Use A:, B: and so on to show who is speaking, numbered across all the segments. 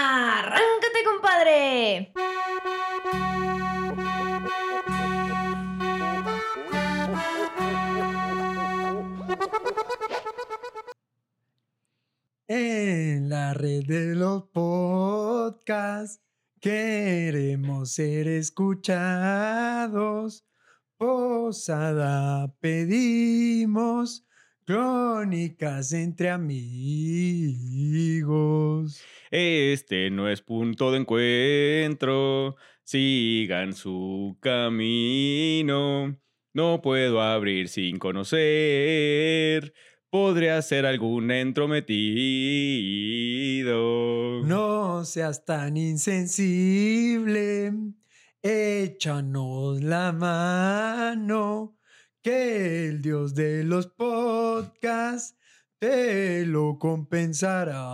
A: ¡Arráncate, compadre!
B: En la red de los podcasts queremos ser escuchados. Posada pedimos crónicas entre amigos.
C: Este no es punto de encuentro. Sigan su camino. No puedo abrir sin conocer. Podría ser algún entrometido.
B: No seas tan insensible, échanos la mano, que el dios de los podcasts te lo compensará.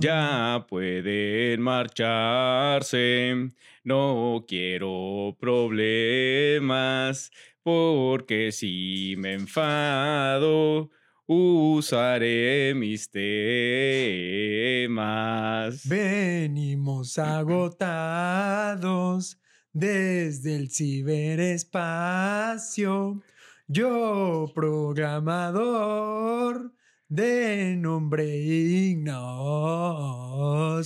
C: Ya pueden marcharse. No quiero problemas. Porque si me enfado, usaré mis temas.
B: Venimos agotados desde el ciberespacio. Yo, programador de nombre Ignacio.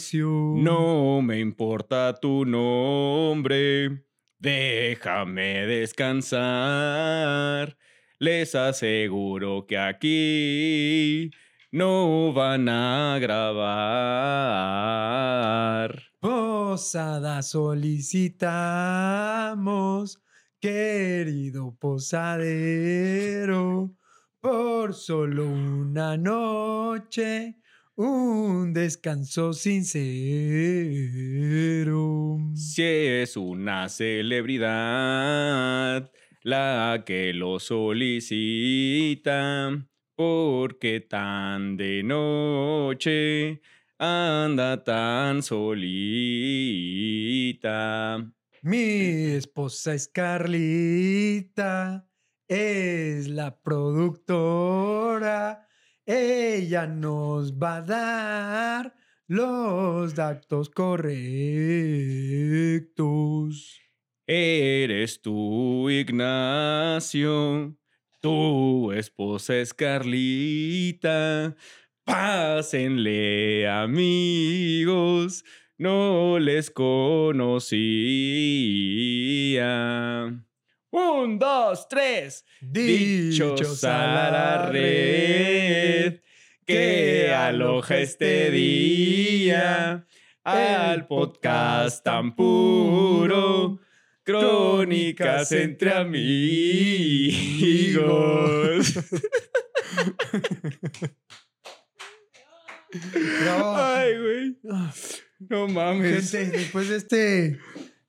C: No me importa tu nombre. Déjame descansar. Les aseguro que aquí no van a grabar.
B: Posada solicitamos, querido posadero, por solo una noche, un descanso sincero.
C: Si es una celebridad la que lo solicita, porque tan de noche anda tan solita.
B: Mi esposa es Carlita, es la productora, ella nos va a dar los datos correctos.
C: Eres tú, Ignacio. Tu esposa es Carlita. Pásenle, amigos. No les conocía. Un, dos, tres. Dichos a la red que aloja este día al podcast tan puro. Crónicas entre amigos.
B: Bravo.
C: Ay, güey. No mames.
B: Gente, después de este,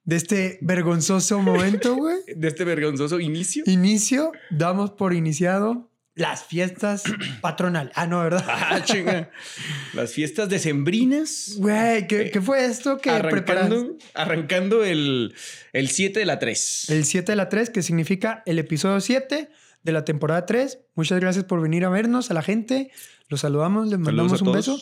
B: de este vergonzoso momento, güey,
C: De este vergonzoso inicio.
B: inicio, damos por iniciado las fiestas patronal. Ah, no, ¿verdad?
C: Ah, chinga. Las fiestas decembrinas.
B: Güey, ¿qué,
C: Eh,
B: qué fue esto que preparaste?
C: Arrancando, arrancando el, el 7 de la 3.
B: El 7 de la 3, que significa el episodio 7 de la temporada 3. Muchas gracias por venir a vernos, a la gente. Los saludamos, les mandamos un beso.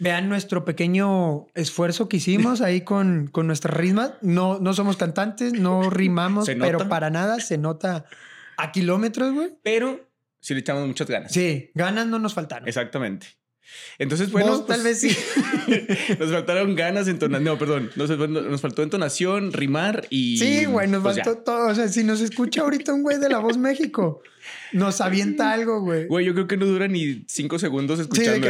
B: Vean nuestro pequeño esfuerzo que hicimos ahí con, con nuestras rimas. No, no somos cantantes, no rimamos,
C: Se
B: pero
C: nota.
B: para nada se nota a kilómetros, güey.
C: Pero sí le echamos muchas ganas.
B: Sí, ganas no nos faltaron.
C: Exactamente. Entonces,
B: Vos,
C: bueno.
B: tal vez
C: pues,
B: sí.
C: nos faltaron ganas, entonación. No, perdón. Nos, nos faltó entonación, rimar y.
B: Sí, güey, nos
C: pues, ya.
B: faltó todo. O sea, si nos escucha ahorita un güey de La Voz México, nos avienta algo, güey.
C: Güey, yo creo que no dura ni cinco segundos
B: Sí, de
C: escuchando
B: que...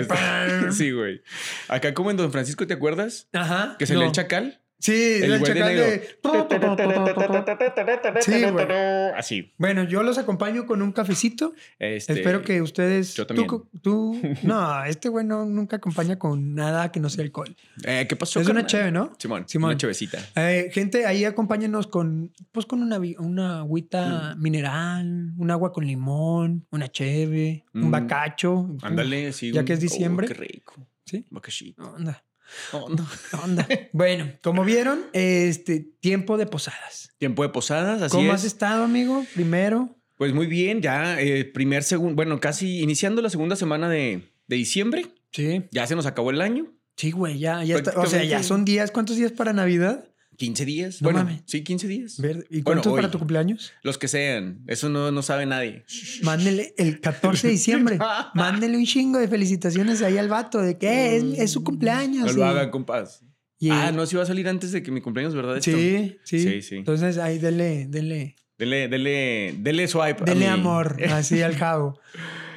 C: esto. Sí, güey. Acá como en Don Francisco, ¿te acuerdas?
B: Ajá.
C: Que se
B: no.
C: le el chacal.
B: Sí,
C: El
B: el
C: güey de
B: chacal de... Sí, güey.
C: Así.
B: Bueno, yo los acompaño con un cafecito.
C: Este,
B: Espero que ustedes...
C: yo
B: tú
C: también.
B: co- Tú... No, este güey no, nunca acompaña con nada que no sea alcohol.
C: Eh, ¿Qué pasó?
B: Es una
C: carnal?
B: cheve, ¿no?
C: Simón,
B: Simón.
C: Una chevecita.
B: Eh, gente, ahí acompáñenos con, pues, con una, vi- una agüita mineral, un agua con limón, una cheve,
C: Mm.
B: un bacacho.
C: Ándale, sí.
B: Ya
C: un-
B: que es
C: oh,
B: diciembre.
C: qué rico.
B: Sí.
C: Bacashi.
B: Onda,
C: Oh, no.
B: onda. bueno, como vieron, este tiempo de posadas.
C: Tiempo de posadas, así
B: ¿Cómo
C: es.
B: has estado, amigo? Primero.
C: Pues muy bien, ya eh, primer, segundo, bueno, casi iniciando la segunda semana de, de diciembre.
B: Sí.
C: Ya se nos acabó el año.
B: Sí, güey, ya, ya está. O sea, ya son días. ¿Cuántos días para Navidad?
C: 15 días.
B: No
C: bueno,
B: mames.
C: sí, 15 días.
B: Verde. ¿Y
C: Bueno,
B: cuántos para
C: hoy.
B: tu cumpleaños?
C: Los que sean. Eso no, no sabe nadie.
B: Mándele el 14 de diciembre. Mándele un chingo de felicitaciones ahí al vato de que es, es su cumpleaños.
C: No
B: y-
C: Mm, lo hagan, compás.
B: y-
C: Ah, no, sí va a salir antes de que mi cumpleaños, ¿verdad? Esto?
B: Sí, sí.
C: Sí, sí.
B: Entonces ahí dele, dele,
C: Dele, dele, dele swipe. a
B: dele
C: mi-
B: amor, así al jabo.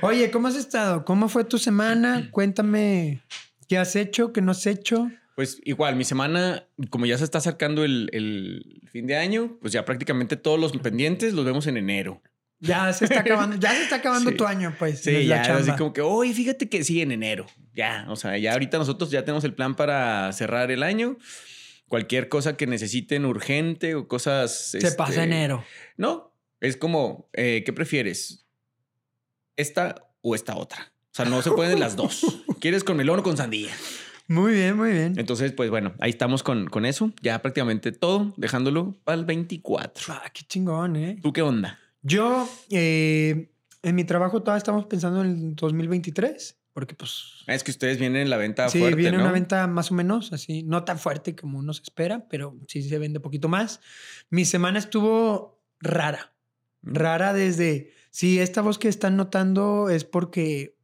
B: Oye, ¿cómo has estado? ¿Cómo fue tu semana? Cuéntame qué has hecho, qué no has hecho.
C: Pues igual, mi semana, como ya se está acercando el, el fin de año, pues ya prácticamente todos los pendientes los vemos en enero.
B: Ya se está acabando, ya se está acabando
C: Sí.
B: tu año, pues.
C: Sí,
B: de
C: ya
B: la
C: así
B: chamba.
C: como que, oye, fíjate que sí, en enero. Ya, o sea, ya ahorita nosotros ya tenemos el plan para cerrar el año. Cualquier cosa que necesiten urgente o cosas...
B: se
C: este,
B: pasa enero.
C: No, es como, eh, ¿qué prefieres? ¿Esta o esta otra? O sea, no se pueden las dos. ¿Quieres con melón o con sandía?
B: Muy bien, muy bien.
C: Entonces, pues bueno, ahí estamos con, con eso. Ya prácticamente todo, dejándolo al 24.
B: Ah, qué chingón, ¿eh?
C: ¿Tú qué onda?
B: Yo, eh, en mi trabajo todavía estamos pensando en el 2023, porque pues...
C: Ah, Es que ustedes vienen en la venta
B: sí,
C: fuerte,
B: viene
C: ¿no?
B: una venta más o menos así, no tan fuerte como uno se espera, pero sí se vende poquito más. Mi semana estuvo rara, rara desde... Sí, esta voz que están notando es porque,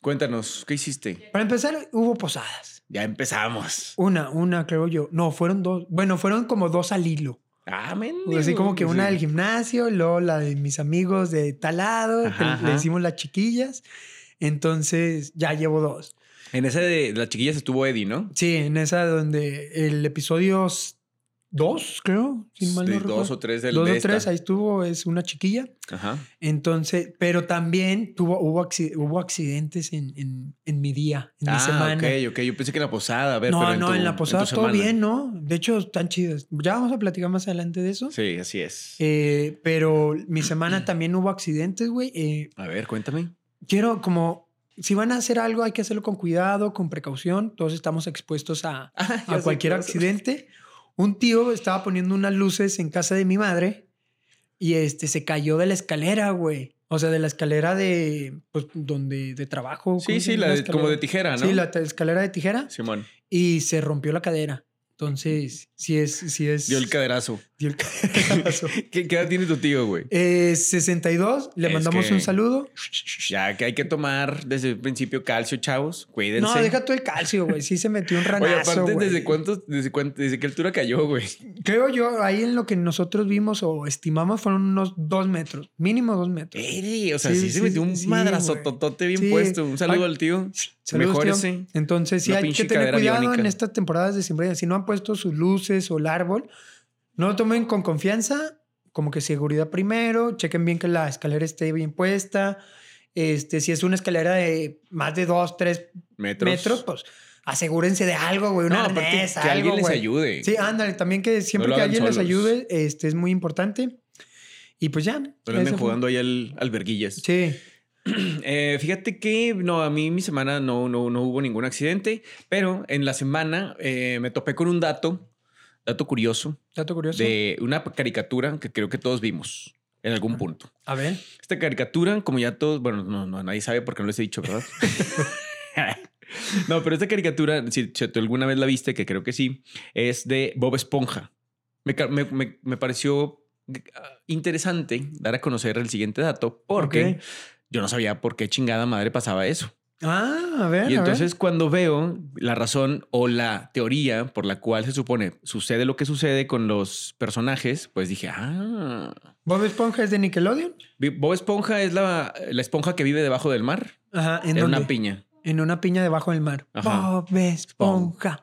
C: Cuéntanos, ¿qué hiciste?
B: para empezar, hubo posadas.
C: Ya empezamos.
B: Una, una, creo yo. No, fueron dos. Bueno, fueron como dos al hilo.
C: Amén.
B: O sea, Así como
C: pues
B: que una del gimnasio, luego la de mis amigos de tal lado, que
C: Ajá,
B: le
C: ajá.
B: hicimos las chiquillas. Entonces ya llevo dos.
C: En esa de las chiquillas estuvo Eddie, ¿no?
B: Sí, en esa donde el episodio s- dos, creo, sin mal no
C: De
B: recuerdo.
C: dos o tres del
B: Dos
C: de
B: o
C: esta.
B: tres, ahí estuvo, es una chiquilla.
C: Ajá.
B: Entonces, pero también tuvo, hubo, acci- hubo accidentes en, en- en mi día, en mi
C: ah,
B: semana.
C: ok, ok. Yo pensé que en la posada. A ver,
B: no,
C: pero en
B: no,
C: tu-
B: en la
C: tu
B: posada todo
C: semana.
B: bien, ¿no? De hecho, están chidas. Ya vamos a platicar más adelante de eso.
C: Sí, así es.
B: Eh, pero mi semana también hubo accidentes, güey. Eh,
C: a ver, cuéntame.
B: quiero como, si van a hacer algo, hay que hacerlo con cuidado, con precaución. Todos estamos expuestos a,
C: Ah, ya
B: a
C: sé
B: cualquier
C: qué vas a-
B: accidente. Un tío estaba poniendo unas luces en casa de mi madre y este se cayó de la escalera, güey. O sea, de la escalera de, pues, donde, de trabajo. ¿cómo
C: Sí,
B: se
C: sí,
B: llama
C: la de-
B: escalera?
C: como de tijera, ¿no?
B: Sí, la te- escalera de tijera
C: Simón.
B: y se rompió la cadera. Entonces, si es, si es.
C: Dio el caderazo.
B: dio el caderazo.
C: ¿Qué, qué edad tiene tu tío, güey?
B: Eh, 62, le
C: Es
B: mandamos
C: que-
B: un saludo.
C: Ya que hay que tomar desde el principio calcio, chavos. Cuídense.
B: No, deja todo el calcio, güey. Sí se metió un
C: Oye,
B: ranazo,
C: aparte,
B: güey.
C: ¿desde cuántos, desde cuán- desde qué altura cayó, güey?
B: Creo yo, ahí en lo que nosotros vimos o estimamos fueron unos dos metros, mínimo dos metros.
C: Eri, o sea,
B: Sí,
C: sí, se
B: sí,
C: metió un
B: sí,
C: madrazototote bien
B: Sí.
C: puesto. Un saludo
B: Ay,
C: al tío.
B: Saludos,
C: Mejor
B: tío.
C: ese.
B: Entonces, sí,
C: Una
B: hay que
C: pinche
B: tener
C: cadera
B: cuidado
C: biónica.
B: en estas temporadas de sembrina. Si no han puesto sus luces o el árbol, no lo tomen con confianza, como que seguridad primero, chequen bien que la escalera esté bien puesta. Este, si es una escalera de más de dos, tres
C: Metros.
B: metros, pues asegúrense de algo, güey. Un
C: No, aparte,
B: arnés,
C: que
B: algo,
C: alguien les
B: güey.
C: ayude.
B: Sí, ándale, también que siempre
C: lo
B: que
C: hagan
B: alguien les
C: solos.
B: ayude, este es muy importante. Y pues ya.
C: Pero andan
B: eso fue.
C: jugando ahí al alberguillas.
B: Sí.
C: Eh, fíjate que no, a mí mi semana no, no, no hubo ningún accidente, pero en la semana eh, me topé con un dato, dato curioso,
B: Dato curioso.
C: de una caricatura que creo que todos vimos en algún punto.
B: A ver.
C: Esta caricatura, como ya todos, bueno, no, no, nadie sabe porque no les he dicho, ¿verdad? no, pero esta caricatura, si, si tú alguna vez la viste, que creo que sí, es de Bob Esponja. Me, ca- me- me- me pareció ah, interesante dar a conocer el siguiente dato porque
B: Ok.
C: yo no sabía por qué chingada madre pasaba eso.
B: Ah, a ver.
C: Y
B: a ver.
C: entonces cuando veo la razón o la teoría por la cual se supone sucede lo que sucede con los personajes, pues dije, ah,
B: Bob Esponja es de Nickelodeon.
C: Bob Esponja es la, la esponja que vive debajo del mar
B: Ajá. ¿En,
C: en
B: dónde?
C: una piña.
B: En una piña debajo del mar.
C: Ajá.
B: Bob Esponja.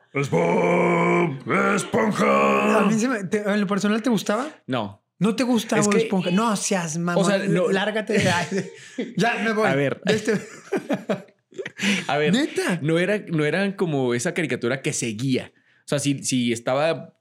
B: A
C: Esponja.
B: mí se me- te- en lo personal te gustaba.
C: No.
B: No te gustaba
C: Es
B: Bob
C: que-
B: Esponja. No seas mamón.
C: O sea, no-
B: Lárgate. Ay, ya me voy.
C: A ver.
B: De este-
C: A ver,
B: Neta.
C: no era, no era como esa caricatura que seguía. O sea, si, si estaba,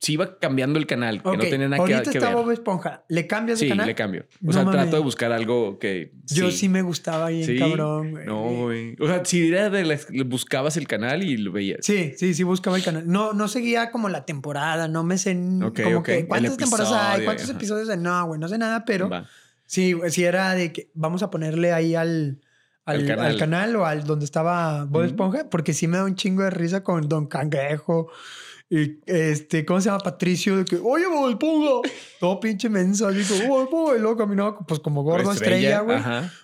C: si iba cambiando el canal, que
B: Ok,
C: no tenía nada que,
B: Ahorita
C: que
B: está
C: ver.
B: Bob Esponja. ¿Le cambias de
C: Sí,
B: canal?
C: le cambio. O
B: No
C: sea,
B: mames.
C: trato de buscar algo que.
B: Yo sí. me gustaba bien,
C: Sí.
B: cabrón, güey.
C: No, güey. O sea, si era de las- buscabas el canal y lo veías.
B: Sí, sí, sí buscaba el canal. No, no seguía como la temporada, no me sé n-
C: Ok,
B: como
C: ok,
B: que
C: el
B: cuántas temporadas hay,
C: episodio,
B: cuántos
C: ajá.
B: episodios hay. No, güey, no sé nada, pero
C: Va.
B: sí, güey, sí era de que vamos a ponerle ahí al, al, al, canal. al, canal. o al donde estaba Bob Esponja, mm. porque sí me da un chingo de risa con Don Cangrejo y este, ¿cómo se llama? Patricio, de que, oye, Bob Esponja, todo pinche mensa, dijo, Bob Esponja, y luego caminaba pues como gordo Por estrella, güey.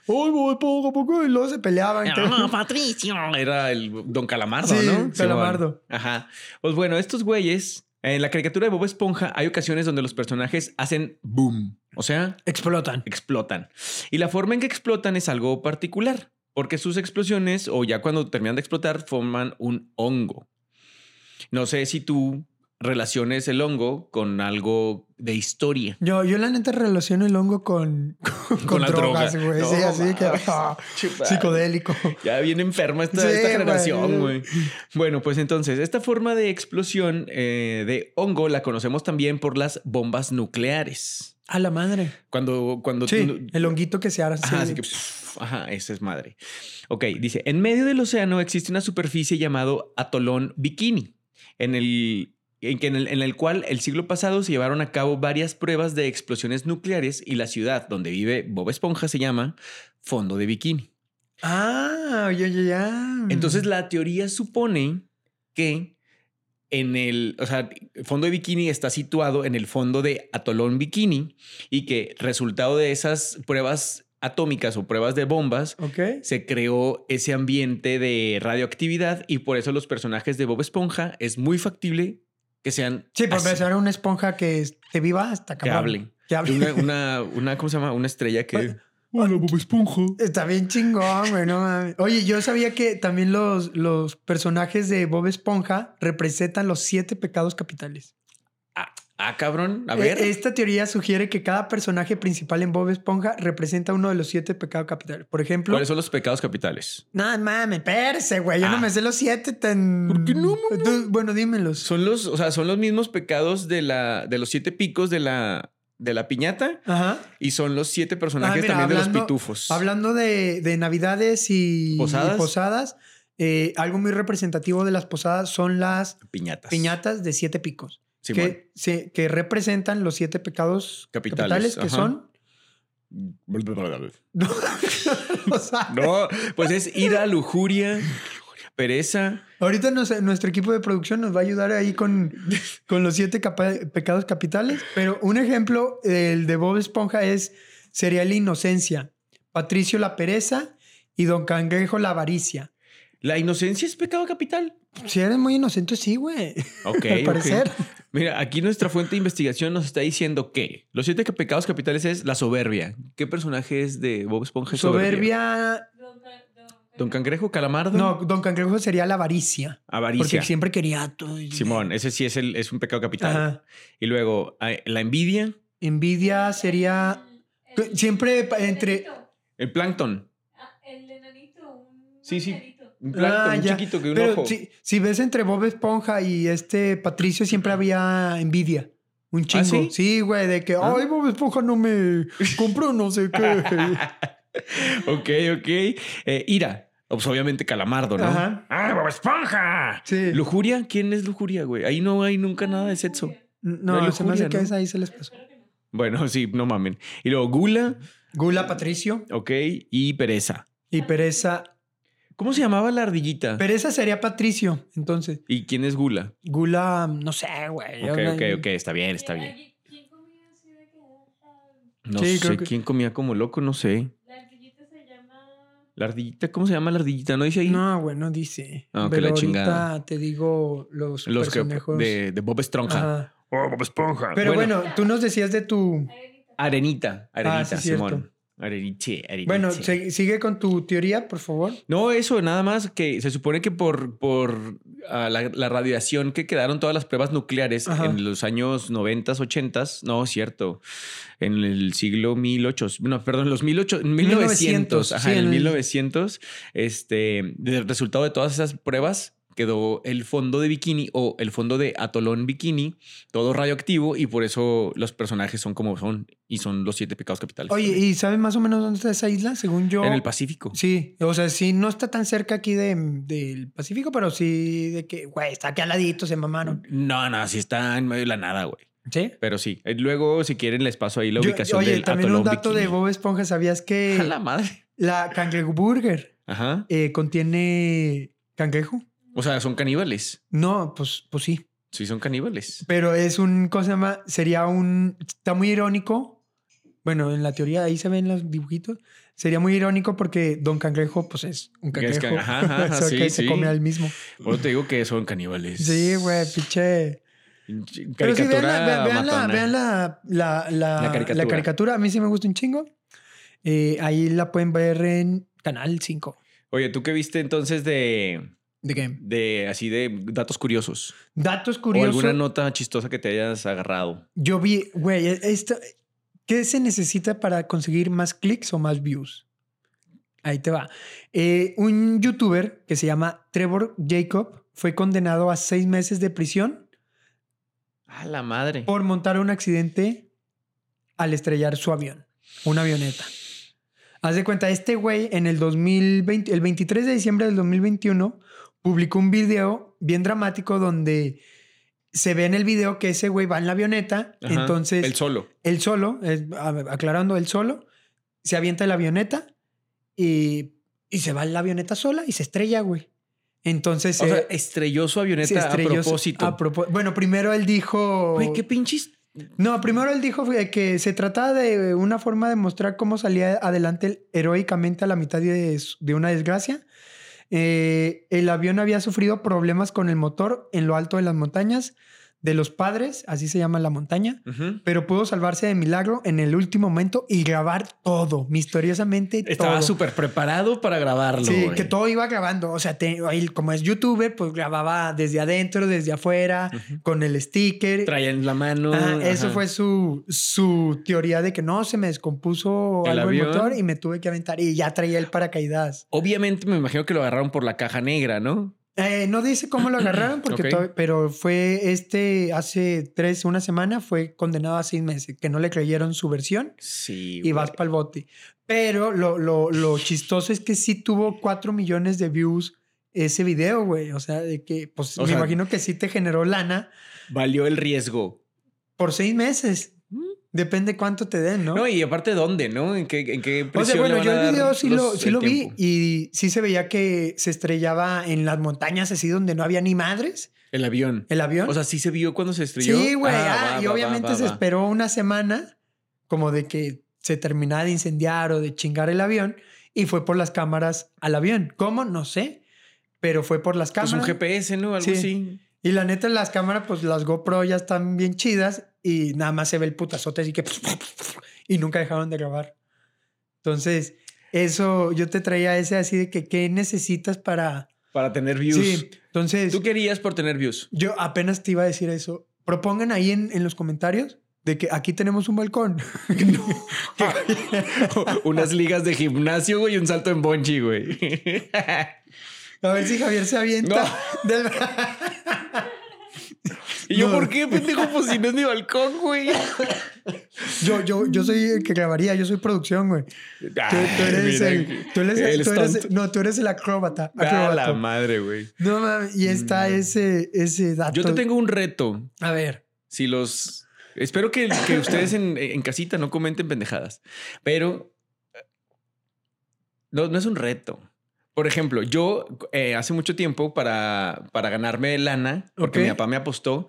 B: Oye, Bob Esponja, poco, y luego se peleaban.
C: No, no, Patricio, era el Don Calamardo,
B: sí,
C: ¿no?
B: Calamardo.
C: Sí, Ajá. Pues bueno, estos güeyes en la caricatura de Bob Esponja hay ocasiones donde los personajes hacen boom, o sea,
B: explotan.
C: Explotan. Y la forma en que explotan es algo particular, porque sus explosiones o ya cuando terminan de explotar forman un hongo. No sé si tú relaciones el hongo con algo de historia.
B: Yo, yo la neta relaciono el hongo con, con, con, con las drogas, güey. No, sí, así que ah, psicodélico.
C: Ya bien enferma esta, sí, esta generación, güey. Bueno, pues entonces, esta forma de explosión eh, de hongo la conocemos también por las bombas nucleares.
B: A la madre.
C: Cuando, cuando
B: sí, tú, el honguito que se hará.
C: Ajá, así Ah, que, pff, ajá, esa es madre. Ok, dice: en medio del océano existe una superficie llamado atolón bikini. En el, en el, en, el, cual el siglo pasado se llevaron a cabo varias pruebas de explosiones nucleares y la ciudad donde vive Bob Esponja se llama Fondo de Bikini.
B: Ah, ya, ya, ya.
C: Entonces la teoría supone que en el, o sea, Fondo de Bikini está situado en el fondo de Atolón Bikini y que resultado de esas pruebas atómicas o pruebas de bombas,
B: okay.
C: se creó ese ambiente de radioactividad y por eso los personajes de Bob Esponja es muy factible que sean.
B: Sí, porque ser una esponja que esté viva hasta
C: que hable. Que hable. Una, una, una, ¿cómo se llama? Una estrella que.
B: Hola, Bob Esponja. Está bien chingón, güey, no mames. Oye, yo sabía que también los, los personajes de Bob Esponja representan los siete pecados capitales.
C: Ah, ah, cabrón.
B: eh,
C: A ver.
B: E, Esta teoría sugiere que cada personaje principal en Bob Esponja representa uno de los siete pecados capitales. Por ejemplo.
C: ¿Cuáles son los pecados capitales?
B: No, mames, perse, güey. Yo ah. no me sé los siete tan.
C: ¿Por qué no, mamá?
B: Bueno, dímelos.
C: Son los, o sea, son los mismos pecados de la, de los siete picos de la. De la piñata.
B: Ajá.
C: Y son los siete personajes ah, mira, también hablando, de los pitufos.
B: Hablando de, de navidades y
C: posadas,
B: y posadas eh, algo muy representativo de las posadas son las
C: piñatas,
B: piñatas de siete picos. Que, se, que, representan los siete pecados
C: capitales,
B: capitales que son.
C: No, no, pues es ira, lujuria, pereza.
B: Ahorita nos, nuestro equipo de producción nos va a ayudar ahí con, con los siete capa, pecados capitales. Pero un ejemplo, el de Bob Esponja es sería la inocencia, Patricio la pereza y Don Cangrejo la avaricia.
C: ¿La inocencia es pecado capital?
B: Si eres muy inocente, sí, güey.
C: Ok.
B: Al parecer.
C: Okay. Mira, aquí nuestra fuente de investigación nos está diciendo que los siete pecados capitales es la soberbia. ¿Qué personaje es de Bob Esponja?
B: Soberbia. soberbia.
C: Don Cangrejo, Calamardo.
B: No, Don Cangrejo sería la avaricia.
C: Avaricia.
B: Porque siempre quería todo.
C: Simón, ese sí es, el, es un pecado capital. Ajá. Y luego, la envidia.
B: Envidia sería.
C: Eh,
B: Siempre entre.
C: El plancton.
A: el enanito.
C: sí, sí. Un plato, ah, un ya. chiquito que un
B: Pero
C: ojo.
B: Si, si, ves entre Bob Esponja y este Patricio, siempre había envidia. Un chingo.
C: ¿Ah,
B: sí, güey, sí, de que, ¿Ah? ay, Bob Esponja no me compró no sé qué.
C: ok, ok. Eh, ira. Pues obviamente calamardo, ¿no?
B: Ajá.
C: ¡Ay, Bob Esponja!
B: Sí.
C: ¿Lujuria? ¿Quién es lujuria, güey? Ahí no hay nunca nada de sexo.
B: No, no, no se me hace ¿no? que es ahí se les pasó.
C: Bueno, sí, no mamen. Y luego gula.
B: Gula, Patricio.
C: Ok, y pereza.
B: Y pereza,
C: ¿Cómo se llamaba la ardillita?
B: Pero esa sería Patricio, entonces.
C: ¿Y quién es Gula?
B: Gula, no sé, güey.
C: Ok, ok, ok, está bien, está bien.
A: ¿Quién comía así de que...
C: No sí, sé, que... ¿quién comía como loco? No sé.
A: La ardillita se llama...
C: ¿La ardillita? ¿Cómo se llama la ardillita? ¿No dice ahí?
B: No, güey, no dice.
C: Ah,
B: Pero
C: la chingada.
B: te digo los, los personejos...
C: Que de, de Bob Esponja. Oh, Bob Esponja.
B: Pero bueno. bueno. tú nos decías de tu...
C: Arenita. Arenita, Arenita ah, sí, Simón. Cierto.
B: Areniche, areniche. Bueno, sigue con tu teoría, por favor.
C: No, eso, nada más que se supone que por, por uh, la, la, radiación que quedaron todas las pruebas nucleares Ajá. en los años 90, 80, no, cierto, en el siglo 1800, no, perdón, los 1800, 1900, 1900 ajá, sí, en el 1900, este, el resultado de todas esas pruebas quedó el fondo de bikini o el fondo de atolón bikini, todo radioactivo y por eso los personajes son como son y son los siete pecados capitales.
B: Oye, ¿y saben más o menos dónde está esa isla? Según yo.
C: En el Pacífico.
B: Sí, o sea, sí, no está tan cerca aquí de, del Pacífico, pero sí de que, güey, está aquí al ladito, se mamaron.
C: No, no, sí está en medio de la nada, güey.
B: Sí.
C: Pero sí. Luego, si quieren, les paso ahí la ubicación
B: Oye,
C: del
B: también
C: atolón
B: un dato
C: bikini.
B: de Bob Esponja, ¿sabías que.
C: A la madre.
B: La cangrejo burger
C: Ajá.
B: eh, contiene cangrejo.
C: O sea, son caníbales.
B: No, pues, pues sí.
C: Sí, son caníbales.
B: Pero es un, ¿cómo se llama? Sería un, está muy irónico. Bueno, en la teoría ahí se ven los dibujitos. Sería muy irónico porque Don Cangrejo, pues es un
C: Que es
B: cangrejo.
C: can- ajá, ajá,
B: O sea,
C: sí,
B: que se
C: sí.
B: come al mismo.
C: Por eso te digo que son caníbales.
B: Sí, güey, pinche.
C: Pinche
B: Pero sí, vean,
C: Caricatura
B: la, ve- vean, la,
C: matona.
B: vean la, la, la-
C: La caricatura.
B: la caricatura. A mí sí me gusta un chingo. Eh, ahí la pueden ver en Canal 5
C: Oye, ¿tú qué viste entonces de,
B: de Game.
C: de así de datos curiosos?
B: Datos
C: O alguna
B: curiosos.
C: nota chistosa que te hayas agarrado.
B: Yo vi, güey, e-, esto. ¿Qué se necesita para conseguir más clics o más views? Ahí te va. Eh, un youtuber que se llama Trevor Jacob fue condenado a seis meses de prisión
C: A la madre.
B: por montar un accidente al estrellar su avión, una avioneta. Haz de cuenta, este güey en el 2020, el 23 de diciembre del 2021, publicó un video bien dramático donde se ve en el video que ese güey va en la avioneta,
C: Ajá,
B: entonces
C: El solo.
B: él solo, es- a- aclarando, él solo, se avienta de la avioneta y, y se va en la avioneta sola y se estrella, güey. Entonces,
C: o
B: eh,
C: sea, estrelló su avioneta
B: se estrelló
C: a
B: su-
C: propósito.
B: a propo- bueno, primero él dijo...
C: Güey, qué pinches.
B: No, primero él dijo que- que se trataba de una forma de mostrar cómo salía adelante heroicamente a la mitad de, de una desgracia. Eh, el avión había sufrido problemas con el motor en lo alto de las montañas de los padres, así se llama la montaña
C: Ujú.
B: pero pudo salvarse de milagro en el último momento y grabar todo, misteriosamente
C: Estaba
B: todo.
C: súper preparado para grabarlo.
B: Sí,
C: güey.
B: que todo iba grabando. O sea, te- él, como es youtuber, pues grababa desde adentro, desde afuera,
C: Ujú.
B: con el sticker.
C: Traía en la mano.
B: Ajá, Ah, eso
C: ajá.
B: fue su, su teoría de que no, se me descompuso
C: ¿El
B: algo el
C: avión?
B: motor y me tuve que aventar. Y ya traía el paracaídas.
C: Obviamente me imagino que lo agarraron por la caja negra, ¿no?
B: Eh, no dice cómo lo agarraron, porque
C: Ok.
B: to- pero fue este, hace tres, una semana, fue condenado a seis meses, que no le creyeron su versión.
C: Sí.
B: y
C: güey.
B: vas para el bote. Pero lo, lo, lo chistoso es que sí tuvo 4 millones de views ese video, güey. O sea, de que, pues
C: O
B: me
C: sea-
B: imagino que sí te generó lana
C: Valió el riesgo.
B: por seis meses. Depende cuánto te den, ¿no?
C: Mm. ¿No? y aparte, ¿dónde? ¿No? ¿En qué, en qué
B: o sea,
C: prisión le
B: bueno,
C: van
B: yo
C: a
B: el
C: dar
B: video sí lo,
C: los-
B: sí
C: el
B: lo vi
C: tiempo?
B: y sí se veía que se estrellaba en las montañas así donde no había ni madres
C: El avión.
B: el avión.
C: O sea, sí se vio cuando se estrelló.
B: sí, güey.
C: Ah,
B: ah,
C: va,
B: y
C: va,
B: obviamente
C: va,
B: se
C: va.
B: esperó una semana como de que se terminara de incendiar o de chingar el avión y fue por las cámaras al avión. ¿Cómo? No sé, pero fue por las
C: Pues
B: cámaras.
C: un GPS, ¿no? Algo
B: Sí.
C: así.
B: Y la neta, las cámaras, pues las GoPro ya están bien chidas y nada más se ve el putazote así que... Y nunca dejaron de grabar. Entonces, eso, yo te traía ese así de que qué necesitas para...
C: Para tener views.
B: Sí, entonces...
C: Tú querías por tener views.
B: Yo apenas te iba a decir eso. Propongan ahí en, en los comentarios de que aquí tenemos un balcón.
C: Unas ligas de gimnasio, güey, y un salto en bonchi, güey.
B: A ver si Javier se avienta. del-
C: ¿Y yo
B: No.
C: por qué, pendejo? Pues si no es mi balcón, güey.
B: Yo, yo, yo soy el que grabaría, yo soy producción, güey. Tú, tú eres
C: mira,
B: el. Tú eres,
C: el
B: tú eres-
C: stunt.
B: no, tú eres el Ah, acróbata.
C: A
B: acróbata.
C: la madre, güey.
B: No mames, y
C: Mm.
B: está ese, ese dato.
C: Yo te tengo un reto.
B: A ver.
C: Si los. Espero que, que ustedes en, en casita no comenten pendejadas, pero eh, no, no es un reto. Por ejemplo, yo eh, hace mucho tiempo para, para ganarme lana, porque
B: Ok.
C: mi papá me apostó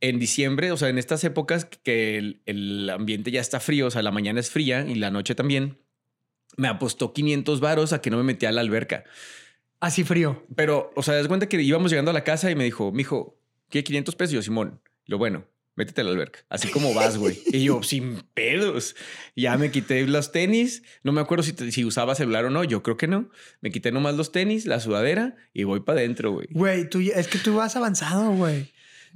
C: en diciembre, o sea, en estas épocas que el, el ambiente ya está frío, o sea, la mañana es fría y la noche también, me apostó 500 varos a que no me metía a la alberca.
B: Así frío.
C: Pero, o sea, das cuenta que íbamos llegando a la casa y me dijo, mijo, ¿qué 500 pesos? Y yo, Simón, lo bueno, métete a la alberca. Así como vas, güey. y yo, sin pedos. Ya me quité los tenis. No me acuerdo si, te- si usaba celular o no. Yo creo que no. Me quité nomás los tenis, la sudadera y voy para adentro, güey.
B: Güey, tú, ya- es que tú vas avanzado, güey.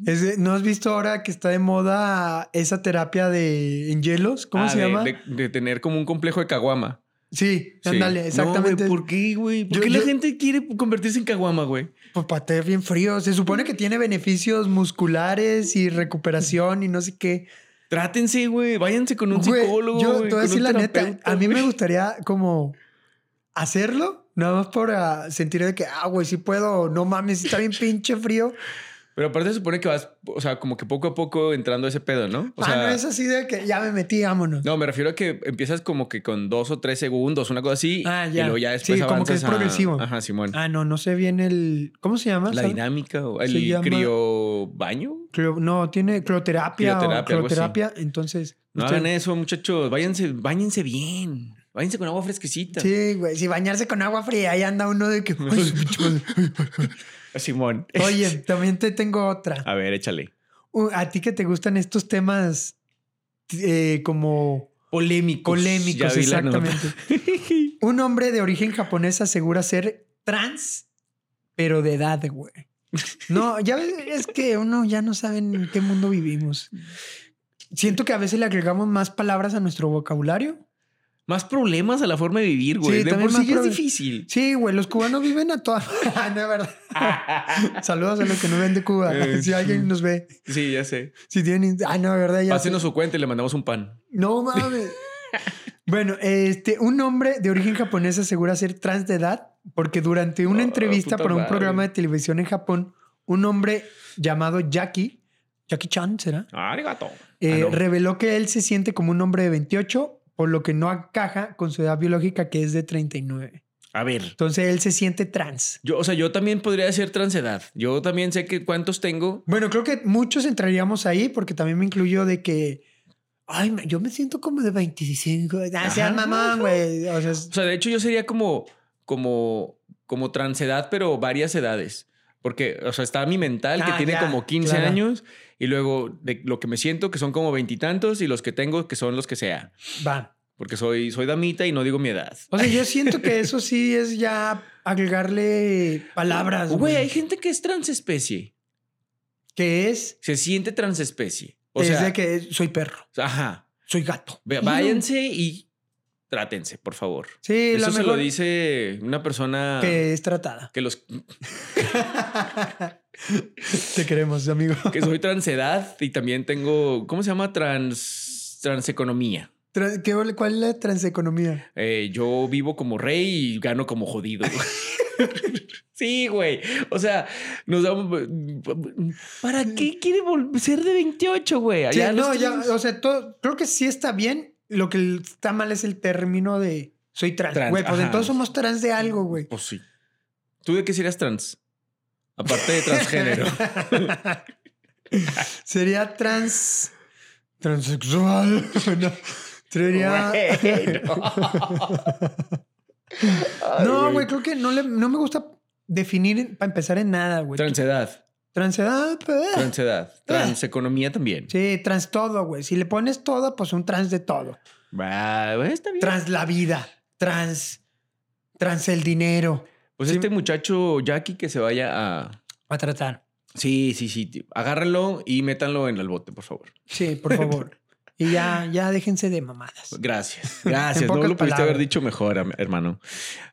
B: Es de- ¿No has visto ahora que está de moda esa terapia de en hielos? ¿Cómo
C: Ah,
B: se
C: de-
B: llama?
C: De, de tener como un complejo de caguama.
B: Sí,
C: Sí.
B: ándale,
C: No,
B: exactamente.
C: güey, ¿Por qué, güey? ¿Por
B: Yo-
C: qué la
B: yo-
C: gente quiere convertirse en caguama, güey?
B: Pues para estar bien frío. Se supone que tiene beneficios musculares y recuperación y no sé qué.
C: Trátense, güey. Váyanse con un
B: Güey,
C: psicólogo.
B: yo
C: güey,
B: te voy a
C: con
B: decir
C: un
B: la neta.
C: terapeuta,
B: A mí me
C: güey.
B: gustaría como hacerlo, nada más por ah, sentir de que, ah, güey, sí puedo. No mames, sí está bien pinche frío.
C: Pero aparte se supone que vas, o sea, como que poco a poco entrando a ese pedo, ¿no? O
B: ah,
C: sea,
B: no es así de que ya me metí, vámonos.
C: No, me refiero a que empiezas como que con dos o tres segundos, una cosa así.
B: Ah,
C: Y
B: ya.
C: luego ya después
B: Sí, como que
C: avanzas
B: es
C: a-
B: progresivo.
C: Ajá, Simón.
B: Ah, no, no sé bien el. ¿Cómo se llama?
C: la
B: ¿Sabe?
C: dinámica o
B: Se
C: el
B: llama-
C: criobaño.
B: Cleo- no, tiene cloterapia.
C: Crioterapia,
B: Cloterapia.
C: algo así.
B: cloterapia entonces.
C: No
B: usted-
C: hagan eso, muchachos. Váyanse, váyanse bien. Váyanse con agua fresquecita.
B: Sí, güey. Si bañarse con agua fría, ahí anda uno de que. "Ay, su pinche madre".
C: Ah, Simón.
B: Oye, también te tengo otra.
C: A ver, échale.
B: Uh, A ti que te gustan estos temas eh, como
C: Polémicos.
B: polémicos,
C: Pues, Ya vi la nota.
B: exactamente. Un hombre de origen japonés asegura ser trans, pero de edad, güey. No, ya ves, es que uno ya no sabe en qué mundo vivimos. Siento que a veces le agregamos más palabras a nuestro vocabulario.
C: Más problemas a la forma de vivir, güey.
B: Sí,
C: de
B: también
C: por
B: más
C: sí ya es
B: problemas.
C: difícil.
B: Sí, güey, los cubanos viven a toda. Ah, no es verdad. Saludos a los que no ven de Cuba.
C: Eh,
B: si alguien nos ve,
C: Sí, ya sé.
B: si tienen. Ah, no, es verdad. Ya sé.
C: Pásenos su cuenta y le mandamos un pan.
B: No mames. bueno, este, un hombre de origen japonés asegura ser trans de edad porque durante una
C: Ah,
B: entrevista
C: puta
B: para un
C: madre.
B: programa de televisión en Japón, un hombre llamado Jackie, Jackie Chan será,
C: Arigato.
B: Eh,
C: Ah, no.
B: reveló que él se siente como un hombre de 28, por lo que no encaja con su edad biológica que es de 39.
C: A ver.
B: Entonces él se siente trans.
C: Yo, o sea, yo también podría ser transedad. Yo también sé que cuántos tengo.
B: Bueno, creo que muchos entraríamos ahí porque también me incluyo de que, ay, me- yo me siento como de 25. Ah, sea
C: Ajá.
B: mamón, güey. O sea, es-
C: O sea, de hecho, yo sería como, como, como transedad, pero varias edades. Porque, o sea, está mi mental que
B: Ah,
C: tiene
B: ya,
C: como 15
B: claro.
C: años y luego de lo que me siento que son como veintitantos y, los que tengo que son los que sea.
B: va.
C: Porque soy, soy damita y no digo mi edad.
B: O sea, yo siento que eso sí es ya agregarle palabras.
C: Güey, hay gente que es transespecie.
B: Que es
C: Se siente transespecie. O
B: o
C: sea,
B: que soy perro,
C: ajá.
B: soy gato.
C: Ve-
B: Y-
C: Váyanse y trátense, por favor.
B: Sí,
C: Eso
B: la
C: se lo
B: mejor
C: dice una persona que,
B: que es tratada.
C: los
B: Te queremos, amigo.
C: que soy transedad y también tengo, ¿cómo se llama? Trans, transeconomía.
B: Tra- ¿qué ole- ¿Cuál es la transeconomía?
C: Eh, yo vivo como rey y gano como jodido. sí, güey. O sea, nos damos. ¿Para qué quiere vol- ser de 28, güey?
B: Sí,
C: Allá
B: no,
C: Ah, los
B: ya,
C: trans-
B: o sea, todo, creo que sí está bien. Lo que está mal es el término de soy trans.
C: Trans,
B: Güey, pues
C: ajá.
B: entonces somos trans de algo, güey.
C: Pues sí. ¿Tú de qué serías trans? Aparte de transgénero.
B: Sería trans. transexual. No, sería.
C: Güey, no. Ay,
B: No, güey, creo que no, le, no me gusta definir para empezar en nada, güey.
C: Transedad,
B: Transedad, pues,
C: transedad, transeconomía también.
B: Sí, trans todo, güey. Si le pones todo, pues un trans de todo.
C: Va, güey, está bien.
B: Trans la vida, trans, trans el dinero.
C: Pues
B: Sí.
C: este muchacho Jackie que se vaya a.
B: A tratar.
C: Sí, sí, sí. tío. Agárrenlo y métanlo en el bote, por favor.
B: Sí, por favor. y ya, ya déjense de mamadas.
C: Gracias. Gracias. no
B: pocas
C: lo pudiste haber
B: palabras.
C: dicho mejor, am- hermano.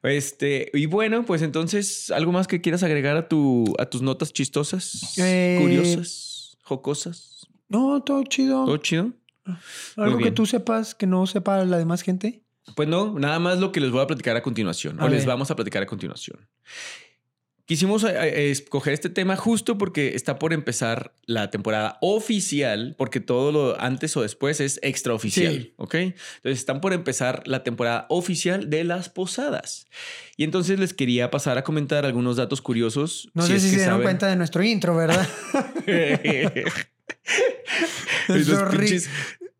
C: Este, y bueno, pues entonces, ¿algo más que quieras agregar a tu a tus notas chistosas,
B: Eh.
C: curiosas, jocosas?
B: No, todo chido.
C: ¿Todo chido?
B: Algo
C: muy
B: que
C: bien.
B: tú sepas que no sepa la demás gente.
C: Pues no, nada más lo que les voy a platicar a continuación,
B: A
C: o les
B: ver.
C: vamos a platicar a continuación. Quisimos eh, eh, escoger este tema justo porque está por empezar la temporada oficial, porque todo lo antes o después es extraoficial,
B: Sí.
C: ¿ok? Entonces están por empezar la temporada oficial de las posadas. Y entonces les quería pasar a comentar algunos datos curiosos.
B: No sé
C: es
B: si
C: que
B: se dieron
C: saben.
B: cuenta de nuestro intro, ¿verdad?
C: Los
B: Nuestro ri-
C: pinches-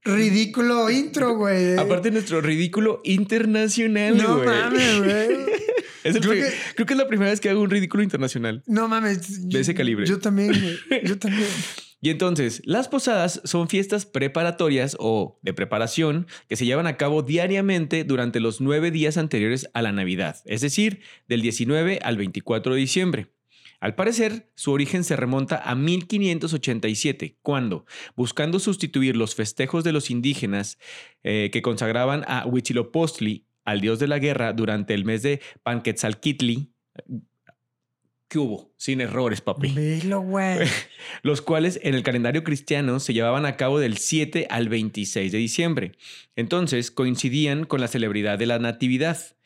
B: ridículo intro, güey.
C: aparte nuestro ridículo internacional,
B: no
C: güey.
B: mames, güey.
C: Es el
B: Creo
C: pri-
B: que-
C: creo que es la primera vez que hago un ridículo internacional.
B: No mames.
C: De ese calibre.
B: Yo también, güey. Yo también.
C: Y entonces, las posadas son fiestas preparatorias o de preparación que se llevan a cabo diariamente durante los nueve días anteriores a la Navidad, es decir, del 19 al 24 de diciembre. Al parecer, su origen se remonta a 1587, cuando, buscando sustituir los festejos de los indígenas eh, que consagraban a Huitzilopochtli, al dios de la guerra, durante el mes de Panquetzalquitli, eh, ¿qué hubo? Sin errores, papi
B: Velo, güey.
C: los cuales en el calendario cristiano se llevaban a cabo del 7 al 26 de diciembre. Entonces coincidían con la celebridad de la Natividad.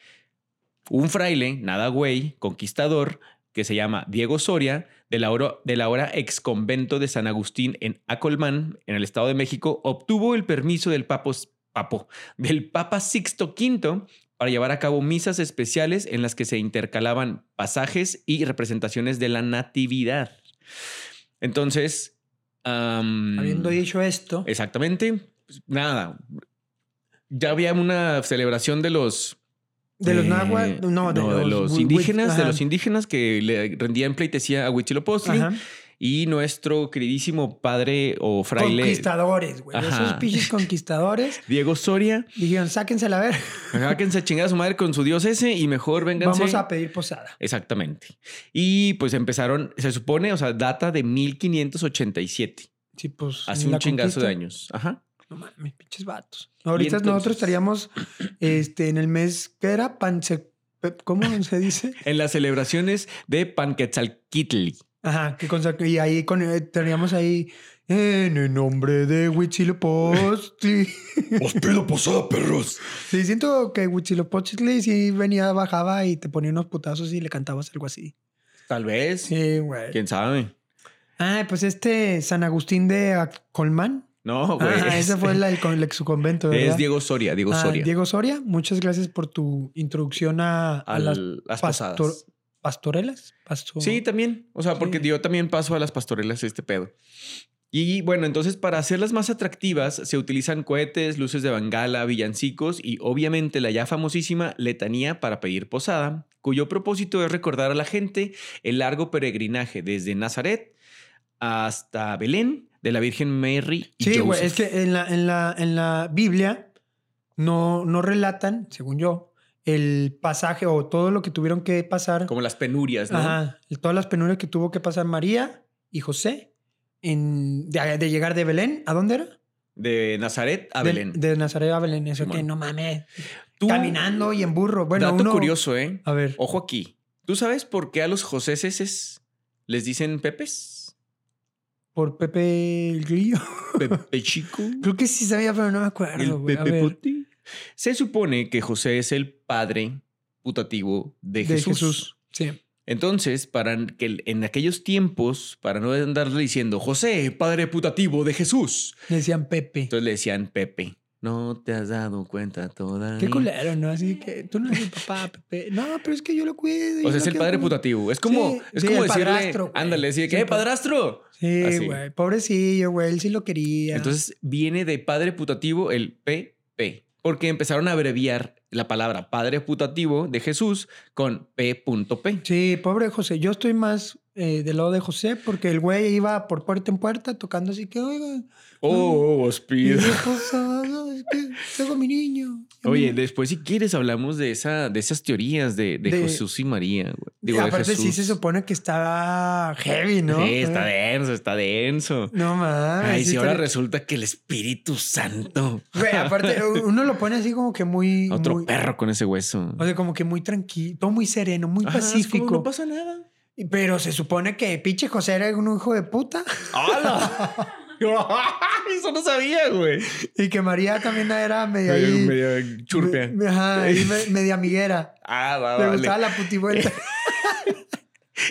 C: Un fraile, nada güey, conquistador, que se llama Diego Soria, de la, hora, de la hora ex convento de San Agustín en Acolmán, en el Estado de México, obtuvo el permiso del Papo, Papo, del Papa Sixto V para llevar a cabo misas especiales en las que se intercalaban pasajes y representaciones de la Natividad. Entonces, am,
B: Habiendo dicho esto,
C: exactamente, pues, nada. Ya había una celebración de los
B: de los
C: eh,
B: náhuatl, no, de, los,
C: los
B: wi- wi-
C: indígenas, de
B: ajá,
C: los indígenas que le rendían pleitesía a Huitzilopochtli
B: ajá.
C: y nuestro queridísimo padre o fraile
B: Conquistadores, güey. Esos
C: Ajá.
B: pinches conquistadores
C: Diego Soria.
B: dijeron, sáquensela a ver,
C: Háganse a chingar a su madre con su dios ese y mejor vénganse.
B: vamos a pedir posada.
C: Exactamente. Y pues empezaron, se supone, o sea, data de 1587.
B: Sí, pues.
C: Hace
B: en
C: un
B: la
C: chingazo
B: conquista.
C: de años. Ajá.
B: No mames, pinches vatos. Ahorita
C: entonces-
B: nosotros estaríamos este, en el mes que era panse. pe- ¿Cómo se dice?
C: En las celebraciones de Panquetzalquitli.
B: Ajá, que con, y ahí con, eh, teníamos ahí en el nombre de Huitzilopochtli.
C: Os pido posada, perros.
B: sí, siento que Huitzilopochtli sí venía, bajaba y te ponía unos putazos y le cantabas algo así.
C: Tal vez.
B: Sí, güey.
C: ¿Quién sabe?
B: Ah, pues este San Agustín de Colmán.
C: No, Oh, güey.
B: Ah, esa fue la, el, con- el convento, ¿verdad?
C: Es Diego Soria, Diego
B: Ah,
C: Soria.
B: Diego Soria, muchas gracias por tu introducción a, a
C: Al-
B: las
C: las,
B: pastor-
C: pasadas.
B: pastorelas. Pasto-
C: Sí, también. O sea, porque
B: Sí.
C: yo también paso a las pastorelas este pedo. Y bueno, entonces para hacerlas más atractivas se utilizan cohetes, luces de bengala, villancicos y obviamente la ya famosísima letanía para pedir posada, cuyo propósito es recordar a la gente el largo peregrinaje desde Nazaret hasta Belén de la Virgen Mary y
B: Sí, güey,
C: Joseph.
B: es que en la, en la, en la Biblia no, no relatan, según yo, el pasaje o todo lo que tuvieron que pasar.
C: como las penurias, ¿no?
B: Ajá, todas las penurias que tuvo que pasar María y José en, de, de llegar de Belén. ¿A dónde era?
C: De Nazaret a
B: De-
C: Belén.
B: De, Nazaret a Belén. Eso
C: Simón.
B: que no mames.
C: Tú-
B: Caminando y en burro. Bueno,
C: dato
B: uno-
C: curioso, ¿eh?
B: A ver.
C: Ojo aquí. ¿Tú sabes por qué a los joseses les dicen pepes?
B: Por Pepe el Grillo.
C: Pepe chico.
B: Creo que sí sabía, pero no me
C: el
B: acuerdo, güey. A
C: Pepe
B: ver.
C: Poti. Se supone que José es el padre putativo de,
B: De
C: Jesús.
B: Jesús. Sí.
C: Entonces, para que el- en aquellos tiempos, para no andarle diciendo José, padre putativo de Jesús,
B: Le decían Pepe.
C: entonces le decían Pepe. No te has dado cuenta toda.
B: Qué culero, ¿no? Así que tú no eres mi papá, Pepe. No, pero es que yo lo cuido.
C: O sea, es el padre
B: puta.
C: putativo. Es como,
B: Sí,
C: es
B: sí,
C: como
B: el
C: decirle,
B: padrastro, güey.
C: ándale, decir
B: Sí,
C: que,
B: el
C: "Eh, padrastro.
B: Sí,
C: Así.
B: güey. Pobrecillo, güey. Él sí lo quería.
C: Ah, Entonces viene de padre putativo el PP, porque empezaron a abreviar la palabra padre putativo de Jesús con P.P.
B: Sí, pobre José. Yo estoy más eh, del lado de José porque el güey iba por puerta en puerta tocando así que, oiga,
C: Oh, os
B: mi
C: pido.
B: esposa, es que tengo a mi niño.
C: Oye, después si quieres hablamos de, esa, de esas teorías de, de
B: De-
C: Jesús y María. güey.
B: Y
C: Digo, de
B: aparte sí
C: Jesús.
B: se supone que estaba heavy, ¿no?
C: Sí, está denso, está denso.
B: No mames.
C: Ay,
B: sí
C: si ahora
B: está-
C: resulta que el Espíritu Santo.
B: Güey, aparte, uno lo pone así como que muy.
C: Otro
B: muy-
C: perro con ese hueso.
B: O sea, como que muy tranquilo, todo muy sereno, muy
C: Ajá, es como,
B: pacífico.
C: no pasa nada.
B: Y- Pero se supone que pinche José era un hijo de puta
C: ¡Hala! Eso no sabía, güey.
B: y que María también era media
C: Medio-
B: ahí-
C: medio churpia.
B: me- ajá, ahí me- media amiguera.
C: Ah, va,
B: Le
C: vale.
B: gustaba la putivuelta.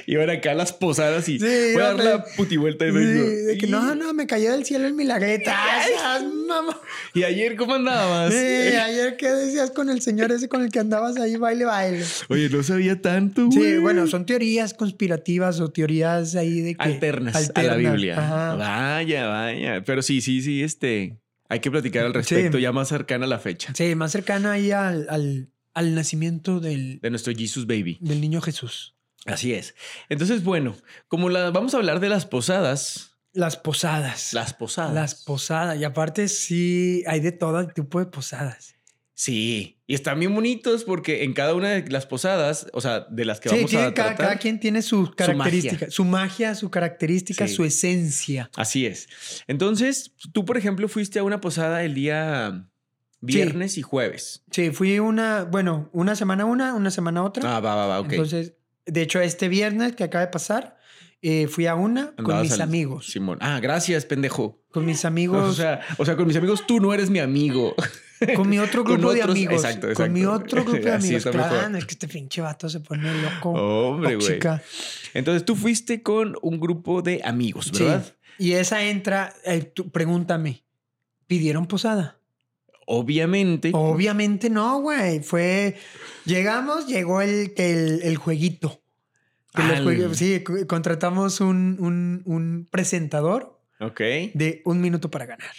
C: Iban acá a las posadas y
B: Sí,
C: voy a dar
B: iban a-
C: la putivuelta y
B: Sí,
C: vengo.
B: de que
C: Y-
B: no, no, me cayó del cielo el milagreta. Ay, esas mamá.
C: Y ayer, ¿cómo andabas? Eh,
B: Sí, ayer que decías con el señor ese con el que andabas ahí, baile, baile.
C: Oye, no sabía tanto, güey.
B: Sí, bueno, son teorías conspirativas o teorías ahí de que.
C: Alternas, a la
B: alternas.
C: Biblia. Ah,
B: Ajá.
C: Vaya, vaya. Pero sí, sí, sí, este... Hay que platicar al respecto
B: Sí.
C: ya más cercana a la fecha.
B: Sí, más cercana ahí al, al, al nacimiento del,
C: De nuestro Jesus Baby.
B: del niño Jesús.
C: Así es. Entonces, bueno, como la, vamos a hablar de las posadas.
B: Las posadas.
C: Las posadas.
B: Las posadas. Y aparte, sí, hay de todo tipo de posadas.
C: Sí. Y están bien bonitos porque en cada una de las posadas, o sea, de las que
B: sí,
C: vamos
B: tiene-
C: a
B: cada,
C: tratar...
B: cada quien tiene sus características, su magia, su característica,
C: Sí.
B: su esencia.
C: Así es. Entonces, tú, por ejemplo, fuiste a una posada el día viernes y jueves.
B: Sí, fui una, bueno, una semana una, una semana otra.
C: Ah, va, va, va, ok.
B: Entonces, De hecho, este viernes que acaba de pasar, eh, fui a una con
C: Andabas
B: mis
C: al-
B: amigos.
C: Simón. Ah, gracias, pendejo.
B: Con mis amigos.
C: O sea, o sea, con mis amigos tú no eres mi amigo.
B: Con mi otro
C: Con
B: grupo de
C: otros-
B: amigos.
C: exacto,
B: Con mi
C: exacto.
B: otro grupo de
C: Así
B: amigos.
C: está mejor.
B: Claro, es que este pinche vato se pone loco.
C: Hombre, güey.
B: tóxica.
C: Entonces tú fuiste con un grupo de amigos,
B: Sí.
C: ¿verdad?
B: Y esa entra, eh, tú- pregúntame, ¿pidieron posada?
C: Obviamente.
B: Oh. Obviamente no, güey. Fue. Llegamos, llegó el, el, el jueguito. Que los
C: Al-
B: juegue- sí, cu- contratamos un, un- un presentador
C: Ok.
B: de un minuto para ganar.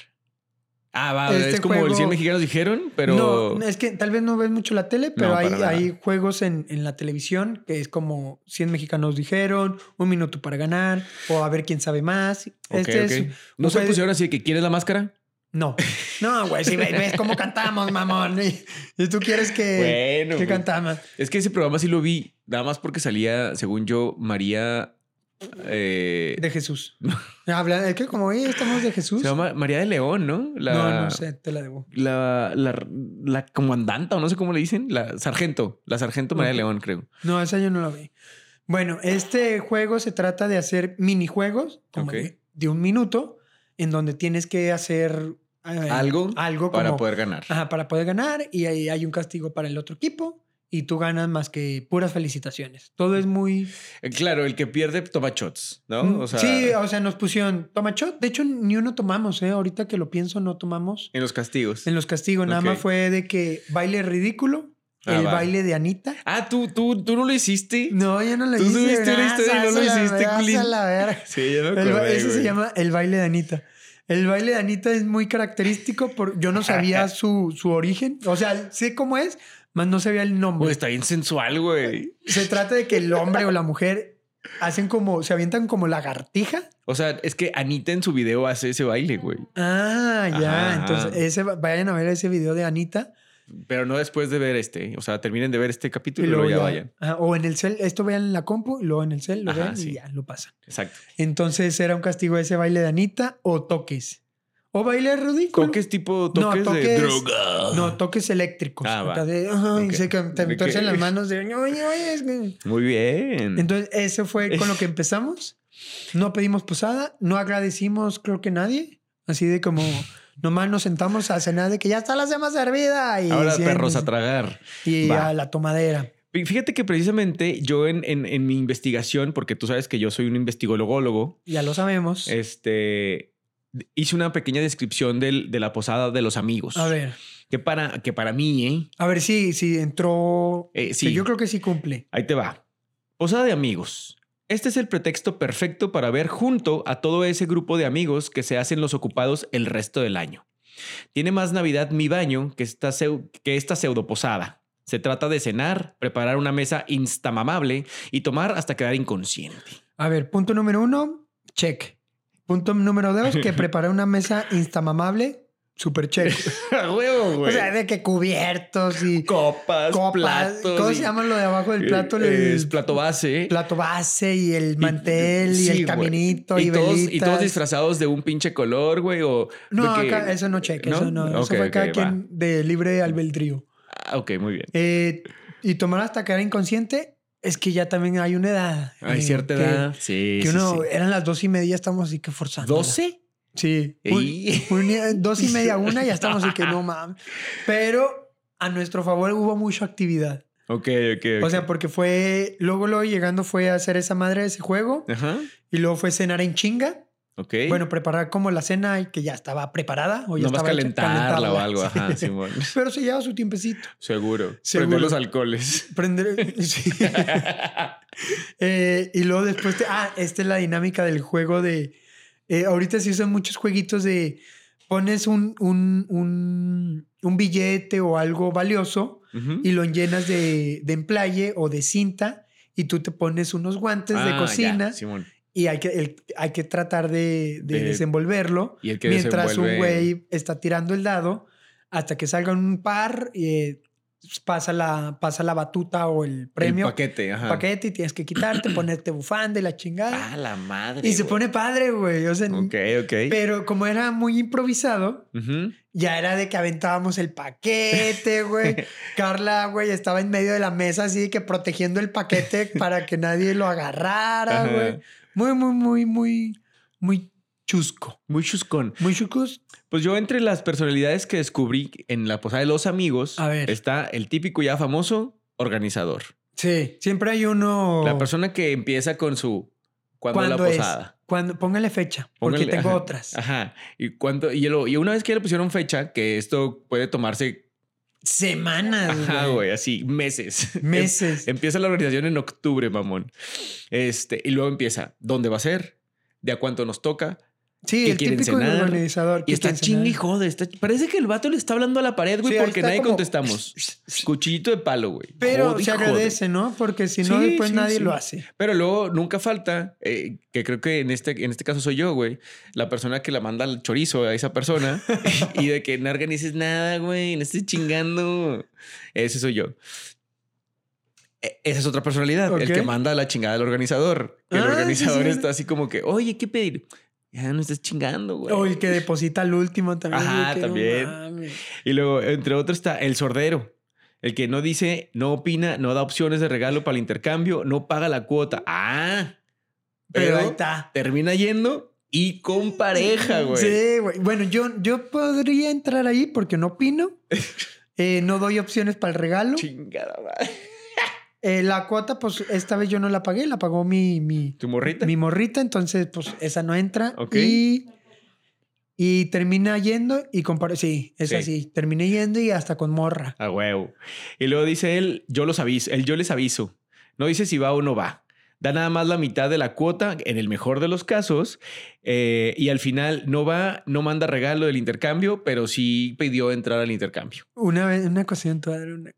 C: Ah, va,
B: Este
C: es como el
B: juego-
C: 100 mexicanos dijeron, pero
B: No, es que tal vez no ves mucho la tele, pero
C: No,
B: hay,
C: para nada.
B: hay juegos en, en la televisión que es como 100 mexicanos dijeron, un minuto para ganar, o a ver quién sabe más.
C: Ok,
B: este
C: ok.
B: es.
C: ¿No se
B: fue-
C: pusieron así de que quieres la máscara?
B: No, no, güey. Si ve- ves cómo cantamos, mamón. Y, y tú quieres que,
C: bueno.
B: que
C: pues,
B: cantamos.
C: Es que ese programa sí lo vi, nada más porque salía, según yo, María. eh,
B: De Jesús. Habla, es que como hoy estamos de Jesús.
C: se llama María de León, ¿no? La,
B: No, no sé, te la debo.
C: La, la, la comandanta, o no sé cómo le dicen, la sargento, la sargento María
B: Ok.
C: de León, creo.
B: No, esa yo no la vi. Bueno, este juego se trata de hacer minijuegos como
C: Ok.
B: de, de un minuto en donde tienes que hacer eh,
C: Algo
B: algo
C: Para
B: como-
C: poder ganar.
B: ajá, para poder ganar y ahí hay un castigo para el otro equipo y tú ganas más que puras felicitaciones. Todo es muy...
C: Eh, Claro, el que pierde toma shots, ¿no? O sea,
B: Mm, sí, ah. o sea, nos pusieron toma shot. De hecho, ni uno tomamos, ¿eh? Ahorita que lo pienso, no tomamos.
C: en los castigos.
B: En los castigos, nada
C: Ok.
B: más fue de que baile ridículo,
C: Ah,
B: el
C: va.
B: baile de Anita.
C: Ah, ¿tú, tú, tú no lo hiciste.
B: No, yo no lo
C: Tú
B: hice.
C: subiste una
B: nah,
C: historia y no
B: sás
C: lo
B: a la
C: hiciste,
B: verga,
C: culín.
B: sás a la verga.
C: Sí, yo me
B: El ba-
C: acordé,
B: ese se
C: güey.
B: llama el baile de Anita. El baile de Anita es muy característico por yo no sabía su, su origen. O sea, sé cómo es, más no sabía el nombre.
C: Güey, está bien sensual, güey.
B: se trata de que el hombre o la mujer hacen como, se avientan como lagartija.
C: O sea, es que Anita en su video hace ese baile, güey.
B: Ah, ya.
C: Ajá.
B: Entonces, ese, vayan a ver ese video de Anita.
C: Pero no después de ver este. O sea, terminen de ver este capítulo y,
B: Y
C: luego ya
B: luego ya-
C: vayan.
B: ajá, o en el cel, esto vean en la compu, y luego en el cel lo
C: Ajá,
B: vean
C: sí.
B: y ya lo pasan.
C: Exacto.
B: Entonces era un castigo ese baile de Anita o toques. O baile ridículo.
C: ¿Toques tipo toques, de
B: toques-
C: droga?
B: No, toques eléctricos.
C: Ah, va.
B: Acá de, ay,
C: Ok.
B: se can- te
C: Ok.
B: tuercen las manos de, "Oye, oye, es que-".
C: Muy bien.
B: Entonces, ese fue con lo que empezamos. No pedimos posada, no agradecimos, creo que nadie. Así de como, nomás nos sentamos a cenar de que ya está la cena servida. Y
C: Ahora
B: siéntense.
C: perros a tragar.
B: Y
C: Va.
B: a la tomadera.
C: Fí- Fíjate que precisamente yo en, en- en mi investigación, porque tú sabes que yo soy un investigologólogo,
B: Ya lo sabemos.
C: este, hice una pequeña descripción del- de la posada de los amigos.
B: a ver.
C: Que para, que para mí, ¿eh?
B: A ver, sí, sí, entró.
C: Eh,
B: Sí.
C: sí.
B: yo creo que sí cumple.
C: Ahí te va. Posada de amigos. Este es el pretexto perfecto para ver junto a todo ese grupo de amigos que se hacen los ocupados el resto del año. Tiene más Navidad mi baño que esta, seu- que esta pseudo posada. Se trata de cenar, preparar una mesa instamamable y tomar hasta quedar inconsciente.
B: A ver, punto número uno, check. Punto número dos, que preparé una mesa instamamable, super check.
C: huevo,
B: o sea, de que cubiertos y
C: copas,
B: copas.
C: platos.
B: ¿Cómo
C: y-
B: se llama lo de abajo del plato? El,
C: Eh, Es plato base.
B: plato base y el mantel y,
C: sí,
B: el
C: güey.
B: caminito y,
C: todos, y
B: velitas.
C: todos disfrazados de un pinche color, güey, o...
B: No,
C: de que-
B: acá, eso no check,
C: ¿No?
B: eso no. eso
C: Ok,
B: fue cada
C: ok, va.
B: quien de libre albedrío.
C: Ah, ok, muy bien.
B: Eh, y tomar hasta quedar inconsciente es que ya también hay una edad.
C: Hay
B: amigo,
C: cierta
B: que-
C: edad. Sí,
B: Que
C: sí,
B: uno,
C: sí.
B: eran las dos y media, estamos así que forzando.
C: ¿12?
B: Sí.
C: Ey.
B: Un- un- dos y media, una, ya estamos así que no mames. Pero a nuestro favor hubo mucha actividad.
C: Ok, ok.
B: O sea, porque fue, luego, luego llegando fue a hacer esa madre, ese juego,
C: Ajá.
B: y luego fue cenar en chinga.
C: Ok.
B: Bueno, preparar como la cena y que ya estaba preparada o ya
C: Nomás
B: estaba hecha,
C: calentarla, o algo.
B: sí.
C: Ajá, Simón.
B: Pero se lleva su tiempecito.
C: Seguro.
B: Seguro.
C: Prender los alcoholes.
B: Prender. sí. Eh, y luego después te- Ah, esta es la dinámica del juego de... eh, ahorita se usan muchos jueguitos de... Pones un, un, un, un billete o algo valioso
C: Ujú.
B: y lo llenas de, de emplaye o de cinta y tú te pones unos guantes
C: Ah,
B: de
C: ya,
B: cocina
C: Simón.
B: y hay que, el- hay que tratar de, de
C: De-
B: desenvolverlo
C: Y el que
B: mientras un
C: desenvuelve-
B: güey está tirando el dado hasta que salga un par eh, pasa la, pasa la batuta o el premio.
C: El paquete, ajá.
B: paquete y tienes que quitarte, ponerte bufanda y la chingada.
C: Ah, la madre.
B: y se
C: güey.
B: pone padre, güey. O sea,
C: Ok, ok.
B: pero como era muy improvisado,
C: Ujú.
B: ya era de que aventábamos el paquete, güey. Carla, güey, estaba en medio de la mesa así que protegiendo el paquete para que nadie lo agarrara,
C: Ajá.
B: güey. Muy, muy, muy, muy, muy chusco.
C: Muy chuscón.
B: Muy chucos.
C: Pues yo entre las personalidades que descubrí en la posada de los amigos
B: A ver.
C: está el típico ya famoso organizador.
B: Sí, siempre hay uno.
C: La persona que empieza con su cuando la
B: Oh. ¿Cuándo es?
C: posada.
B: Cuando, póngale fecha, porque
C: Póngale-
B: tengo
C: ajá,
B: otras.
C: Ajá. Y cuando y, lo- y una vez que ya le pusieron fecha, que esto puede tomarse
B: Semanas,
C: ajá,
B: Ah, güey.
C: güey, así meses.
B: Meses.
C: Empieza la organización en octubre, mamón. Este, y luego empieza dónde va a ser, de a cuánto nos toca.
B: Sí,
C: que
B: el
C: quieren
B: típico
C: cenar,
B: organizador.
C: Y
B: que
C: está
B: quieren
C: chingue y
B: cenar.
C: jode. está- parece que el vato le está hablando a la pared, güey,
B: Sí, ahí
C: porque
B: está
C: nadie
B: como-
C: contestamos. Cuchillito de palo, güey.
B: Pero
C: Jode y
B: se
C: jode.
B: agradece, ¿no? Porque si no,
C: Sí,
B: después
C: sí,
B: nadie
C: sí.
B: lo hace.
C: Pero luego nunca falta, eh, que creo que en este, en este caso soy yo, güey, la persona que la manda al chorizo a esa persona y de que no organices nada, güey, no estés chingando. Ese soy yo. E- Esa es otra personalidad, el
B: Ok.
C: que manda la chingada al organizador. Que el
B: Ah, sí,
C: organizador
B: sí.
C: está así como que, oye, ¿qué pedir? Ya no estés chingando, güey.
B: O el que deposita al último también.
C: Ajá,
B: de que no
C: también.
B: mames.
C: Y luego, entre otros, está el sordero. El que no dice, no opina, no da opciones de regalo para el intercambio, no paga la cuota. Ah,
B: Pero
C: Pero-
B: ahí está.
C: termina yendo y con pareja, güey.
B: Sí, güey. Bueno, yo, yo podría entrar ahí porque no opino. Eh, no doy opciones para el regalo.
C: Chingada madre.
B: Eh, la cuota, pues esta vez yo no la pagué, la pagó mi, mi,
C: ¿Tu morrita?
B: mi morrita, entonces pues esa no entra.
C: Ok.
B: Y, y termina yendo y comparo. Sí, es
C: Sí.
B: así. Terminé yendo y hasta con morra.
C: A huevo. Y luego dice él, yo los aviso, el yo les aviso. No dice si va o no va. Da nada más la mitad de la cuota, en el mejor de los casos, eh, y al final no va, no manda regalo del intercambio, pero sí pidió entrar al intercambio.
B: Una vez, una ocasión, toda una,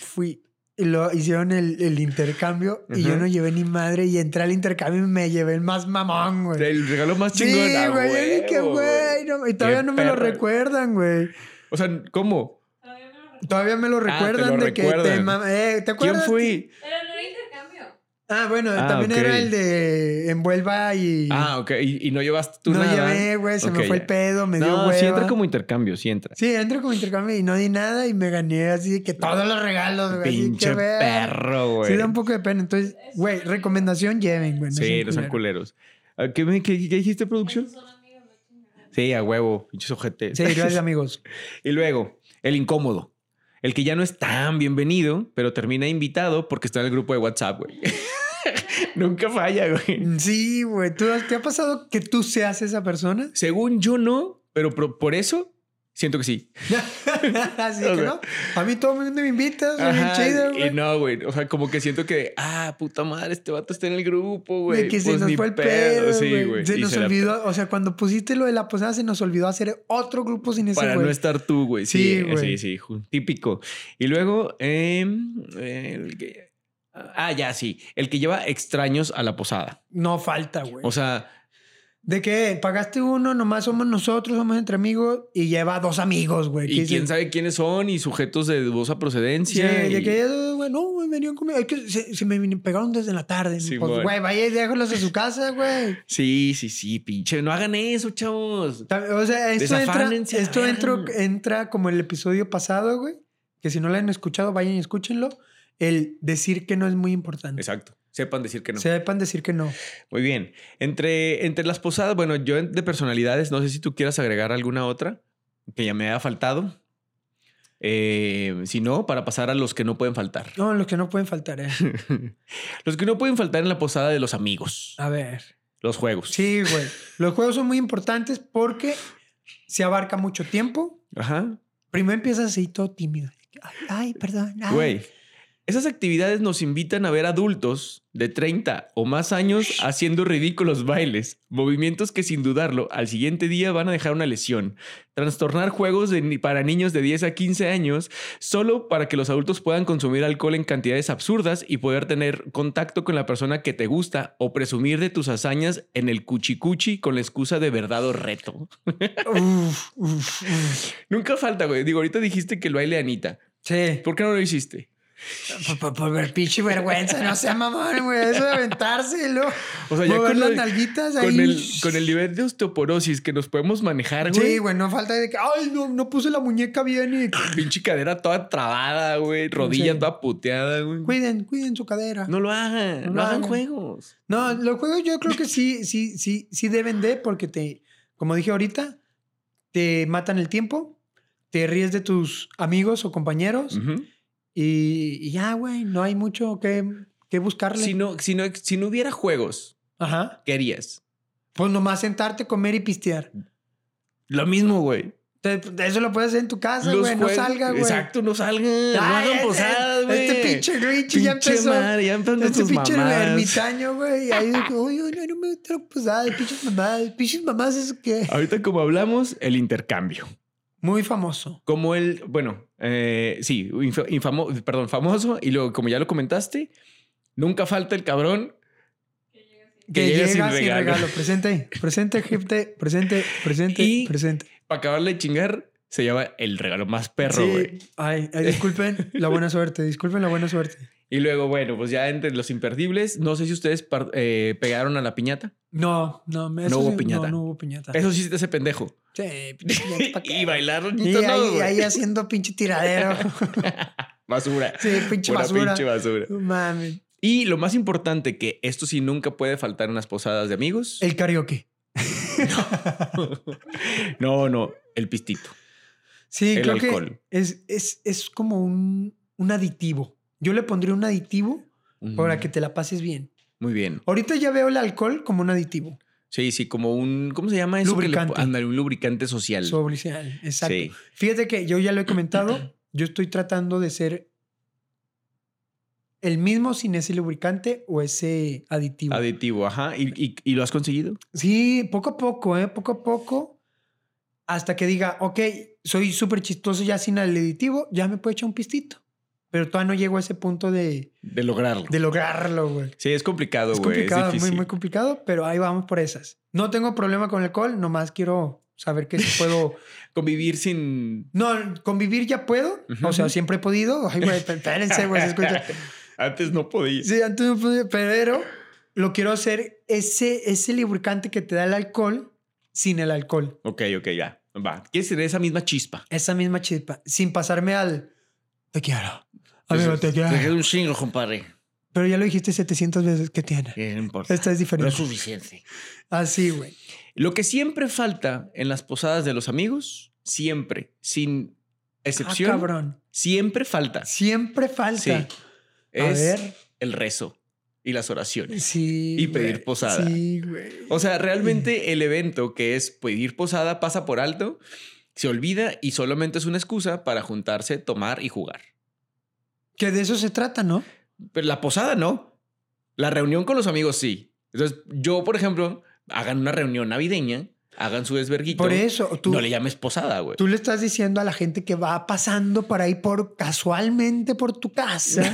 B: fui y lo hicieron el, el intercambio y yo
C: Ajá.
B: no llevé ni madre y entré al intercambio y me llevé el más mamón, güey.
C: El regalo más
B: Sí,
C: chingón. a
B: güey, yo dije,
C: huevo,
B: güey, no, y todavía no me lo
C: perra.
B: recuerdan, güey.
C: O sea, ¿cómo?
A: Todavía me lo recuerdo.
B: Todavía me lo recuerdan
C: Ah, te lo
B: de que te
C: recuerdan.
B: mam- eh, ¿te
C: ¿Quién
B: acuerdas?
C: fui?
A: Pero no era intercambio.
B: Ah, bueno,
C: Ah,
B: también
C: ok.
B: era el de envuelva y
C: Ah, ok. Y, y no llevaste tú
B: no
C: nada.
B: llevé, güey, se me
C: Ok,
B: fue
C: ya.
B: el pedo, me dio
C: no,
B: hueva.
C: sí entra como intercambio, sí entra.
B: Sí, entré como intercambio y no di nada y me gané así de que todos los regalos, güey. así
C: Pinche
B: que, güey,
C: perro, güey.
B: Sí da un poco de pena. Entonces, güey, recomendación lleven, güey.
C: Pues. Sí, no sean
B: culeros.
C: culeros. Ah, ¿Qué, me- qué- qué dijiste, producción?
A: Esos son amigos, no chingaderas.
C: Sí, a huevo, pinches ojetes.
B: Sí, gracias, amigos.
C: y luego, el incómodo. El que ya no es tan bienvenido, pero termina invitado porque está en el grupo de WhatsApp, güey. Nunca falla, güey.
B: Sí, güey. ¿Tú has- ¿Te ha pasado que tú seas esa persona?
C: Según yo no, pero pro- por eso siento que sí.
B: Así
C: O
B: que
C: sea.
B: no. A mí todo el mundo me invita, soy bien
C: Ajá,
B: chido,
C: y
B: güey.
C: no, güey. O sea, como que siento que, ah, puta madre, este vato está en el grupo, güey.
B: De que se
C: Pues
B: nos
C: ni
B: fue el pedo,
C: Sí,
B: güey.
C: güey.
B: Se
C: Y
B: nos
C: la-
B: olvidó, o sea, cuando pusiste lo de la posada, se nos olvidó hacer otro grupo sin ese
C: Para
B: güey.
C: no estar tú, güey. Sí,
B: Sí,
C: eh,
B: güey.
C: sí, sí, ju- típico. Y luego, em, el que- ah, ya, sí, el que lleva extraños a la posada.
B: No falta, güey.
C: O sea,
B: de que eh, pagaste uno, nomás somos nosotros, somos entre amigos y lleva dos amigos, güey. que
C: y
B: dicen,
C: quién sabe quiénes son y sujetos de dudosa
B: Sí,
C: procedencia.
B: de
C: y-
B: que eh, güey, no, güey, venían conmigo. Es que se, se me vin- pegaron desde la tarde.
C: Sí,
B: pues,
C: güey.
B: güey, vaya y déjalos a su casa, güey.
C: sí, sí, sí, pinche. No hagan eso, chavos.
B: Ta- O sea, esto, entra,
C: Desafánense,
B: esto
C: la
B: entró-
C: verga.
B: entra como el episodio pasado, güey. Que si no lo han escuchado, vayan y escúchenlo. El decir que no es muy importante.
C: Exacto. Sepan decir que no.
B: Sepan decir que no.
C: Muy bien. Entre, entre las posadas, bueno, yo en- de personalidades, no sé si tú quieras agregar alguna otra que ya me ha faltado. Eh, si no, para pasar a los que no pueden faltar.
B: No, los que no pueden faltar, eh.
C: Los que no pueden faltar en la posada de los amigos.
B: A ver.
C: Los juegos.
B: Sí, güey. Los juegos son muy importantes porque se abarca mucho tiempo.
C: Ajá.
B: Primero empiezas así todo tímido. Ay, ay, perdón. ay.
C: Güey. Esas actividades nos invitan a ver adultos de 30 o más años haciendo ridículos bailes, movimientos que sin dudarlo al siguiente día van a dejar una lesión, trastornar juegos de ni- para niños de 10 a 15 años solo para que los adultos puedan consumir alcohol en cantidades absurdas y poder tener contacto con la persona que te gusta o presumir de tus hazañas en el cuchicuchi con la excusa de verdad o reto.
B: Uf, uf, uf.
C: Nunca falta, güey. Digo, ahorita dijiste que el baile de Anita.
B: Sí.
C: ¿Por qué no lo hiciste?
B: Por, Pues, por- por ver pinche vergüenza, no sea mamón, güey. Eso de aventárselo.
C: O sea, ya
B: Mover
C: con,
B: las
C: lo-
B: nalguitas
C: con
B: ahí.
C: el, con el nivel de osteoporosis que nos podemos manejar, güey.
B: Sí, güey, no falta de que, ay, no, no puse la muñeca bien y.
C: Pinche cadera toda trabada, güey. Rodilla
B: Sí.
C: toda puteada, güey.
B: Cuiden, cuiden su cadera. No,
C: No lo hagan,
B: No
C: no,
B: lo
C: hagan
B: hagan.
C: juegos.
B: los juegos yo creo que sí, sí, sí, sí deben de, porque te, como dije ahorita, te matan el tiempo, te ríes de tus amigos o compañeros
C: Ujú.
B: y, y ya, güey, no hay mucho que, que buscarle.
C: si, no, si, no, si no hubiera juegos,
B: Ajá.
C: ¿qué harías?
B: Pues nomás sentarte, comer y pistear.
C: Lo mismo, güey.
B: Te- Eso lo puedes hacer en tu casa,
C: Los
B: güey. No
C: juegos-
B: salga, güey.
C: Exacto, no salgan.
B: Ay,
C: no hagan
B: este-
C: posadas, güey.
B: Este pinche Richie ya
C: Pinche
B: empezó.
C: madre, ya empezó
B: Este
C: tus
B: pinche
C: mamadas.
B: ermitaño, güey. Ahí de que, oye, oye, no me gusta la posada. Pinches mamadas. Pinches mamadas es que...
C: Ahorita como hablamos, el intercambio.
B: Muy famoso.
C: Como el, bueno, eh, sí, inf- infamo- perdón, famoso. Y luego, como ya lo comentaste, nunca falta el cabrón.
A: Que llega así.
B: Que llega sin regalo.
C: regalo.
B: Presente ahí. Presente, gente. Presente, presente,
C: Y-
B: presente.
C: Para acabarle de chingar, se llama el regalo más perro,
B: Sí.
C: güey.
B: Ay, ay, disculpen la buena suerte. Disculpen la buena suerte.
C: Y luego, bueno, pues ya entre los imperdibles, no sé si ustedes par- eh, pegaron a la piñata.
B: No, no. eso
C: No hubo
B: sí,
C: piñata.
B: No, no hubo piñata.
C: Eso sí te hace pendejo.
B: Sí, pinche piñata Pues, pa' qué.
C: y bailaron
B: Y
C: y todo,
B: ahí,
C: güey.
B: ahí haciendo pinche tiradero.
C: Basura.
B: Sí, pinche
C: Pura
B: basura.
C: pinche basura.
B: No mames.
C: Y lo más importante, que esto sí nunca puede faltar en las posadas de amigos.
B: El karaoke.
C: No, no, el pistito.
B: Sí,
C: El
B: creo
C: alcohol.
B: que es, es, es como un, un aditivo. Yo le pondría un aditivo para
C: Mm,
B: que te la pases bien.
C: Muy bien.
B: Ahorita ya veo el alcohol como un aditivo.
C: Sí, sí, como un. ¿Cómo se llama eso? que le po-
B: Lubricante.
C: ándale, un lubricante social.
B: Suboblicional, exacto.
C: Sí.
B: Fíjate que yo ya lo he comentado. Yo estoy tratando de ser el mismo sin ese lubricante o ese aditivo.
C: Aditivo, ajá. ¿Y, y, y lo has conseguido?
B: Sí, poco a poco, ¿eh? Poco a poco. Hasta que diga, ok, soy súper chistoso ya sin el aditivo, ya me puedo echar un pistito. Pero todavía no llego a ese punto de,
C: De lograrlo.
B: de lograrlo, güey.
C: Sí, es complicado,
B: Es
C: güey. Es,
B: complicado, muy,
C: difícil.
B: muy complicado, pero ahí vamos por esas. No tengo problema con el alcohol, nomás quiero saber que si puedo.
C: Convivir sin.
B: No, convivir ya puedo.
C: Ujú.
B: O sea, siempre he podido. Ay, güey, espérense, güey, se escucha.
C: Antes no podía.
B: Sí, antes no podía, pero lo quiero hacer ese, ese lubricante que te da el alcohol sin el alcohol.
C: Ok, ok, ya. Va. Quieres tener esa misma chispa.
B: Esa misma chispa, sin pasarme al te quiero. Amigo, te quiero.
C: un chingo, compadre.
B: Pero ya lo dijiste 700 veces que tiene.
C: no importa.
B: Esta es diferente.
C: suficiente.
B: Así, güey. Ah,
C: Lo que siempre falta en las posadas de los amigos, siempre, sin
B: Ah,
C: excepción,
B: cabrón.
C: siempre falta.
B: Siempre falta.
C: Sí.
B: A
C: Es
B: ver.
C: el rezo y las oraciones.
B: Sí.
C: Y pedir
B: güey.
C: posada.
B: Sí, güey.
C: O sea, realmente el evento que es pedir posada pasa por alto, se olvida y solamente es una excusa para juntarse, tomar y jugar.
B: Que de eso se trata, ¿no?
C: Pero la posada no. La reunión con los amigos sí. Entonces, yo, por ejemplo, hagan una reunión navideña, hagan su desverguito.
B: Por eso, tú,
C: no le llames posada, güey.
B: tú le estás diciendo a la gente que va pasando por ahí por casualmente por tu casa.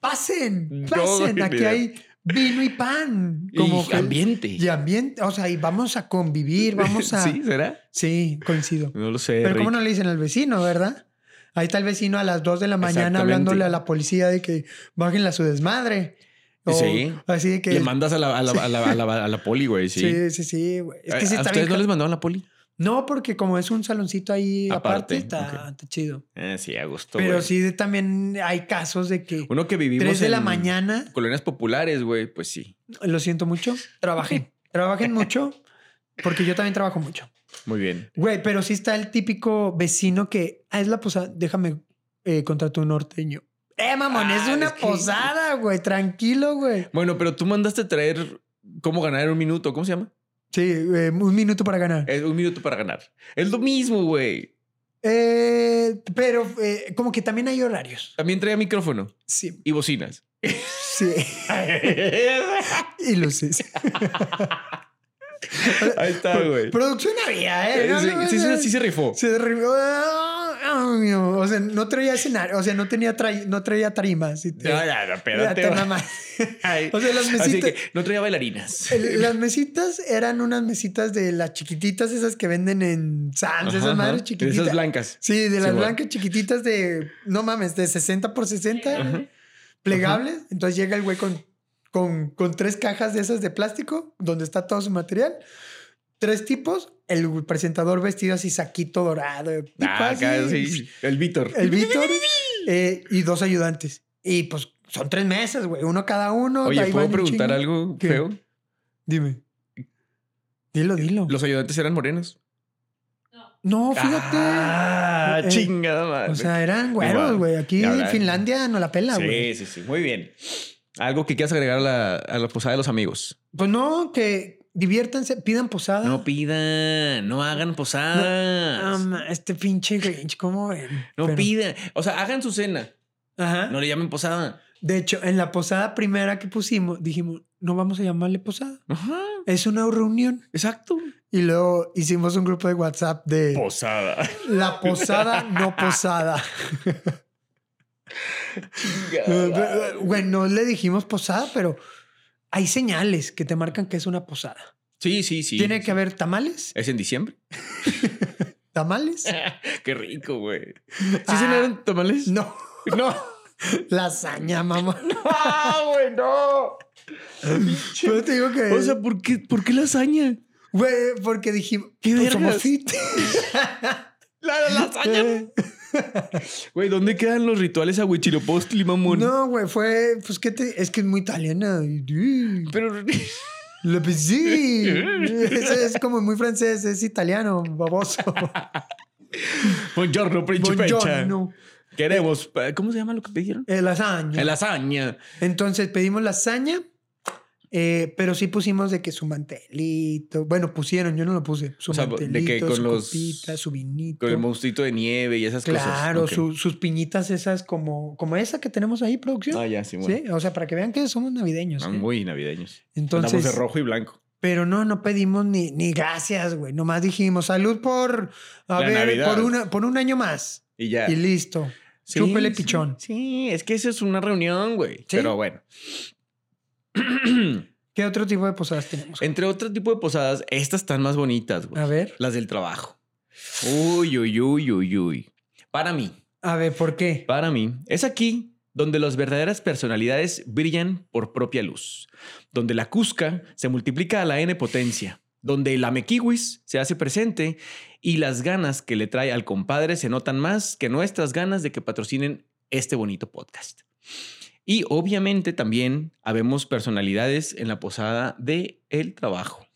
B: pasen,
C: No,
B: pasen.
C: güey,
B: Aquí
C: mira.
B: hay vino y pan.
C: Como
B: Como
C: y
B: que-
C: ambiente.
B: Y ambiente. O sea, y vamos a convivir, vamos a.
C: ¿Sí?
B: sí.
C: ¿Será?
B: coincido.
C: No lo sé.
B: Pero ¿cómo
C: Rick.
B: no le dicen al vecino, verdad? Ahí está el vecino a las 2 de la mañana
C: Exactamente.
B: hablándole a la policía de que bajen a su desmadre. O
C: Sí.
B: Así de que.
C: Le mandas a la, a la, a la, a la- a la poli, güey. Sí. Eh,
B: Sí, sí, sí, güey. Es que sí
C: ¿A
B: está
C: ustedes
B: bien.
C: no
B: ca-
C: les mandaban la poli?
B: No, porque como es un saloncito ahí aparte,
C: Aparte,
B: está,
C: ok.
B: está chido.
C: Eh, sí, a gusto.
B: Pero
C: güey.
B: sí, de- también hay casos de que
C: Uno que vivimos.
B: 3 de la
C: en
B: mañana,
C: Colonias populares, güey. Pues sí.
B: lo siento mucho, trabajen. trabajen mucho, porque yo también trabajo mucho.
C: Muy bien.
B: Güey, pero sí está el típico vecino que, ah, es la posada, déjame eh, contratar un norteño. Eh, mamón,
C: Ah,
B: es una
C: es que-
B: posada, güey, tranquilo, güey.
C: Bueno, pero tú mandaste a traer. ¿Cómo ganar en un minuto? ¿Cómo se llama?
B: Sí, eh, un minuto para ganar.
C: Es un minuto para ganar. Es lo mismo, güey.
B: Eh, pero eh, como que también hay horarios.
C: También traía micrófono
B: Sí,
C: y bocinas.
B: sí. y luces.
C: Ahí está, güey.
B: Producción había, ¿eh?
C: Eh,
B: No,
C: sí,
B: no,
C: sí,
B: no.
C: sí, sí se rifó.
B: Se derribó. Ah, cambio. O sea, no traía escenario, o sea, no tenía tra- no traía tarimas. y te-
C: No, no, no,
B: ya
C: espérate,
B: te Pues,
C: va.
B: mamaste.
C: Ay.
B: O sea, las
C: Así
B: mesitas.
C: que no traía bailarinas.
B: el- las mesitas eran unas mesitas de las chiquititas, esas que venden en Sam's,
C: Ajá,
B: esas madres
C: ajá.
B: chiquititas.
C: Esas blancas.
B: Sí, de las
C: Simón.
B: blancas chiquititas de, no mames, de 60 por 60, plegables. Entonces llega el güey con, con, con tres cajas de esas de plástico, donde está todo su material. Tres tipos, el presentador vestido así, saquito dorado. pico
C: Ah,
B: así,
C: acá, sí. El Víctor.
B: pues, El Víctor eh, y dos ayudantes. Y pues son tres mesas, güey, uno cada uno.
C: Oye,
B: ahí
C: ¿puedo
B: van en
C: preguntar
B: chinga.
C: algo
B: ¿Qué?
C: feo?
B: Dime. Dilo, dilo.
C: ¿Los ayudantes eran morenos?
B: No, fíjate.
C: Ah,
B: Eh,
C: chingada madre.
B: O sea, eran güeros,
C: Igual.
B: güey. Aquí
C: Y
B: en
C: ahora-
B: Finlandia no la pela,
C: sí,
B: güey.
C: sí, sí. Muy bien. Algo que quieras agregar a la, a la posada de los amigos.
B: Pues no, que diviértanse, pidan posada.
C: No pidan, no hagan
B: Ah,
C: posadas. No,
B: ma, este pinche Grinch, ¿cómo ven? Pero-
C: pidan. O sea, hagan su cena.
B: Ajá.
C: No le llamen posada.
B: De hecho, en la posada primera que pusimos, dijimos, no vamos a llamarle posada.
C: Ajá,
B: Es una reunión.
C: exacto.
B: Y luego hicimos un grupo de WhatsApp de
C: Posada.
B: la posada, no posada. bueno, no le dijimos posada, pero hay señales que te marcan que es una posada.
C: Sí, sí, sí.
B: Tiene que haber tamales,
C: ¿Es en diciembre?
B: tamales.
C: Qué rico, güey.
B: Ah.
C: ¿Sí cenaron tamales?
B: No,
C: No.
B: lasaña, mamá.
C: ¡Ah, güey, no!
B: Pero te digo que.
C: O sea, ¿por qué, ¿por qué lasaña?
B: Güey, porque dijimos,
C: ¿Qué
B: pues
C: vergas?
B: somos fit.
C: La lasaña. Eh. Güey, ¿dónde quedan los rituales a huichilopostli, mamón?
B: No, güey, fue, pues que te, es que es muy italiana. y-
C: Pero
B: Le pues, sí. Es, es como muy francés, es italiano, baboso.
C: Buongiorno, príncipe.
B: Buongiorno.
C: Queremos. eh, ¿Cómo se llama lo que pidieron?
B: Eh, lasaña.
C: Lasaña.
B: Entonces pedimos lasaña, eh, pero sí pusimos de que su mantelito. Bueno, pusieron, yo no lo puse. Su
C: O sea, de que
B: mantelito,
C: con
B: su
C: los-
B: copita, su vinito.
C: Con el monstruito de nieve y esas cosas.
B: Claro,
C: Ok.
B: su- sus piñitas esas como, como esa que tenemos ahí, producción.
C: Ah, ya, sí, bueno.
B: Sí, o sea, para que vean que somos navideños.
C: Están
B: ¿eh?
C: muy navideños. Estamos de
B: Entonces,
C: rojo y blanco.
B: pero no, no pedimos ni, ni gracias, güey. Nomás dijimos salud por, a
C: La
B: ver,
C: Navidad.
B: por, una, por un año más.
C: Y ya.
B: Y listo.
C: Sí,
B: Chúpele
C: sí,
B: pichón.
C: Sí, es que eso es una reunión, güey. Pero bueno.
B: ¿Qué otro tipo de posadas tenemos?
C: Entre otro tipo de posadas, estas están más bonitas, güey.
B: A ver,
C: Las del trabajo. Uy, uy, uy, uy, uy. Para mí,
B: a ver, ¿por qué?
C: Para mí, es aquí donde las verdaderas personalidades brillan por propia luz, donde la Cusca se multiplica a la N potencia, donde el Amekiwis se hace presente y las ganas que le trae al compadre se notan más que nuestras ganas de que patrocinen este bonito podcast. Y obviamente también habemos personalidades en la posada de el trabajo.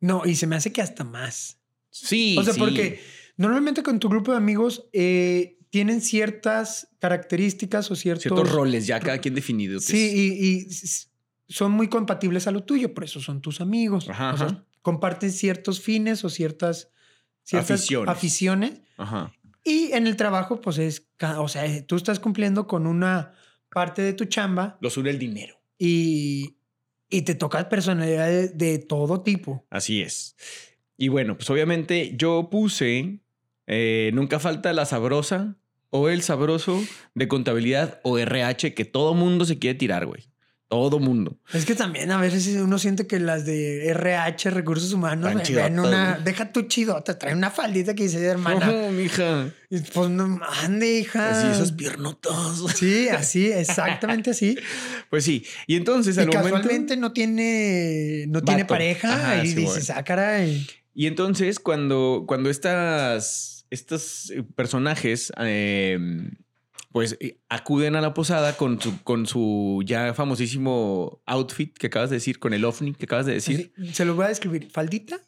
B: No, y se me hace que hasta más.
C: Sí,
B: o sea,
C: sí.
B: porque normalmente con tu grupo de amigos eh, tienen ciertas características o ciertos,
C: ciertos roles ya cada quien definidos.
B: Sí, y, y s- son muy compatibles a lo tuyo, por eso son tus amigos.
C: Ajá,
B: O sea,
C: ajá.
B: comparten ciertos fines o ciertas, ciertas
C: Aficiones.
B: aficiones.
C: Ajá.
B: Y en el trabajo, pues es, ca- o sea, eh, tú estás cumpliendo con una parte de tu chamba
C: Los une el dinero.
B: y, y te tocan personalidades de todo tipo.
C: Así es. Y bueno, pues obviamente yo puse eh, nunca falta la sabrosa o el sabroso de contabilidad o RH que todo mundo se quiere tirar, güey. Todo mundo.
B: Es que también a veces uno siente que las de RH, recursos humanos,
C: Tan
B: ven
C: chidotas,
B: una,
C: güey.
B: deja tu chidota, trae una faldita que dice hermana.
C: Ojo, mija.
B: Y Pues no ande, hija.
C: Así esas piernotas.
B: Sí, así, exactamente así.
C: Pues sí. Y entonces
B: Y
C: al momento-
B: casualmente no tiene, no tiene
C: Vato.
B: pareja
C: Ajá,
B: y
C: sí,
B: dices,
C: bueno.
B: ah, caray.
C: Y entonces cuando, cuando estas, estos eh, personajes eh, pues eh, acuden a la posada con su, con su ya famosísimo outfit que acabas de decir, con el ovni que acabas de decir.
B: Así, Se lo voy a describir. Faldita,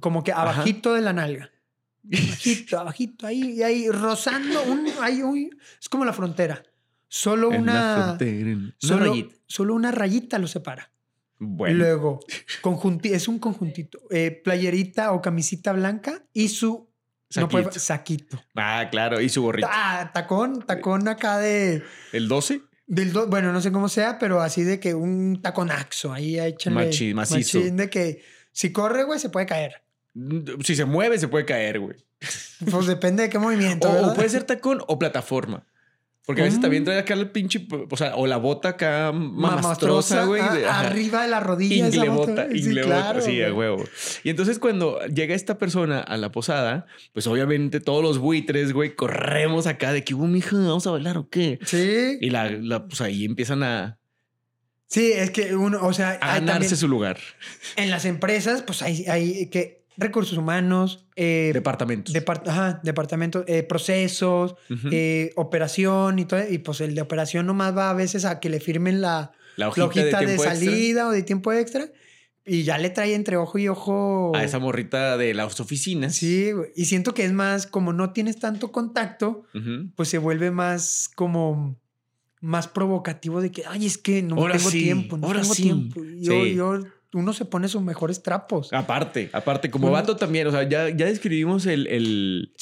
B: como que
C: Ajá.
B: abajito de la nalga. Abajito, abajito, ahí, y ahí, rozando un, ahí, uy, es como la frontera. Solo
C: En la
B: una,
C: frontera, en-
B: solo,
C: Una rayita.
B: solo una rayita lo separa.
C: Bueno,
B: Luego, conjunti- es un conjuntito, eh, playerita o camisita blanca y su no puede-
C: saquito.
B: saquito.
C: Ah, claro, y su gorrito.
B: Ah, tacón, tacón acá de,
C: El 12,
B: Del do- bueno, no sé cómo sea, pero así de que un taconazo ahí échale.
C: Machi- macizo.
B: machín de que si corre, güey, se puede caer.
C: Si se mueve, se puede caer, güey.
B: Pues depende de qué movimiento.
C: O, pues, o
B: ¿verdad?
C: puede ser tacón o plataforma. Porque a veces
B: Mm.
C: también trae acá el pinche, o sea, o la bota acá mamastrosa, güey.
B: Ah,
C: de- ajá.
B: arriba de la rodilla. esa
C: Inglebota,
B: madre. Sí,
C: inglebota,
B: claro,
C: sí, a
B: güey.
C: huevo. Y entonces cuando llega esta persona a la posada, pues obviamente todos los buitres, güey, corremos acá de que, hubo, mija, vamos a bailar o qué.
B: Sí.
C: Y la, la- pues ahí empiezan a,
B: Sí, es que uno, o sea,
C: a
B: hay
C: ganarse
B: también-
C: su lugar.
B: en las empresas, pues hay, hay que recursos humanos, eh,
C: Departamentos.
B: depart- ajá, departamentos, eh, procesos,
C: Ujú.
B: eh, operación y todo. Y pues el de operación nomás va a veces a que le firmen la,
C: la
B: la
C: hojita,
B: hojita de,
C: de, tiempo extra
B: salida o de tiempo extra. Y ya le trae entre ojo y ojo.
C: a esa morrita de las oficinas.
B: Sí, güey. y siento que es más, como no tienes tanto contacto,
C: Ujú.
B: pues se vuelve más como más provocativo de que, ay, es que no
C: Ahora
B: tengo
C: sí,
B: tiempo, no
C: ahora
B: tengo
C: sí".
B: tiempo. Yo,
C: Sí. Ah.
B: yo, uno se pone sus mejores trapos.
C: Aparte, aparte, como
B: Ujú.
C: vato también, o sea, ya, ya describimos el, el,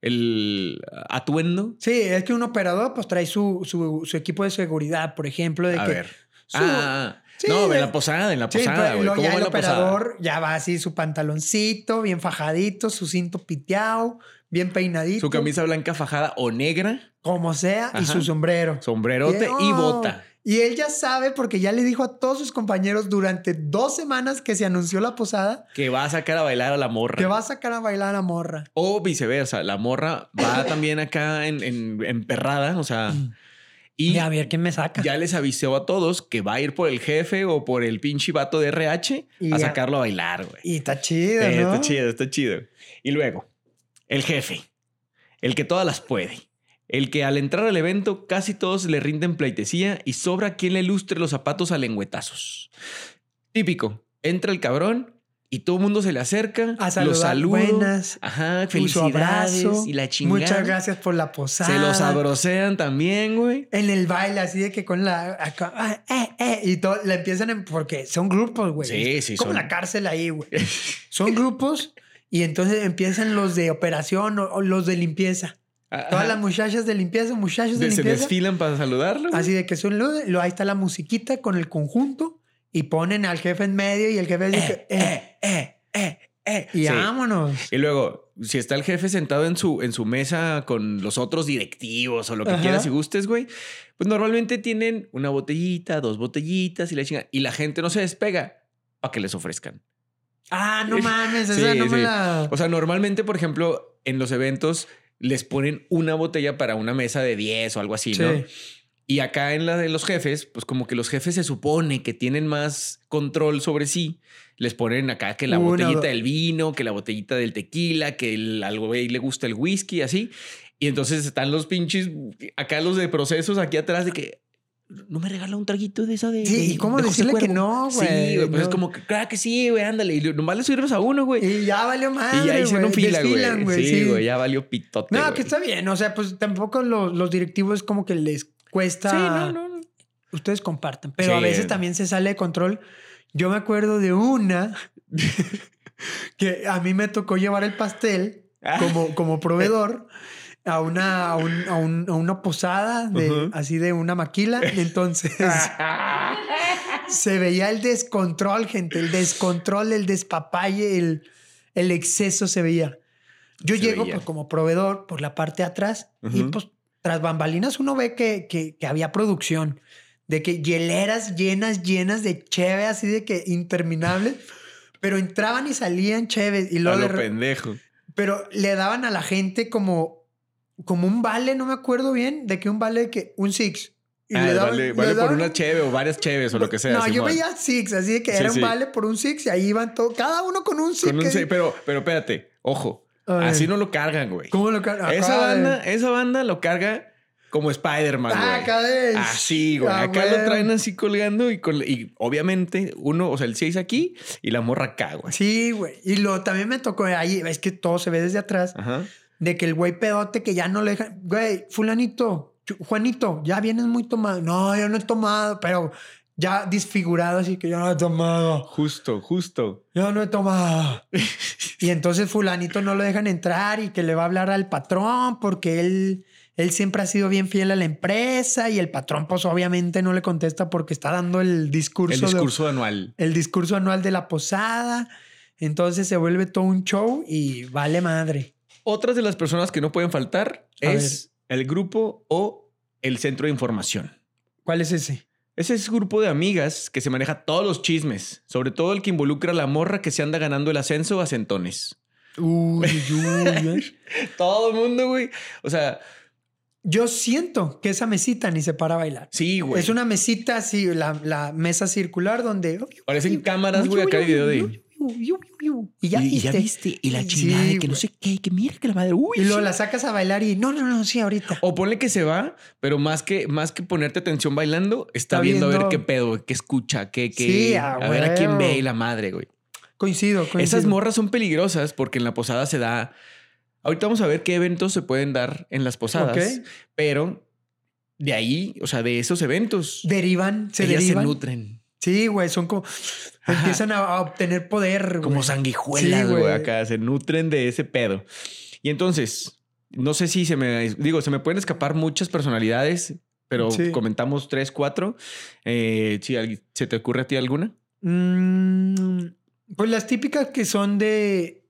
C: el atuendo.
B: Sí, es que un operador pues trae su, su, su equipo de seguridad, por ejemplo, de
C: A
B: que
C: ver.
B: su-
C: Ah,
B: sí,
C: no, en
B: de-
C: la posada, en la
B: Sí,
C: posada,
B: pero
C: güey.
B: luego
C: ¿Cómo
B: ya
C: va
B: el
C: la posada?
B: operador ya va así su pantaloncito, bien fajadito, su cinto piteado, bien peinadito,
C: Su camisa blanca fajada o negra,
B: como sea, y
C: Ajá.
B: su sombrero.
C: sombrerote y
B: No.
C: bota.
B: Y él ya sabe porque ya le dijo a todos sus compañeros durante dos semanas que se anunció la posada
C: Que va a sacar a bailar a la morra.
B: que va a sacar a bailar a la morra.
C: O viceversa, la morra va también acá en, en, en perrada, o sea, Ah. y
B: Y a ver quién me saca.
C: ya les avisó a todos que va a ir por el jefe o por el pinche vato de RH
B: Y
C: a
B: ya.
C: sacarlo a bailar, güey.
B: Y está chido,
C: Eh,
B: ¿no?
C: Está chido, está chido. Y luego, el jefe, el que todas las puede, el que al entrar al evento casi todos le rinden pleitesía y sobra quien le lustre los zapatos a lengüetazos. Típico, entra el cabrón y todo el mundo se le acerca,
B: A saludar,
C: los saluda,
B: buenas,
C: ajá,
B: Su
C: felicidades
B: abrazo.
C: y la chingada.
B: Muchas gracias por la posada.
C: Se los abrocean también, güey.
B: En el baile, así de que con la. acá, ah, eh, eh, y todo, la empiezan en- porque son grupos, güey.
C: Sí, sí,
B: Pues, Como
C: son-
B: la cárcel ahí, güey. Son grupos y entonces empiezan los de operación o, o los de limpieza. Todas las muchachas de limpieza, muchachos de
C: se
B: limpieza.
C: desfilan para saludarlo. güey.
B: Así de que son los, lo- ahí está la musiquita con el conjunto y ponen al jefe en medio y el jefe dice, que, eh, eh, eh, eh, y
C: Sí.
B: vámonos.
C: Y luego, si está el jefe sentado en su, en su mesa con los otros directivos o lo que
B: Ajá.
C: quieras y gustes, güey, pues normalmente tienen una botellita, dos botellitas y la chinga. Y la gente no se despega para que les ofrezcan.
B: Ah, no mames,
C: Sí,
B: esa no me
C: sí.
B: la.
C: O sea, normalmente, por ejemplo, en los eventos les ponen una botella para una mesa de 10 o algo así,
B: Sí.
C: ¿no? Y acá en la de los jefes, pues como que los jefes se supone que tienen más control sobre sí. Les ponen acá que la
B: Una,
C: botellita
B: dos.
C: del vino, que la botellita del tequila, que el, al güey le gusta el whisky, así. Y entonces están los pinches, acá los de procesos, aquí atrás de que no me regala un traguito de esa de.
B: Sí, ¿y
C: de-
B: cómo
C: de José
B: decirle que
C: Cuervo?"
B: no, güey?
C: Sí, güey, pues es
B: No.
C: como que, claro que sí, güey, ándale. Y nomás le sirves a uno, güey.
B: Y ya valió madre.
C: Y ya hicieron
B: güey.
C: fila,
B: Desfilan,
C: güey. Sí, güey, ya valió pitote.
B: No,
C: güey.
B: que está bien. O sea, pues tampoco los, los directivos como que les cuesta.
C: Sí, no, no, no.
B: Ustedes compartan. Pero a
C: Sí.
B: veces también se sale de control. Yo me acuerdo de una que a mí me tocó llevar el pastel
C: Ah,
B: como, como proveedor a una, a un- a un- a una posada de,
C: Ujú.
B: así de una maquila. Entonces se veía el descontrol, gente, el descontrol, el despapalle, el, el exceso se veía. Yo
C: Se
B: llego
C: veía.
B: pues, como proveedor por la parte de atrás y
C: Ujú.
B: pues tras bambalinas uno ve que, que, que había producción, de que hieleras llenas, llenas de cheve, así de que interminables, pero entraban y salían cheves y
C: A
B: luego de
C: lo
B: re-
C: pendejo.
B: pero le daban a la gente como, como un vale, no me acuerdo bien, de que un vale de que un six. Y
C: Ah,
B: le daban-
C: vale,
B: le
C: vale por
B: daban-
C: una cheve o varias cheves o lo que sea.
B: No, yo
C: Simón.
B: veía six, así de que
C: Sí,
B: era
C: sí.
B: un vale por un six y ahí iban todos, cada uno con un six.
C: Con un
B: que-
C: se- pero, pero espérate, ojo,
B: Ay.
C: así no lo cargan, güey.
B: ¿Cómo lo car-
C: Esa
B: acá de-
C: banda, esa banda lo carga como Spider-Man,
B: Ah,
C: güey.
B: acá de-
C: Así, güey.
B: Ah,
C: acá
B: güey.
C: lo traen así colgando y, col- y obviamente uno, o sea, el 6 aquí y la morra acá, güey.
B: Sí, güey. Y lo también me tocó ahí, es que todo se ve desde atrás,
C: Ajá.
B: de que el güey pedote que ya no le dejan, güey, fulanito, Chu- Juanito, ya vienes muy tomado. No, yo no he tomado, pero ya disfigurado, así que yo no he tomado.
C: Justo, justo.
B: Yo no he tomado. y entonces fulanito no lo dejan entrar y que le va a hablar al patrón porque él él siempre ha sido bien fiel a la empresa y el patrón pues obviamente no le contesta porque está dando el discurso
C: El
B: de-
C: discurso anual.
B: el discurso anual de la posada. Entonces se vuelve todo un show y vale madre.
C: Otras de las personas que no pueden faltar
B: A
C: es el grupo o el centro de información.
B: ¿Cuál es ese?
C: Ese es grupo de amigas que se maneja todos los chismes, sobre todo el que involucra a la morra que se anda ganando el ascenso a centones.
B: Uy, uy, uy.
C: Todo el mundo, güey. O sea,
B: Yo siento que esa mesita ni se para a bailar.
C: sí, güey.
B: Es una mesita así, la, la mesa circular donde.
C: Parecen cámaras, güey, acá hay video de.
B: Y ya, viste.
C: y
B: la chingada de que no sé
C: qué, que mira que la madre. Uy,
B: Y luego la sacas a bailar y no, no, no, sí, ahorita.
C: O ponle que se va, pero más que, más que ponerte atención bailando, está,
B: Está
C: viendo, a ver
B: viendo-
C: qué pedo, güey, qué escucha, qué, qué.
B: Sí, a
C: a, ver a quién
B: huevo. Pues
C: ve y la madre, güey.
B: Coincido, coincido.
C: Esas morras son peligrosas porque en la posada se da. Ahorita vamos a ver qué eventos se pueden dar en las posadas,
B: Ok.
C: pero de ahí, o sea, de esos eventos,
B: derivan, se
C: ellas
B: derivan.
C: se nutren
B: sí, güey, son como.
C: Ajá.
B: Empiezan a, a obtener poder.
C: como
B: güey.
C: sanguijuelas,
B: Sí,
C: güey,
B: güey.
C: acá se nutren de ese pedo. Y entonces, no sé si se me digo, se me pueden escapar muchas personalidades, pero
B: Sí.
C: comentamos tres, cuatro. Eh, si alguien- se te ocurre a ti alguna.
B: Mm, pues las típicas que son de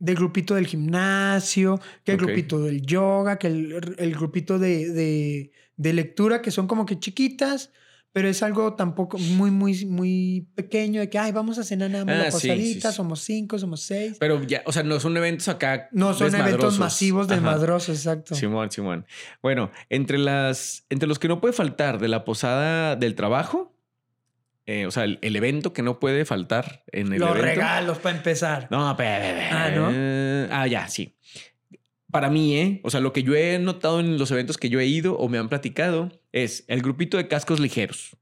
B: del grupito del gimnasio, que el
C: Ok.
B: grupito del yoga, que el, el grupito de, de- de lectura, que son como que chiquitas, pero es algo tampoco muy, muy, muy pequeño, de que, ay, vamos a cenar nada más la
C: Ah, sí, sí,
B: posadita,
C: sí.
B: somos cinco, somos seis.
C: Pero ya, o sea, no son eventos acá.
B: No son eventos
C: desmadrosos.
B: masivos de
C: Ajá.
B: madrosos, exacto.
C: Simón, Simón. Bueno, entre las, entre los que no puede faltar de la posada del trabajo, eh, o sea, el, el evento que no puede faltar en el
B: Los
C: evento.
B: regalos para empezar.
C: No, pe- pe- pe-
B: Ah, ¿no?
C: eh, Ah, ya, sí. Para mí, ¿eh? O sea, lo que yo he notado en los eventos que yo he ido o me han platicado es el grupito de cascos ligeros.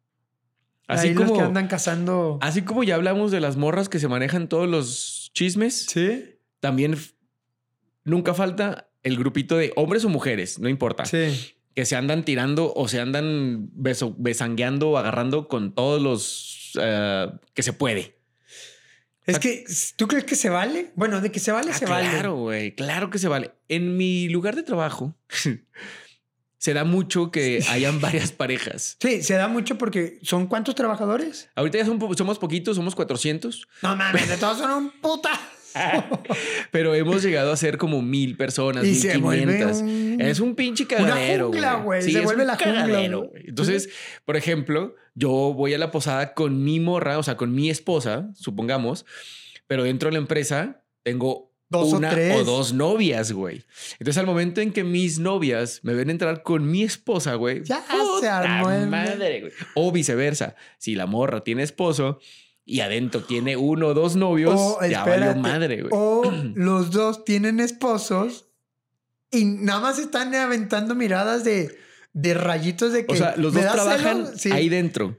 C: Así
B: Ahí los
C: como, Ah,
B: que andan cazando.
C: así como ya hablamos de las morras que se manejan todos los chismes,
B: Sí,
C: también f- nunca falta el grupito de hombres o mujeres, no importa,
B: sí.
C: que se andan tirando o se andan beso- besangueando o agarrando con todos los eh, que se puede.
B: Es que, ¿tú crees que se vale? Bueno, de que se vale,
C: Ah,
B: se vale.
C: claro, güey, claro que se vale. En mi lugar de trabajo se da mucho que hayan varias parejas.
B: Sí, se da mucho porque son cuántos trabajadores?
C: Ahorita ya son po- somos poquitos, somos 400,
B: No mames, de todos son un puta.
C: pero hemos llegado a ser como mil personas,
B: y se vuelve
C: 1500.
B: un...
C: Es un pinche cagadero.
B: jungla, güey. Se
C: es
B: vuelve
C: un
B: la jungla,
C: cagadero,
B: güey.
C: güey. Entonces, por ejemplo, yo voy a la posada con mi morra, o sea, con mi esposa, supongamos, pero dentro de la empresa tengo
B: Dos o
C: una
B: tres.
C: o dos novias, güey. Entonces, al momento en que mis novias me ven entrar con mi esposa, güey,
B: Ya se
C: puta
B: armó el-
C: madre, güey. O viceversa, si la morra tiene esposo y adentro tiene uno o dos novios,
B: O,
C: ya
B: Oh, espérate, Oh,
C: valió madre, güey.
B: O los dos tienen esposos y nada más están aventando miradas de, de rayitos de que.
C: O sea, los
B: ¿me
C: dos
B: das celos?
C: trabajan
B: Sí,
C: ahí dentro.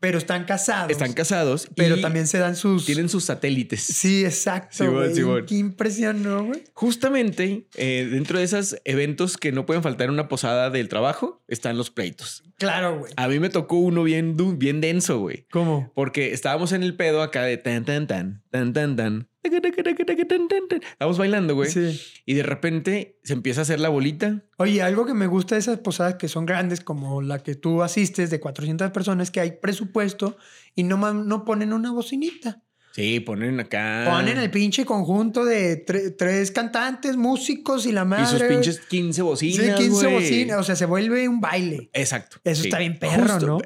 B: pero están casados.
C: Están casados,
B: Pero
C: y
B: también se dan sus.
C: tienen sus satélites.
B: Sí, exacto.
C: Simón,
B: güey.
C: Simón.
B: Qué impresión, ¿no, güey?
C: Justamente eh, dentro de esos eventos que no pueden faltar en una posada del trabajo están los pleitos.
B: Claro, güey.
C: A mí me tocó uno bien, du- bien denso, güey.
B: ¿Cómo?
C: Porque estábamos en el pedo acá de tan, tan, tan, tan, tan, tan. taca, taca, taca, taca, tan, tan, tan. Estábamos bailando, güey.
B: Sí.
C: Y de repente se empieza a hacer la bolita.
B: Oye, algo que me gusta de esas posadas que son grandes, como la que tú asistes de 400 personas, que hay presupuesto y no, mam- no ponen una bocinita.
C: Sí, ponen acá.
B: Ponen el pinche conjunto de tre- tres cantantes, músicos y la madre.
C: Y sus pinches 15
B: Sí,
C: bocinas.
B: 15
C: güey.
B: bocinas. O sea, se vuelve un baile.
C: Exacto. eh,
B: Eso está bien perro, ¿no?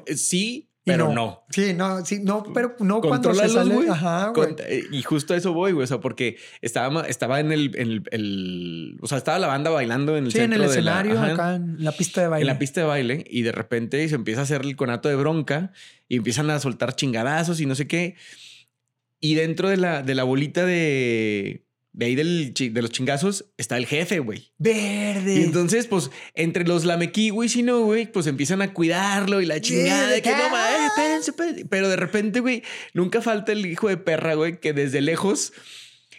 B: Y
C: Sí, pero no.
B: Sí, no, sí, no, pero no cuando se
C: Controlarlos,
B: sale.
C: güey.
B: Ajá, güey.
C: Con- eh, y justo a eso voy, güey. O sea, porque estaba, ma- estaba en el, en el, el- O sea, estaba la banda bailando en el
B: Sí, en el
C: centro de la-
B: escenario,
C: ajá,
B: acá en la pista de baile.
C: En la pista de baile. Y de repente se empieza a hacer el conato de bronca y empiezan a soltar chingadazos y no sé qué. Y dentro de la, de la bolita de. De ahí del, chi- de los chingazos está el jefe, güey.
B: Verde.
C: Y entonces, pues, entre los lamekiwis y no, güey, pues empiezan a cuidarlo y la chingada
B: de
C: de que
B: que,
C: no
B: "Ah".
C: mames, espérense, espérense". Pero de repente, güey, nunca falta el hijo de perra, güey, que desde lejos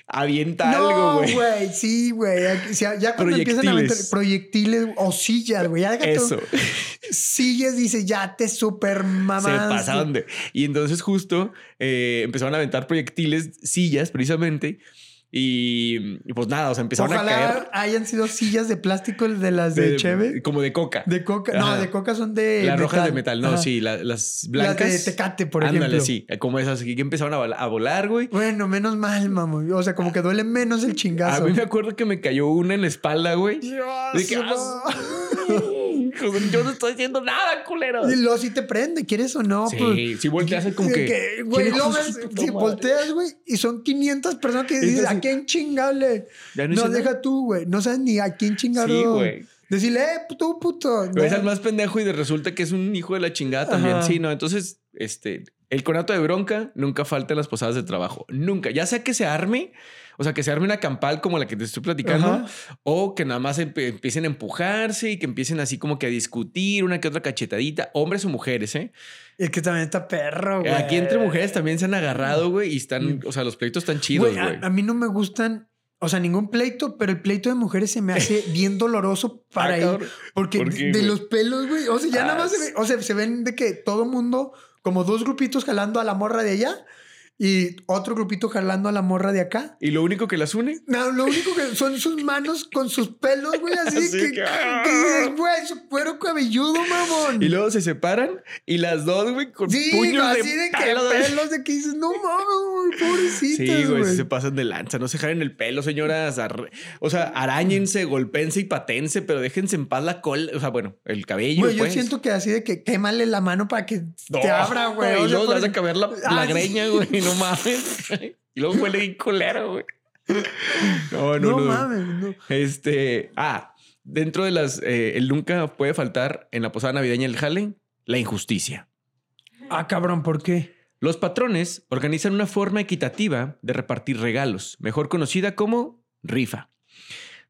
C: avienta algo, güey.
B: Sí, güey. Aquí- si- Ya, cuando empiezan a meter
C: Proyectiles.
B: proyectiles o sillas, güey. Ya deja tú-
C: Eso.
B: Sillas dice, ya te super
C: Se
B: mamaste.
C: pasaron de. Y entonces, justo eh, empezaron a aventar proyectiles, sillas, precisamente. Y, y pues nada, o sea, empezaron a
B: Ojalá
C: caer
B: hayan sido sillas de plástico de las de, Cheve.
C: como de coca.
B: De coca. No,
C: Ajá.
B: de coca son de.
C: las rojas de metal, no,
B: Ajá.
C: sí, la- las
B: Las
C: blancas.
B: de Tecate, por
C: Ándale,
B: ejemplo.
C: sí, como esas que empezaron a vol- a volar, güey.
B: Bueno, menos mal, mamón. O sea, como que duele menos el
C: A
B: chingazo.
C: mí Ah, me acuerdo que me cayó una en la espalda, güey.
B: Dios,
C: De que,
B: no.
C: "As- Yo no estoy haciendo nada, culero.
B: Y luego sí te prende, ¿quieres o no? Pues,
C: Sí, sí volteas es como
B: De
C: que...
B: Güey,
C: "¿Quién
B: lo
C: hijo de
B: ves,
C: su puta
B: si
C: madre?".
B: volteas, güey, y son 500 personas que dices,
C: Entonces,
B: ¿a quién chingable?
C: Ya no
B: No,
C: hice
B: deja tú, güey. No sabes ni a quién chingarlo.
C: Sí, güey.
B: Decirle, eh, tú, puto.
C: Pero es
B: No.
C: al más pendejo y de- resulta que es un hijo de la chingada también.
B: Ajá.
C: Sí, no. Entonces, este, el conato de bronca nunca falta en las posadas de trabajo. Nunca. Ya sea que se arme, o sea, que se arme una campal como la que te estoy platicando,
B: Ajá.
C: o que nada más empe- empiecen a empujarse y que empiecen así como que a discutir una que otra cachetadita, hombres o mujeres, ¿eh?
B: Es que también está perro, güey. Mm.
C: Aquí entre mujeres también se han agarrado, güey, y están, o sea, los proyectos están chidos,
B: Güey, a-
C: güey.
B: A, mí no me gustan, o sea, ningún pleito, pero el pleito de mujeres se me hace bien doloroso para
C: Ah,
B: él.
C: cabrón.
B: Porque
C: ¿Por qué,
B: de
C: güey?
B: los pelos, güey. O sea, ya nada
C: Ah,
B: más se ve- o sea, se ven de que todo mundo, como dos grupitos jalando a la morra de allá y otro grupito jalando a la morra de acá.
C: Y lo único que las une
B: No, lo único que son sus manos con sus pelos, güey, así,
C: Así
B: de que,
C: que- ah.
B: que dices, güey, su cuero cabelludo, mamón.
C: y luego se separan y las dos, güey, con
B: sí,
C: puños
B: así
C: de,
B: de, que
C: palo de-
B: pelos de que dices, no mames, güey,
C: Sí,
B: pobrecitos,
C: güey, sí
B: güey.
C: se pasan de lanza. No se jalen el pelo, señoras. Arre- O sea, arañense, golpense y patense, pero déjense en paz la cola. O sea, bueno, el cabello.
B: Güey, yo
C: pues.
B: siento que así de que quémale la mano para que
C: No,
B: te abra, güey. O
C: Y
B: sea,
C: luego
B: por-
C: vas a cambiar la, la
B: Ah, sí.
C: greña, güey. No mames. Y luego huele bien colero, güey. No, no,
B: no,
C: no.
B: mames, no.
C: Este. Ah, dentro de las. eh, el nunca puede faltar en la posada navideña del Jale, la injusticia.
B: Ah, cabrón, ¿por qué?
C: Los patrones organizan una forma equitativa de repartir regalos, mejor conocida como rifa,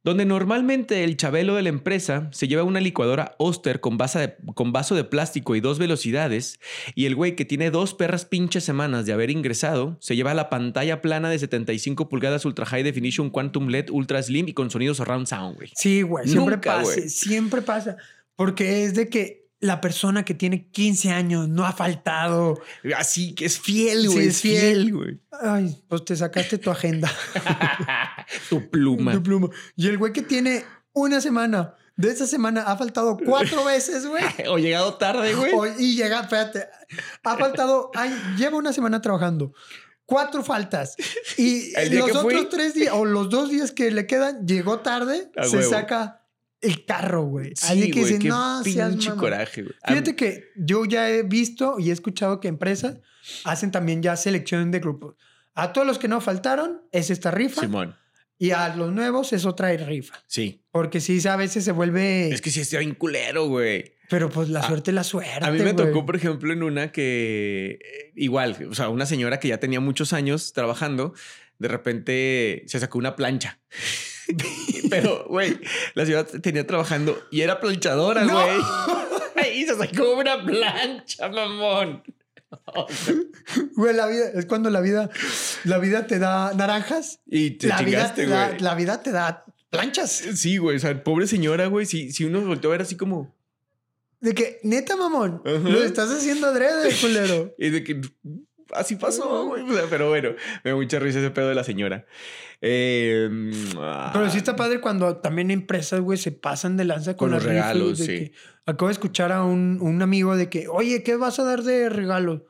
C: donde normalmente el chabelo de la empresa se lleva una licuadora Oster con, basa de- con vaso de plástico y dos velocidades, y el güey que tiene dos perras pinches semanas de haber ingresado se lleva la pantalla plana de 75 pulgadas Ultra High Definition Quantum LED Ultra Slim y con sonidos surround sound, güey.
B: Sí, güey, siempre
C: Nunca,
B: pasa,
C: güey.
B: siempre pasa. Porque es de que la persona que tiene 15 años no ha faltado.
C: Así que es fiel,
B: Sí,
C: güey.
B: es
C: es fiel, güey.
B: Ay, pues te sacaste tu agenda,
C: tu pluma.
B: tu pluma. Y el güey que tiene una semana, de esa semana ha faltado cuatro veces, güey.
C: O llegado tarde, güey.
B: O- Y llega, espérate, ha faltado, ay, lleva una semana trabajando, cuatro faltas. Y
C: El día
B: los
C: que
B: otros
C: fui.
B: tres días, o los dos días que le quedan, llegó tarde,
C: A
B: se
C: huevo.
B: saca el carro, güey.
C: Sí,
B: Así que
C: güey,
B: dice,
C: qué
B: no, seas
C: pinche
B: mamón".
C: coraje, güey. A
B: Fíjate que yo ya he visto y he escuchado que empresas hacen también ya selección de grupos. A todos los que no faltaron es esta rifa
C: Simón,
B: y a los nuevos es otra rifa.
C: sí.
B: Porque sí, a veces se vuelve...
C: Es que sí está bien culero, güey.
B: Pero pues la
C: a-
B: suerte es la suerte,
C: A mí me
B: güey.
C: tocó, por ejemplo, en una que eh, igual, o sea, una señora que ya tenía muchos años trabajando, de repente se sacó una plancha. Pero, güey, la señora tenía trabajando y era planchadora,
B: ¡No!
C: güey. Y se sacó una plancha, mamón.
B: Güey, la vida es cuando la vida, la vida te da naranjas.
C: Y te
B: la, vida
C: chingaste,
B: te da,
C: güey.
B: la vida te da planchas.
C: Sí, güey. O sea, pobre señora, güey. Si, si uno volteó a ver así como,
B: De que, neta, mamón,
C: Ajá.
B: lo estás haciendo adrede, culero.
C: Y eh, de que así pasó, güey. O sea, pero bueno, me da mucha risa ese pedo de la señora. Eh, ah,
B: Pero sí está padre cuando también empresas, güey, se pasan de lanza con,
C: Con los
B: las rifas,
C: regalos,
B: de
C: sí.
B: que- acabo de escuchar a un, un amigo de que, oye, ¿qué vas a dar de regalo?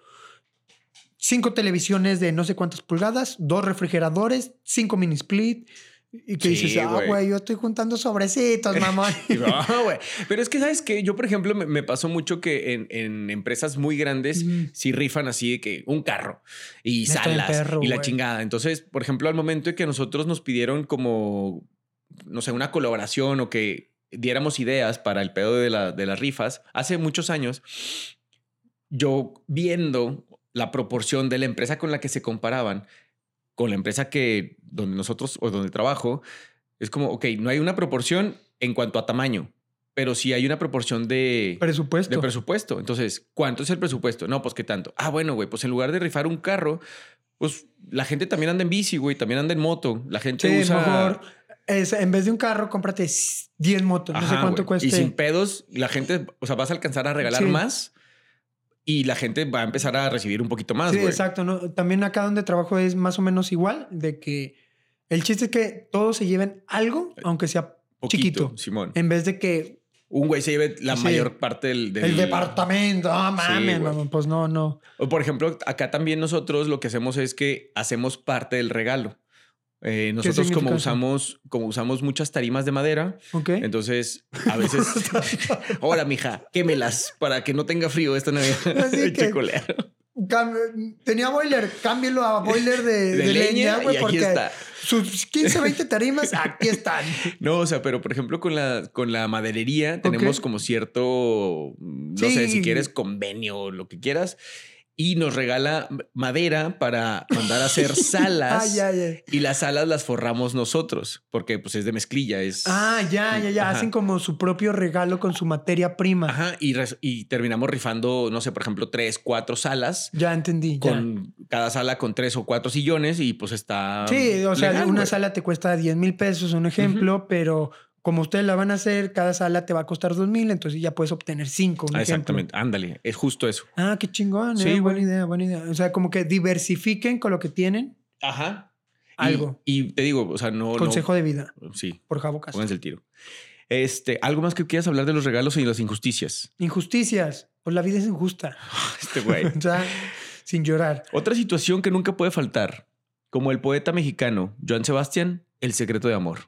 B: Cinco televisiones de no sé cuántas pulgadas, dos refrigeradores, cinco mini split. Y que
C: Sí,
B: dices, ah,
C: güey.
B: güey, yo estoy juntando sobrecitos, mamón.
C: y no, güey. Pero es que, ¿sabes qué? Yo, por ejemplo, me, me pasó mucho que en, en empresas muy grandes
B: Ujú.
C: sí rifan así de que un carro y
B: Neta, bien
C: salas
B: perro,
C: y la
B: güey.
C: chingada. Entonces, por ejemplo, al momento de que nosotros nos pidieron como, no sé, una colaboración o que diéramos ideas para el pedo de, la- de las rifas, hace muchos años, yo viendo la proporción de la empresa con la que se comparaban, con la empresa que donde nosotros o donde trabajo, es como, ok, no hay una proporción en cuanto a tamaño, pero sí hay una proporción de...
B: Presupuesto.
C: De presupuesto. Entonces, ¿cuánto es el presupuesto? No, pues qué tanto. Ah, bueno, güey, pues en lugar de rifar un carro, pues la gente también anda en bici, güey, también anda en moto. La gente
B: Sí,
C: usa.
B: mejor. es- en vez de un carro, cómprate 10 motos. no sé
C: Ajá,
B: cuánto
C: güey.
B: cueste.
C: Y sin pedos, la gente, o sea, vas a alcanzar a regalar
B: Sí.
C: más y la gente va a empezar a recibir un poquito más,
B: sí,
C: güey.
B: exacto. ¿no? También acá donde trabajo es más o menos igual, de que El chiste es que todos se lleven algo,
C: Eh.
B: aunque sea
C: Poquito,
B: chiquito.
C: Simón.
B: En vez de que
C: Un güey se lleve la
B: Sí.
C: mayor parte del, del-
B: el departamento, ah, mames,
C: güey.
B: mamá, pues no, no.
C: O, Por ejemplo, acá también nosotros lo que hacemos es que hacemos parte del regalo. Eh, nosotros
B: significa
C: como
B: eso?
C: usamos, como usamos muchas tarimas de madera,
B: Ok.
C: entonces a veces, hola mija, quémelas para que no tenga frío esta Navidad.
B: Así
C: El
B: que-
C: chocolate.
B: Cam- Tenía boiler, cámbielo a boiler de,
C: De
B: de
C: leña,
B: leña,
C: y
B: güey,
C: aquí
B: porque
C: está.
B: sus 15, 20 tarimas aquí están.
C: No, o sea, pero por ejemplo con la, con la maderería tenemos
B: Ok.
C: como cierto, mm, no sé, si
B: Sí.
C: quieres convenio o lo que quieras, y nos regala madera para mandar a hacer salas.
B: Ah, ya, ya.
C: Y las alas las forramos nosotros, porque pues es de mezclilla, es...
B: Ah, ya, ya, ya.
C: Ajá.
B: Hacen como su propio regalo con su materia prima.
C: Ajá, y, res- y terminamos rifando, no sé, por ejemplo, tres, cuatro salas,
B: Ya entendí. ya.
C: con cada sala con tres o cuatro sillones y pues está...
B: Sí, o sea,
C: legal, pues.
B: una
C: güey.
B: sala te cuesta 10 mil pesos, un ejemplo, pero como ustedes la van a hacer, cada sala te va a costar 2 mil, entonces ya puedes obtener 5.
C: Ah, exactamente, ándale, es justo eso.
B: Ah, qué chingón. eh,
C: Sí,
B: buena idea, buena idea. O sea, como que diversifiquen con lo que tienen.
C: Ajá.
B: Algo.
C: Y, te digo, o sea, no... no-
B: Consejo de vida,
C: sí,
B: por Javo Castro.
C: pónganse el tiro. Este, algo más que quieras hablar de los regalos y las injusticias.
B: Injusticias. Pues la vida es injusta.
C: Este güey.
B: o sea, sin llorar.
C: Otra situación que nunca puede faltar, como el poeta mexicano Joan Sebastián, El secreto de amor.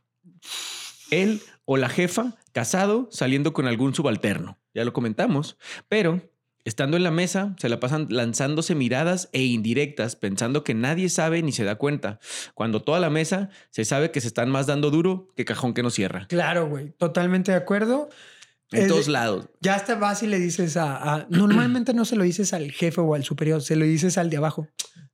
C: Él o la jefa, casado, saliendo con algún subalterno. Ya lo comentamos, pero estando en la mesa, se la pasan lanzándose miradas e indirectas, pensando que nadie sabe ni se da cuenta, cuando toda la mesa se sabe que se están más dando duro que cajón que no cierra.
B: Claro, güey. Totalmente de acuerdo.
C: En
B: Es-
C: todos lados.
B: Ya hasta vas y le dices a, a- Normalmente no se lo dices al jefe o al superior, se lo dices al de abajo.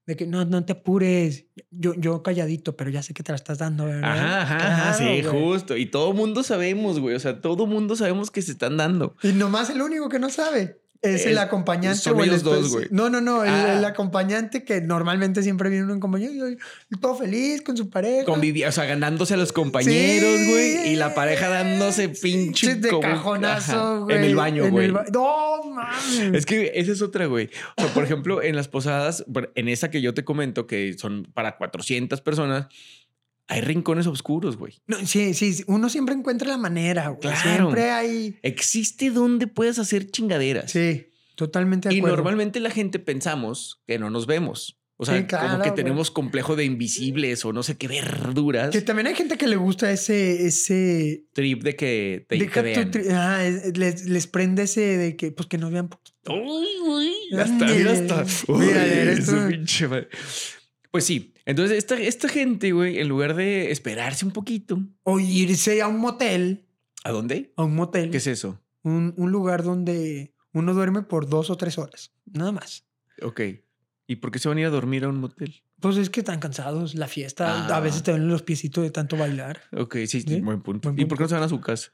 B: De que no, no te apures. Yo, yo calladito, pero ya sé que te la estás dando, ¿verdad?
C: Ajá, ajá, ajá,
B: Claro,
C: sí,
B: güey.
C: justo. Y todo mundo sabemos, güey. O sea, todo mundo sabemos que se están dando.
B: Y nomás el único que no sabe es,
C: Es-
B: el acompañante.
C: son
B: o el
C: ellos dos,
B: espe-
C: güey.
B: No, no, no. el-
C: Ah.
B: El, acompañante que normalmente siempre viene un compañero y- y todo feliz con su pareja.
C: Convivía, o sea, ganándose a los compañeros,
B: Sí.
C: güey. Y la pareja dándose
B: Sí,
C: pinche
B: de
C: como- Ajá,
B: cajonazo, güey.
C: En el baño,
B: En
C: güey.
B: el ba- No mames.
C: Es que esa es otra, güey. O sea, por ejemplo, en las posadas, por- en esa que yo te comento, que son para 400 personas, hay rincones oscuros, güey.
B: No, sí, sí, sí, uno siempre encuentra la manera, güey.
C: Claro.
B: Siempre hay.
C: Existe donde puedes hacer chingaderas.
B: Sí, totalmente de
C: y
B: acuerdo.
C: normalmente la gente pensamos que no nos vemos. O sea,
B: Sí, claro,
C: como que
B: güey.
C: tenemos complejo de invisibles o no sé qué verduras.
B: Que también hay gente que le gusta ese, ese.
C: trip de que te,
B: deja
C: te
B: tu
C: vean.
B: tri- ah, es- les, les prende ese de que, pues que nos vean poquito.
C: Uy, uy. Ya está,
B: Ándale.
C: mira, hasta. Uy,
B: Mírale, eres
C: su
B: tú.
C: pinche madre. Pues sí. Entonces, esta, esta gente, güey, en lugar de esperarse un poquito,
B: O irse a un motel,
C: ¿a dónde?
B: a un motel,
C: ¿Qué es eso?
B: un, un lugar donde uno duerme por dos o tres horas, nada más.
C: Ok. ¿Y por qué se van a ir a dormir a un motel?
B: Pues es que están cansados, la fiesta,
C: Ah.
B: a veces te ven los piecitos de tanto bailar.
C: Ok, sí,
B: Sí,
C: buen punto.
B: buen
C: ¿Y por qué no se van a su casa?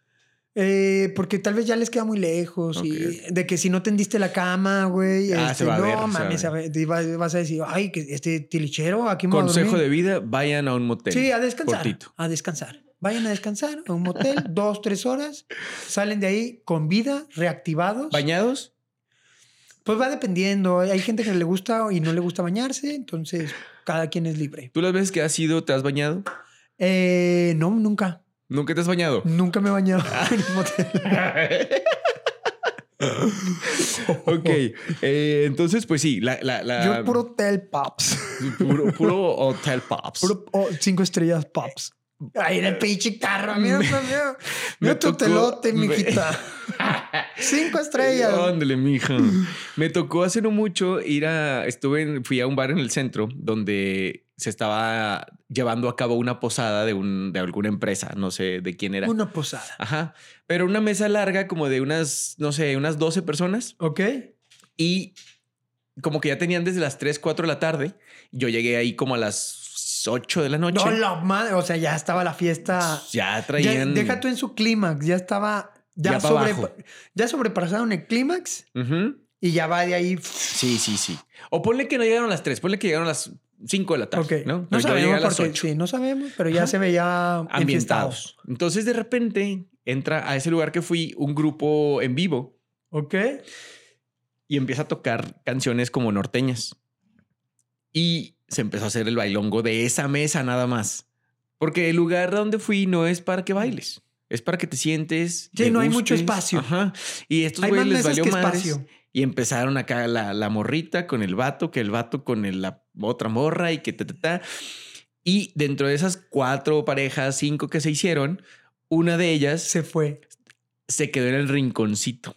B: Eh, porque tal vez ya les queda muy lejos
C: Ok.
B: y de que si no tendiste la cama, güey, este,
C: Ah, se va a
B: no
C: ver, se va a
B: mames,
C: ver.
B: a ver, te vas, vas a decir, ay, que este tilichero aquí me va a
C: Consejo
B: dormir".
C: de vida, vayan a un motel.
B: Sí, a descansar,
C: Cortito.
B: a descansar. Vayan a descansar a un motel, dos, tres horas, salen de ahí con vida, reactivados.
C: ¿Bañados?
B: Pues va dependiendo, hay gente que le gusta y no le gusta bañarse, entonces cada quien es libre.
C: ¿Tú las veces que has ido, te has bañado?
B: Eh, no, nunca,
C: ¿Nunca te has bañado?
B: nunca me he bañado en un motel.
C: ok. eh, entonces, pues sí, la... la, la-
B: Yo puro hotel pops.
C: puro, puro hotel pops.
B: Puro oh, cinco estrellas pops. Ahí en el pinche carro. Mira, mira, mira,
C: me
B: mira tu
C: tocó-
B: telote,
C: me-
B: mijita. cinco estrellas.
C: Ándale, mija. Me tocó hace no mucho ir a. Estuve en- fui a un bar en el centro donde se estaba llevando a cabo una posada de, un, de alguna empresa. No sé de quién era.
B: Una posada.
C: Ajá. Pero una mesa larga como de unas, no sé, unas 12 personas
B: ¿Ok?
C: y como que ya tenían desde las 3, 4 de la tarde. Yo llegué ahí como a las 8 de la noche.
B: No, la madre. O sea, ya estaba la fiesta.
C: Ya
B: Ya,
C: traían.
B: deja tú en su clímax. Ya estaba. Ya,
C: Ya pa'
B: sobre,
C: abajo.
B: ya sobrepasaron el clímax
C: Ujú.
B: y ya va de ahí. pff,
C: Sí, sí, sí. O ponle que no llegaron a las 3, ponle que llegaron a las 5 de la tarde.
B: Ok.
C: ¿no?
B: No,
C: Pero yo llegué a
B: sabemos
C: las
B: porque
C: 8.
B: sí, no sabemos, pero ya
C: Ajá.
B: se veía enfiestados.
C: ambientados. Entonces de repente entra a ese lugar que fui un grupo en vivo
B: ¿Ok?
C: y empieza a tocar canciones como norteñas. Y se empezó a hacer el bailongo de esa mesa nada más. Porque el lugar a donde fui no es para que bailes. Es para que te sientes.
B: Sí,
C: te
B: no hay mucho
C: gustes.
B: espacio.
C: Ajá. Y estos
B: Hay
C: güeyes
B: más
C: les
B: mesas
C: valió
B: que
C: madres.
B: espacio.
C: Y empezaron acá la, la morrita con el vato, que el vato con el- la otra morra y que ta, ta, ta. Y dentro de esas cuatro parejas, cinco que se hicieron, una de ellas
B: Se
C: se,
B: fue.
C: quedó en el rinconcito.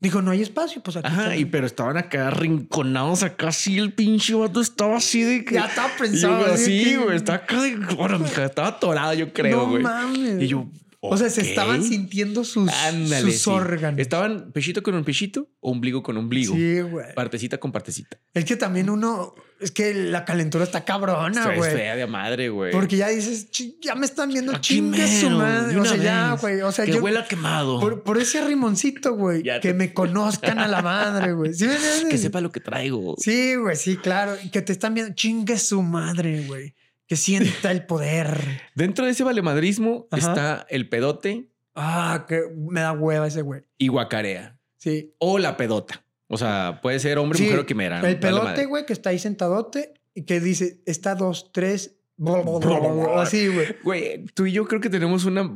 B: Dijo, no hay espacio, pues aquí
C: Ajá,
B: está.
C: y pero estaban acá rinconados acá, así el pinche vato estaba así de que.
B: Ya estaba
C: Y yo,
B: pensado.
C: así,
B: que-
C: güey, está acá. de- Bueno, mija, estaba atorada, yo creo,
B: no
C: güey.
B: mames.
C: y yo,
B: O sea, se
C: ok.
B: estaban sintiendo sus,
C: Ándale,
B: sus
C: sí.
B: órganos.
C: Estaban pechito con un pechito, ombligo con ombligo,
B: Sí, güey.
C: partecita con partecita.
B: Es que también uno, es que la calentura está cabrona,
C: es
B: güey.
C: fea de madre, güey.
B: Porque ya dices, "Chi- ya me están viendo
C: Aquí
B: chingue su
C: mero,
B: madre.
C: de
B: O
C: una
B: sea, ya,
C: vez.
B: güey. O sea,
C: que
B: yo.
C: huela a quemado.
B: Por, por ese rimoncito, güey.
C: Ya
B: Que
C: te-
B: me conozcan a la madre, güey. ¿Sí me entiendes?
C: que sepa lo que traigo.
B: Sí, güey, sí, claro. Y Que te están viendo, chingue su madre, güey. Que sienta el poder.
C: Dentro de ese valemadrismo
B: Ajá.
C: está el pedote
B: Ah, que me da hueva ese güey.
C: y guacarea.
B: Sí.
C: O la pedota. O sea, puede ser hombre,
B: Sí,
C: mujer o quimera.
B: El
C: ¿no? Ah, Vale madre.
B: pedote, güey, que está ahí sentadote y que dice, está dos, tres, bla, bla, bla, bla, bla, así, güey.
C: Güey, tú y yo creo que tenemos una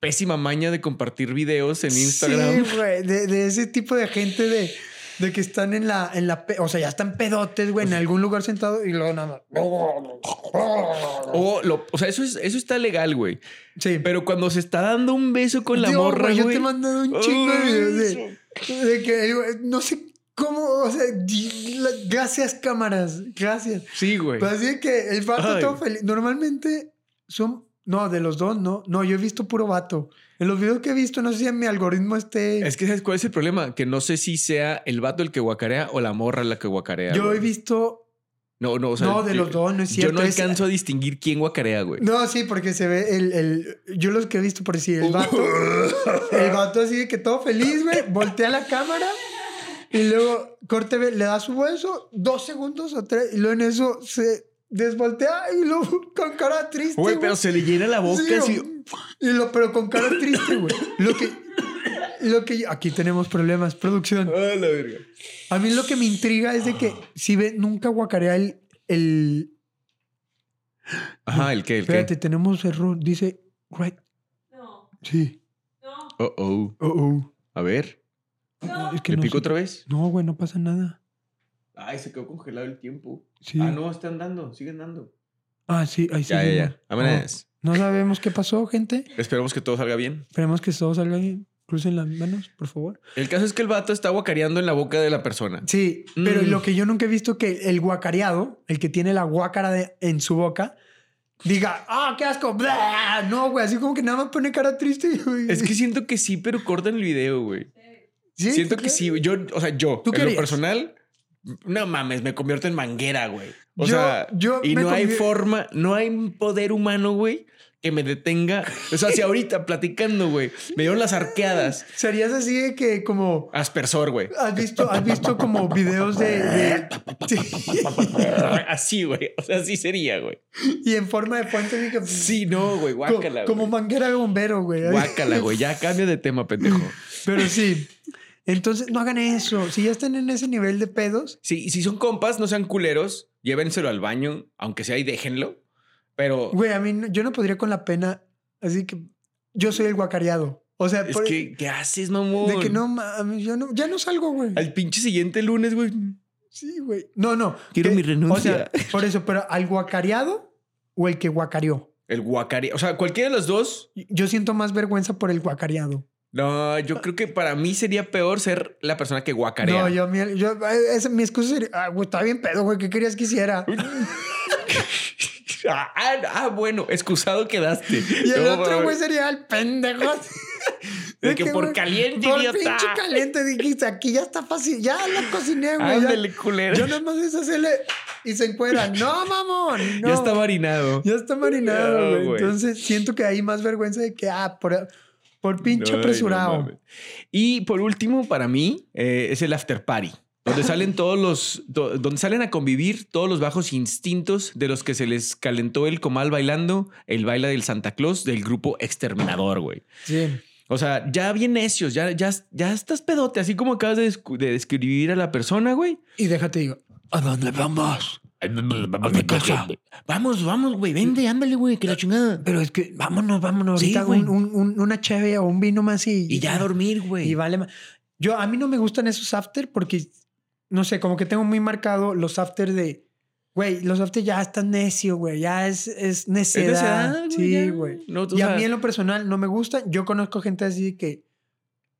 C: pésima maña de compartir videos en Instagram.
B: Sí, güey, de, de ese tipo de gente de, de que están en la, en la, pe- o sea, ya están pedotes, güey, en algún lugar sentado y luego nada más.
C: O, lo, o sea, eso, es, eso está legal, güey.
B: Sí,
C: Pero cuando se está dando un beso con la
B: Dios,
C: morra,
B: güey,
C: güey.
B: Yo te he mandado un chingo de
C: Ay,
B: videos de, de que, güey, no sé cómo, o sea, di- la- gracias cámaras, gracias.
C: Sí, güey.
B: Pero Pues así de que el vato
C: Ay.
B: todo feliz. Normalmente son, no, de los dos, no, no, yo he visto puro vato. En los videos que he visto, no sé si en mi algoritmo esté...
C: Es que ¿sabes cuál es el problema? Que no sé si sea el vato el que guacarea o la morra la que guacarea.
B: yo
C: güey.
B: he visto
C: No, no, o sea,
B: no, de
C: yo-
B: los dos, no es
C: Yo
B: cierto.
C: no
B: es-
C: alcanzo a distinguir quién guacarea, güey.
B: No, sí, porque se ve el, el- Yo los que he visto, por decir,
C: Uh.
B: el vato. el vato así de que todo feliz, güey. Voltea la cámara. Y luego, corte, ve, le da su beso, dos segundos o tres. Y luego en eso se desvoltea y luego con cara triste.
C: Güey,
B: Este Güey,
C: pero se le llena la boca
B: Sí,
C: así.
B: güey. Y lo, pero con cara triste, güey. Lo que. Lo que aquí tenemos problemas, producción.
C: Ah, la verga.
B: A mí lo que me intriga es de que si ve nunca guacarea el, el
C: Ajá, el que, el
B: Espérate,
C: que.
B: tenemos error. Dice, right.
A: No,
B: Sí.
A: no,
C: Oh, oh.
B: Oh, oh.
C: A ver.
A: no.
B: Es que
C: Ah. ¿Le
B: no sé.
C: pico otra vez?
B: No, güey, no pasa nada.
C: Ay, se quedó congelado el tiempo.
B: Sí.
C: Ah, no, está andando, sigue andando.
B: Ah, sí, ahí sí.
C: Ya, ya, ya. Vámonos.
B: No sabemos qué pasó, gente.
C: Esperemos que todo salga bien.
B: Esperemos que todo salga bien. Crucen las manos, por favor.
C: El caso es que el vato está guacareando en la boca de la persona.
B: Sí, pero
C: Mm.
B: lo que yo nunca he visto que el guacareado, el que tiene la guácara de- en su boca, diga, ah, qué asco. Blah. No, güey, así como que nada más pone cara triste. güey.
C: Es que siento que sí, pero cortan el video, güey.
A: Sí.
B: ¿Sí?
C: Siento
B: ¿Tú
C: que
B: crees?
C: sí. güey. Yo, o sea, yo,
B: ¿Tú qué
C: en lo
B: harías?
C: personal, no mames, me convierto en manguera, güey. O
B: Yo-
C: sea,
B: yo
C: y
B: me
C: no hay
B: convier-
C: forma, no hay un poder humano, güey, que me detenga. O sea, si ahorita platicando, güey, me dieron las arqueadas.
B: Serías así de que como...
C: Aspersor, güey.
B: ¿Has visto, has visto como videos de, de- Sí.
C: Así, güey. O sea, así sería, güey.
B: y en forma de puente así que-
C: Sí, no, güey.
B: co-
C: Guácala,
B: como
C: güey.
B: manguera de bombero, güey.
C: Guácala, güey. Ya cambia de tema, pendejo.
B: Pero sí. Entonces, no hagan eso. Si ya están en ese nivel de pedos,
C: Si, si son compas, no sean culeros. Llévenselo al baño, aunque sea y déjenlo. Pero
B: güey, a mí no- yo no podría con la pena. Así que yo soy el guacareado. O sea,
C: es
B: por- e-
C: que, ¿qué haces, mamón?
B: de que no, mames, yo no, ya no salgo, güey.
C: Al pinche siguiente lunes, güey.
B: Sí, güey. No, no.
C: Quiero
B: que-
C: mi renuncia.
B: O sea, por eso, pero al guacareado o el que guacareó.
C: El guacare. O sea, cualquiera de los dos.
B: Yo siento más vergüenza por el guacareado.
C: No, yo creo que para mí sería peor ser la persona que guacarea.
B: No, yo, mi, yo eh, esa- mi excusa sería, ah, güey, está bien pedo, güey, ¿qué querías que hiciera?
C: Ah, ah, ah, bueno, excusado quedaste.
B: Y el
C: No,
B: otro, güey,
C: mames.
B: sería el pendejo.
C: De que por
B: güey,
C: caliente,
B: por
C: idiota.
B: pinche caliente, dijiste, aquí ya está fácil, ya la cociné, güey. ya.
C: Ándale, culero.
B: Yo nomás es hacerle y se encuera. No, mamón, no.
C: Ya está marinado.
B: Ya está marinado,
C: No,
B: güey.
C: güey.
B: Entonces siento que hay más vergüenza de que, ah, por, por pinche
C: Ay, no
B: apresurado.
C: mames. y por último, para mí, eh, es el after party. Donde salen todos los, do- donde salen a convivir todos los bajos instintos de los que se les calentó el comal bailando el baile del Santa Claus del grupo Exterminador, güey.
B: sí.
C: O sea, ya bien necios, ya, ya, ya estás pedote, así como acabas de, descu- de describir a la persona, güey.
B: Y déjate, digo, ¿a dónde vamos? A mi casa.
C: Vamos, vamos, güey, vende, ándale, güey, que la chingada.
B: Pero es que vámonos, vámonos.
C: Sí,
B: ahorita
C: güey.
B: un- un- un- una cheve o un vino más y,
C: Y ya a dormir, güey.
B: Y vale ma- Yo, a mí no me gustan esos after porque, no sé, como que tengo muy marcado los after de, güey, los after ya están necio, güey, ya es, es
C: Es de esa
B: necedad.
C: edad,
B: sí,
C: ya.
B: güey.
C: No, tú
B: Y a
C: sabes.
B: mí en lo personal no me gustan. Yo conozco gente así que,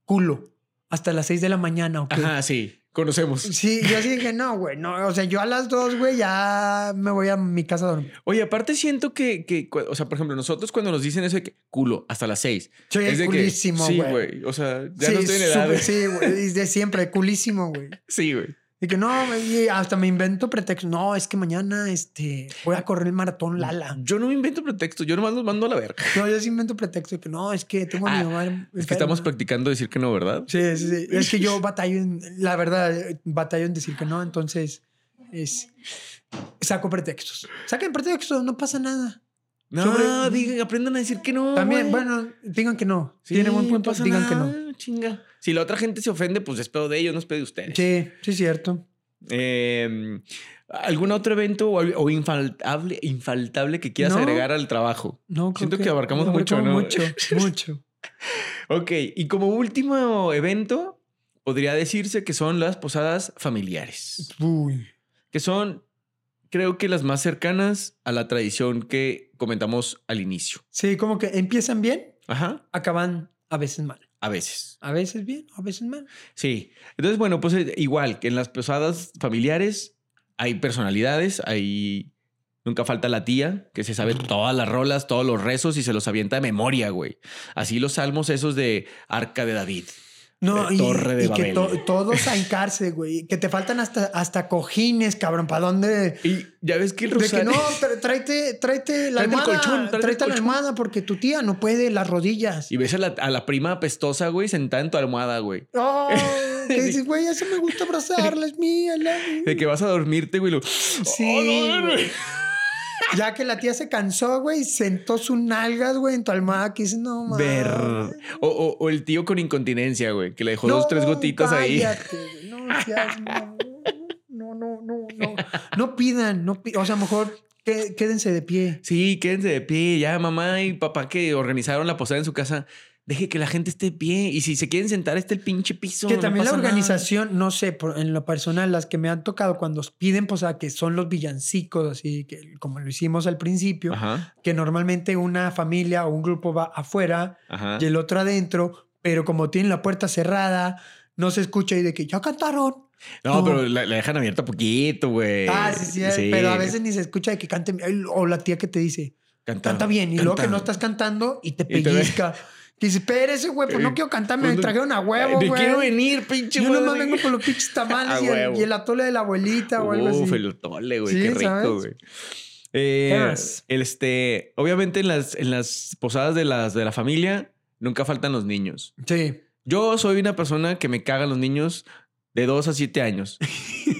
B: culo, hasta las 6 de la mañana, ¿ok?
C: Ajá, sí, conocemos.
B: Sí, yo sí dije, no, güey, no, o sea, yo a las 2, güey, ya me voy a mi casa a dormir.
C: Oye, aparte siento que, que, cu- o sea, por ejemplo, nosotros cuando nos dicen eso de que culo hasta las seis.
B: Soy
C: es de
B: culísimo,
C: que, sí,
B: güey.
C: güey. O sea, ya
B: sí,
C: no estoy en edad.
B: súper,
C: de-
B: sí, güey, desde siempre, culísimo, güey.
C: Sí, güey.
B: Y que no, y hasta me invento pretexto. No, es que mañana este, voy a correr el maratón Lala.
C: Yo no me invento pretextos, yo nomás los mando a la verga.
B: No, yo sí invento pretexto. Y que no, es que tengo a
C: Ah,
B: mi mamá.
C: Es que
B: enferma.
C: estamos practicando decir que no, ¿verdad?
B: Sí, sí, sí. Es que yo batallo en, la verdad, eh, batallo en decir que no. Entonces, es, saco pretextos. Saquen pretextos, no pasa nada.
C: No,
B: Sobre-
C: digan, aprendan a decir que no.
B: También,
C: güey.
B: bueno, digan que no.
C: Sí,
B: Tiene buen
C: no
B: punto,
C: pasa
B: digan que no.
C: nada, Chinga. Si la otra gente se ofende, pues es pedo de ellos, no es pedo de ustedes.
B: Sí, sí, es cierto.
C: Eh, ¿Algún otro evento o, o infaltable, infaltable que quieras
B: No.
C: agregar al trabajo?
B: No, creo
C: Siento que abarcamos mucho, ¿no?
B: Mucho, mucho.
C: Ok, y como último evento, podría decirse que son las posadas familiares,
B: Uy.
C: que son, creo que las más cercanas a la tradición que comentamos al inicio.
B: Sí, como que empiezan bien,
C: Ajá,
B: acaban a veces mal.
C: a veces.
B: A veces bien, a veces mal.
C: Sí. Entonces, bueno, pues eh, igual que en las posadas familiares hay personalidades, hay... Nunca falta la tía que se sabe todas las rolas, todos los rezos y se los avienta de memoria, güey. Así los salmos esos de Arca de David.
B: No,
C: Eh,
B: y,
C: Torre de
B: y que
C: Babel.
B: to- todos a hincarse, güey. Que te faltan hasta, hasta cojines, cabrón. ¿Para dónde?
C: Y ya ves que el
B: De que
C: rosario...
B: no, tra- tráete, tráete la
C: Tráete el
B: almohada.
C: colchón,
B: tráete
C: tráete el
B: la
C: colchón.
B: almohada porque tu tía no puede las rodillas.
C: Y ves a la, a la prima apestosa, güey, sentada en tu almohada, güey.
B: Oh, que dices, güey, ya se me gusta abrazarla, es mía. la-
C: De que vas a dormirte, güey. lo- Oh,
B: Sí.
C: no,
B: güey.
C: güey.
B: ya que la tía se cansó, güey, sentó su nalgas, güey, en tu almohada. Que dices, no, mames.
C: Ver. O, o- o el tío con incontinencia, güey, que le dejó
B: No,
C: dos, tres gotitas ahí.
B: cállate, güey. No, seas mamón. no, no, no, no. No pidan, no pi- O sea, mejor que- quédense de pie.
C: Sí, quédense de pie. Ya mamá y papá que organizaron la posada en su casa, deje que la gente esté de pie. Y si se quieren sentar, está el pinche piso.
B: Que
C: no
B: también la
C: pasa nada.
B: organización, no sé, por- en lo personal, las que me han tocado cuando piden posada, que son los villancicos, así que como lo hicimos al principio,
C: Ajá,
B: que normalmente una familia o un grupo va afuera
C: ajá.
B: y el otro adentro, pero como tienen la puerta cerrada, no se escucha y de que ya cantaron.
C: No,
B: No.
C: pero la, la dejan abierta poquito, güey.
B: ah, sí, sí, pero a veces ni se escucha de que canten. O la tía que te dice,
C: canta,
B: Canta bien. Y luego que
C: canta.
B: no estás cantando y te
C: Y te ve-
B: pellizca. Que dice, espérese, güey, pues no
C: Eh,
B: quiero cantar, me
C: pues no-
B: trajeron a
C: Ay,
B: huevo,
C: me quiero
B: güey.
C: venir, pinche
B: Yo nomás
C: madre.
B: vengo con los pinches
C: A
B: tamales y el,
C: huevo.
B: y el atole de la abuelita o algo así.
C: Uf, el tole, güey.
B: Sí,
C: qué rico,
B: ¿sabes?
C: güey. Eh,
B: ¿Qué más?
C: el, este, obviamente en las, en las posadas de las de la familia nunca faltan los niños.
B: Sí.
C: Yo soy una persona que me cagan los niños de 2 a 7 años.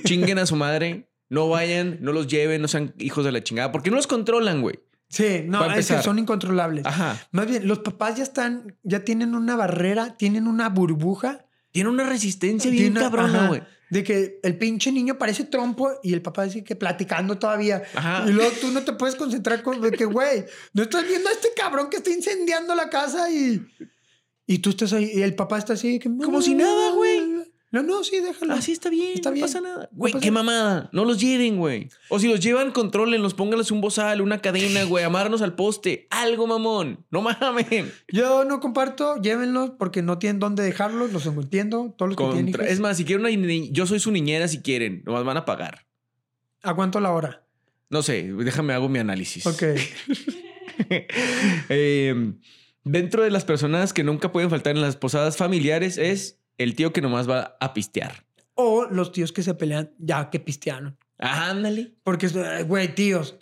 C: Chinguen a su madre, no vayan, no los lleven, no sean hijos de la chingada, porque no los controlan, güey.
B: Sí, no,
C: Para
B: es que
C: empezar. Ah.
B: son incontrolables.
C: Ajá.
B: Más bien, los papás ya están, ya tienen una barrera, tienen una burbuja.
C: Tienen una resistencia bien
B: tienen una-
C: cabrona,
B: ajá,
C: güey.
B: De que el pinche niño parece trompo y el papá dice que platicando todavía.
C: Ajá.
B: Y luego tú no te puedes concentrar con de que, güey, no estás viendo a este cabrón que está incendiando la casa y. Y tú estás ahí, y el papá está así. que,
C: Como si nada, güey.
B: No, no, sí, déjalo.
C: Así está bien,
B: Está
C: no
B: bien.
C: pasa nada. Güey,
B: pasa
C: qué
B: nada.
C: mamada. No los lleven, güey. O si los llevan, controlenlos, pónganles un bozal, una cadena, güey, amarnos al poste. Algo, mamón. No mamen.
B: Yo no comparto, llévenlos porque no tienen dónde dejarlos, los entiendo, todos los que tienen
C: Contra-
B: hijos.
C: Es más, si quieren una ni- yo soy su niñera si quieren. Nomás van a pagar.
B: ¿Aguanto la hora?
C: No sé, déjame hago mi análisis.
B: Ok.
C: Eh, dentro de las personas que nunca pueden faltar en las posadas familiares es el tío que nomás va a pistear.
B: O los tíos que se pelean ya que pistearon.
C: Ah, ándale.
B: Porque, eh, güey, tíos,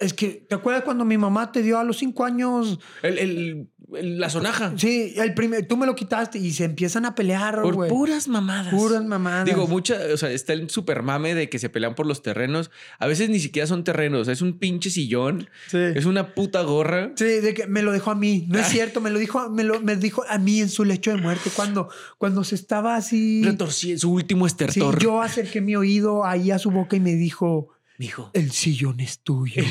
B: es que, ¿te acuerdas cuando mi mamá te dio a los cinco años?
C: El- el- el- la sonaja.
B: Sí, el primer, tú me lo quitaste y se empiezan a pelear,
C: Por
B: güey.
C: puras mamadas.
B: Puras mamadas.
C: Digo, mucha, o sea, está el super mame de que se pelean por los terrenos. A veces ni siquiera son terrenos, es un pinche sillón,
B: sí.
C: es una puta gorra.
B: Sí, de que me lo dejó a mí. No es
C: Ah.
B: cierto, me lo dijo, me lo me dijo a mí en su lecho de muerte cuando, cuando se estaba así.
C: Retorcí- su último
B: Sí,
C: estertor.
B: yo acerqué mi oído ahí a su boca y me dijo,
C: Mijo,
B: El sillón es tuyo.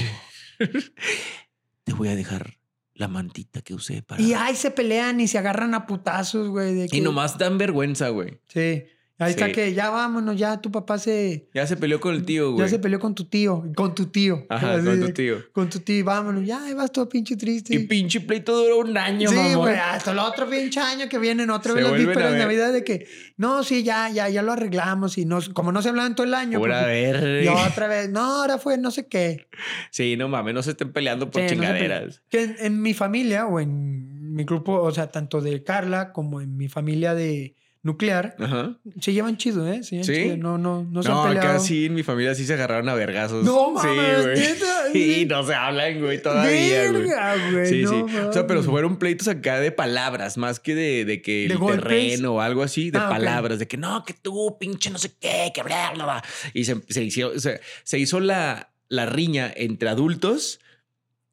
C: te voy a dejar la mantita que usé para.
B: y ahí se pelean y se agarran a putazos, güey. de
C: Y
B: que-
C: nomás dan vergüenza, güey.
B: Sí. Ahí
C: Sí.
B: está que ya vámonos, ya tu papá se.
C: Ya se peleó con el tío, güey.
B: Ya se peleó con tu tío. Con tu tío.
C: Ajá,
B: Así
C: con
B: de-
C: tu tío.
B: Con tu tío, vámonos. Ya, ahí vas todo pinche triste.
C: Y pinche pleito duró un año,
B: sí,
C: mamón.
B: güey, hasta el otro pinche año que vienen, otra
C: Se
B: vez las
C: vuelven a
B: vísperas de
C: ver.
B: Navidad de que, no, sí, ya, ya, ya lo arreglamos y no, como no se hablaban todo el año.
C: Pura
B: porque-
C: verga.
B: y otra vez, no, ahora fue no sé qué.
C: Sí, no mames, no se estén peleando por
B: Sí, no sé,
C: chingaderas.
B: pero- que en, en mi familia o en mi grupo, o sea, tanto de Carla como en mi familia de nuclear,
C: Ajá.
B: se llevan chido, ¿eh? Se llevan
C: ¿Sí?
B: chido. No, no, no se
C: No,
B: han
C: acá
B: peleado.
C: sí, en mi familia sí se agarraron a vergazos.
B: No mames,
C: sí, güey.
B: neta, sí.
C: Sí, no se hablan, güey, todavía, güey.
B: Verga, güey.
C: Sí,
B: no
C: sí. O sea, pero
B: mames.
C: fueron pleitos acá de palabras, más que de, de que
B: ¿De
C: el
B: golpes?
C: terreno o algo así, de
B: Ah, ok.
C: palabras, de que no, que tú, pinche no sé qué, que bla, bla, bla. Y se, se hizo, o sea, se hizo la, la riña entre adultos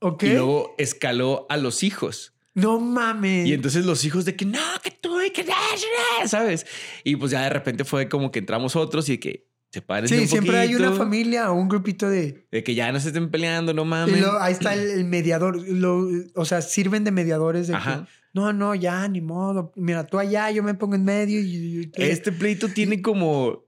B: Ok.
C: y luego escaló a los hijos.
B: No mames.
C: Y entonces los hijos de que no, que tú y que no, no, no", ¿sabes? Y pues ya de repente fue como que entramos otros y que se paren
B: sí,
C: un
B: siempre hay una
C: poquito,
B: familia o un grupito de.
C: De que ya no se estén peleando, no mames.
B: Y luego ahí está el, el mediador. lo- o sea, sirven de mediadores de
C: Ajá.
B: que, no, no, ya, ni modo. Mira, tú allá, yo me pongo en medio y... y-
C: Este pleito tiene como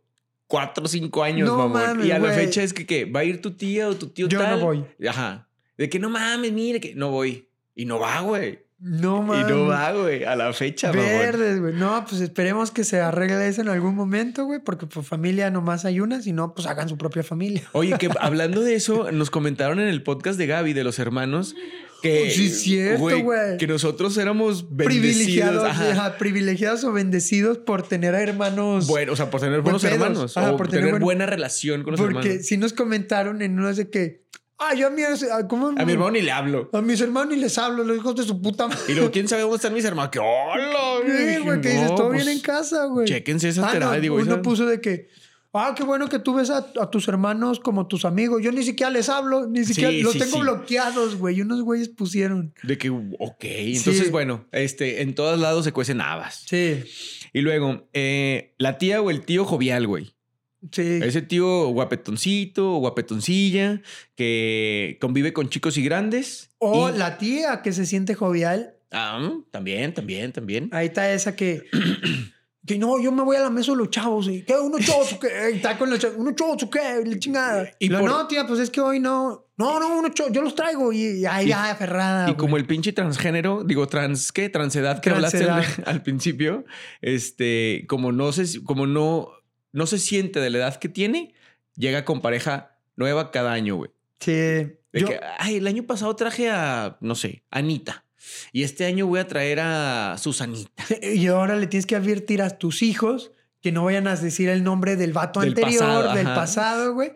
C: cuatro o cinco años,
B: No
C: mamón.
B: mames,
C: y a la
B: güey.
C: fecha es que, ¿qué? va a ir tu tía o tu tío
B: Yo no
C: tal?
B: voy.
C: Ajá. De que no mames, mire que no voy. Y no va, güey.
B: no,
C: Y
B: mames.
C: no va, güey. A la fecha, mamón.
B: Verdes, güey. No, pues esperemos que se arregle eso en algún momento, güey, porque pues familia nomás hay una, si no, pues hagan su propia familia.
C: Oye, que hablando de eso, nos comentaron en el podcast de Gaby de los hermanos que.
B: Sí, es cierto, güey.
C: Que nosotros éramos
B: Privilegiados,
C: bendecidos. Ajá.
B: ajá, privilegiados o bendecidos por tener a hermanos.
C: Bueno, o sea, por tener
B: Por
C: buenos
B: pedos.
C: hermanos.
B: Ajá,
C: o
B: por
C: por
B: tener
C: tener,
B: buen-
C: buena relación con los
B: porque
C: hermanos.
B: si nos comentaron en unos de que, ah, yo a mi, a, ¿cómo?
C: A mi hermano ni le hablo.
B: a mis hermanos ni les hablo, los hijos de su puta madre.
C: Y luego, ¿quién sabe dónde están mis hermanos? Que hola,
B: Sí, güey, que dices,
C: No,
B: todo
C: pues,
B: bien en casa, güey.
C: Chéquense esa
B: Ah,
C: terapia.
B: no,
C: digo,
B: uno
C: esa-
B: puso de que, ah, qué bueno que tú ves a, a tus hermanos como tus amigos. Yo ni siquiera les hablo, ni siquiera
C: Sí,
B: los
C: sí,
B: tengo
C: sí.
B: bloqueados, güey. Y Unos güeyes pusieron.
C: de que, ok. Entonces,
B: Sí.
C: bueno, este, en todos lados se cuecen habas.
B: Sí,
C: Y luego, eh, la tía o el tío jovial, güey.
B: sí.
C: Ese tío guapetoncito o guapetoncilla que convive con chicos y grandes.
B: O
C: Y-
B: Oh, la tía que se siente jovial.
C: Ah, mm, también, también, también.
B: Ahí está esa que. Que no, yo me voy a la mesa de los chavos. Y, ¿Qué? ¿Unos chavos o qué? Está con los chavos. ¿Unos chavos o qué? La chingada.
C: Y
B: Y
C: por-
B: no, tía, pues es que hoy no. No, no, unos chavos. Yo los traigo. Y, y ahí,
C: Y-
B: ya, aferrada.
C: Y como el pinche transgénero, digo trans, ¿qué? Transedad que hablaste
B: Transedad.
C: al, al principio, este, como no se, como no, no se siente de la edad que tiene, llega con pareja nueva cada año, güey.
B: Sí.
C: De
B: Yo-
C: que, ay, el año pasado traje a, no sé, Anita. Y este año voy a traer a Susanita.
B: Sí, eh, Y ahora le tienes que advertir a tus hijos que no vayan a decir el nombre del vato
C: Del
B: anterior,
C: pasado,
B: del
C: ajá.
B: pasado, güey.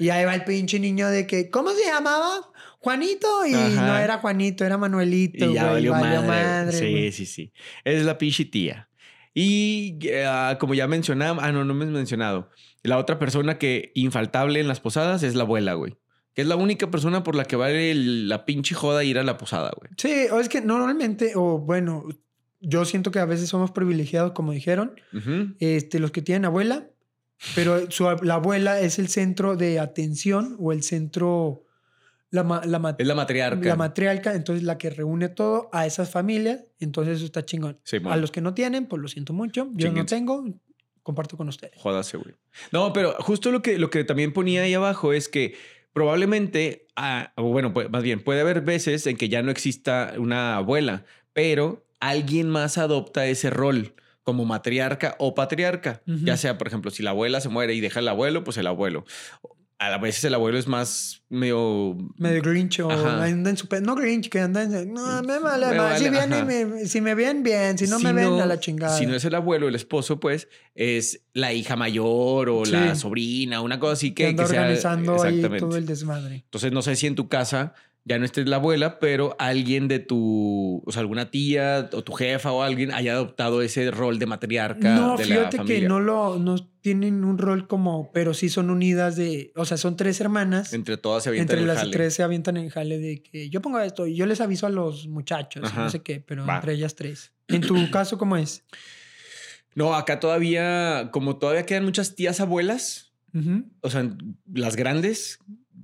B: Y ahí va el pinche niño de que, ¿cómo se llamaba? Juanito. Y
C: Ajá.
B: no era Juanito, era Manuelito.
C: Y ya
B: güey,
C: valió,
B: valió
C: madre. sí,
B: güey.
C: sí, sí. Es la pinche tía. Y eh, como ya mencionaba, ah, no, no me has mencionado. La otra persona que infaltable en las posadas es la abuela, güey. Que es la única persona por la que vale el- la pinche joda ir a la posada, güey.
B: Sí, o es que normalmente, o bueno, yo siento que a veces somos privilegiados, como dijeron,
C: Ujú.
B: este, los que tienen abuela, pero su, ab- la abuela es el centro de atención o el centro, la, ma- la, ma-
C: Es la matriarca.
B: La matriarca, entonces la que reúne todo a esas familias, entonces eso está chingón.
C: Sí,
B: A
C: bueno,
B: los que no tienen, pues lo siento mucho, yo no
C: Chinguense.
B: tengo, comparto con ustedes.
C: jódase, güey. No, pero justo lo que, lo que también ponía ahí abajo es que probablemente, ah, o bueno, pues, más bien, puede haber veces en que ya no exista una abuela, pero alguien más adopta ese rol como matriarca o patriarca.
B: Ujú.
C: Ya sea, por ejemplo, si la abuela se muere y deja al abuelo, pues el abuelo. A veces el abuelo es más medio...
B: Medio grinch o
C: Ajá.
B: anda en su pe- No grinch, que anda en... No, me vale,
C: Me
B: madre, si,
C: vale,
B: vienen y me, si me ven, bien. Si no
C: Si
B: me ven,
C: no-
B: a la chingada.
C: Si no es el abuelo, el esposo, pues es la hija mayor o
B: Sí.
C: la sobrina, una cosa así
B: que
C: que...
B: anda
C: que sea-
B: organizando ahí
C: Exactamente.
B: todo el desmadre.
C: Entonces, no sé si en tu casa ya no estés la abuela, pero alguien de tu, o sea, alguna tía o tu jefa o alguien haya adoptado ese rol de matriarca
B: No,
C: de la
B: fíjate
C: familia.
B: que no lo... No tienen un rol como... Pero sí son unidas de... O sea, son tres hermanas.
C: Entre todas se avientan
B: entre
C: el
B: las
C: jale.
B: tres se avientan en jale de que yo pongo esto y yo les aviso a los muchachos,
C: Ajá.
B: no sé qué, pero
C: Va.
B: entre ellas tres. En tu caso, ¿cómo es?
C: No, acá todavía, como todavía quedan muchas tías abuelas,
B: Ujú.
C: o sea, las grandes,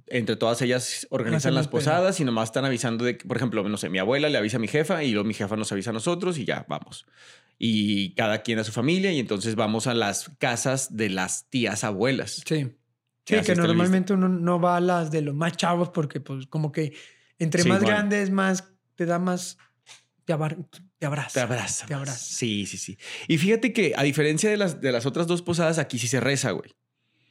C: entre todas ellas
B: Hacen
C: organizan las
B: despedida.
C: posadas y nomás están avisando de que, por ejemplo, no sé, mi abuela le avisa a mi jefa y luego mi jefa nos avisa a nosotros y ya vamos. Y cada quien a su familia y entonces vamos a las casas de las tías abuelas.
B: Sí. Sí,
C: Ya, sí
B: que
C: está la
B: normalmente uno no va a las de los más chavos porque pues como que entre
C: Sí,
B: más
C: igual.
B: grandes más te da más te, abar- te abraza.
C: Te abraza.
B: Te
C: más.
B: abraza.
C: Sí, sí, sí. Y fíjate que a diferencia de las, de las otras dos posadas, aquí sí se reza, güey.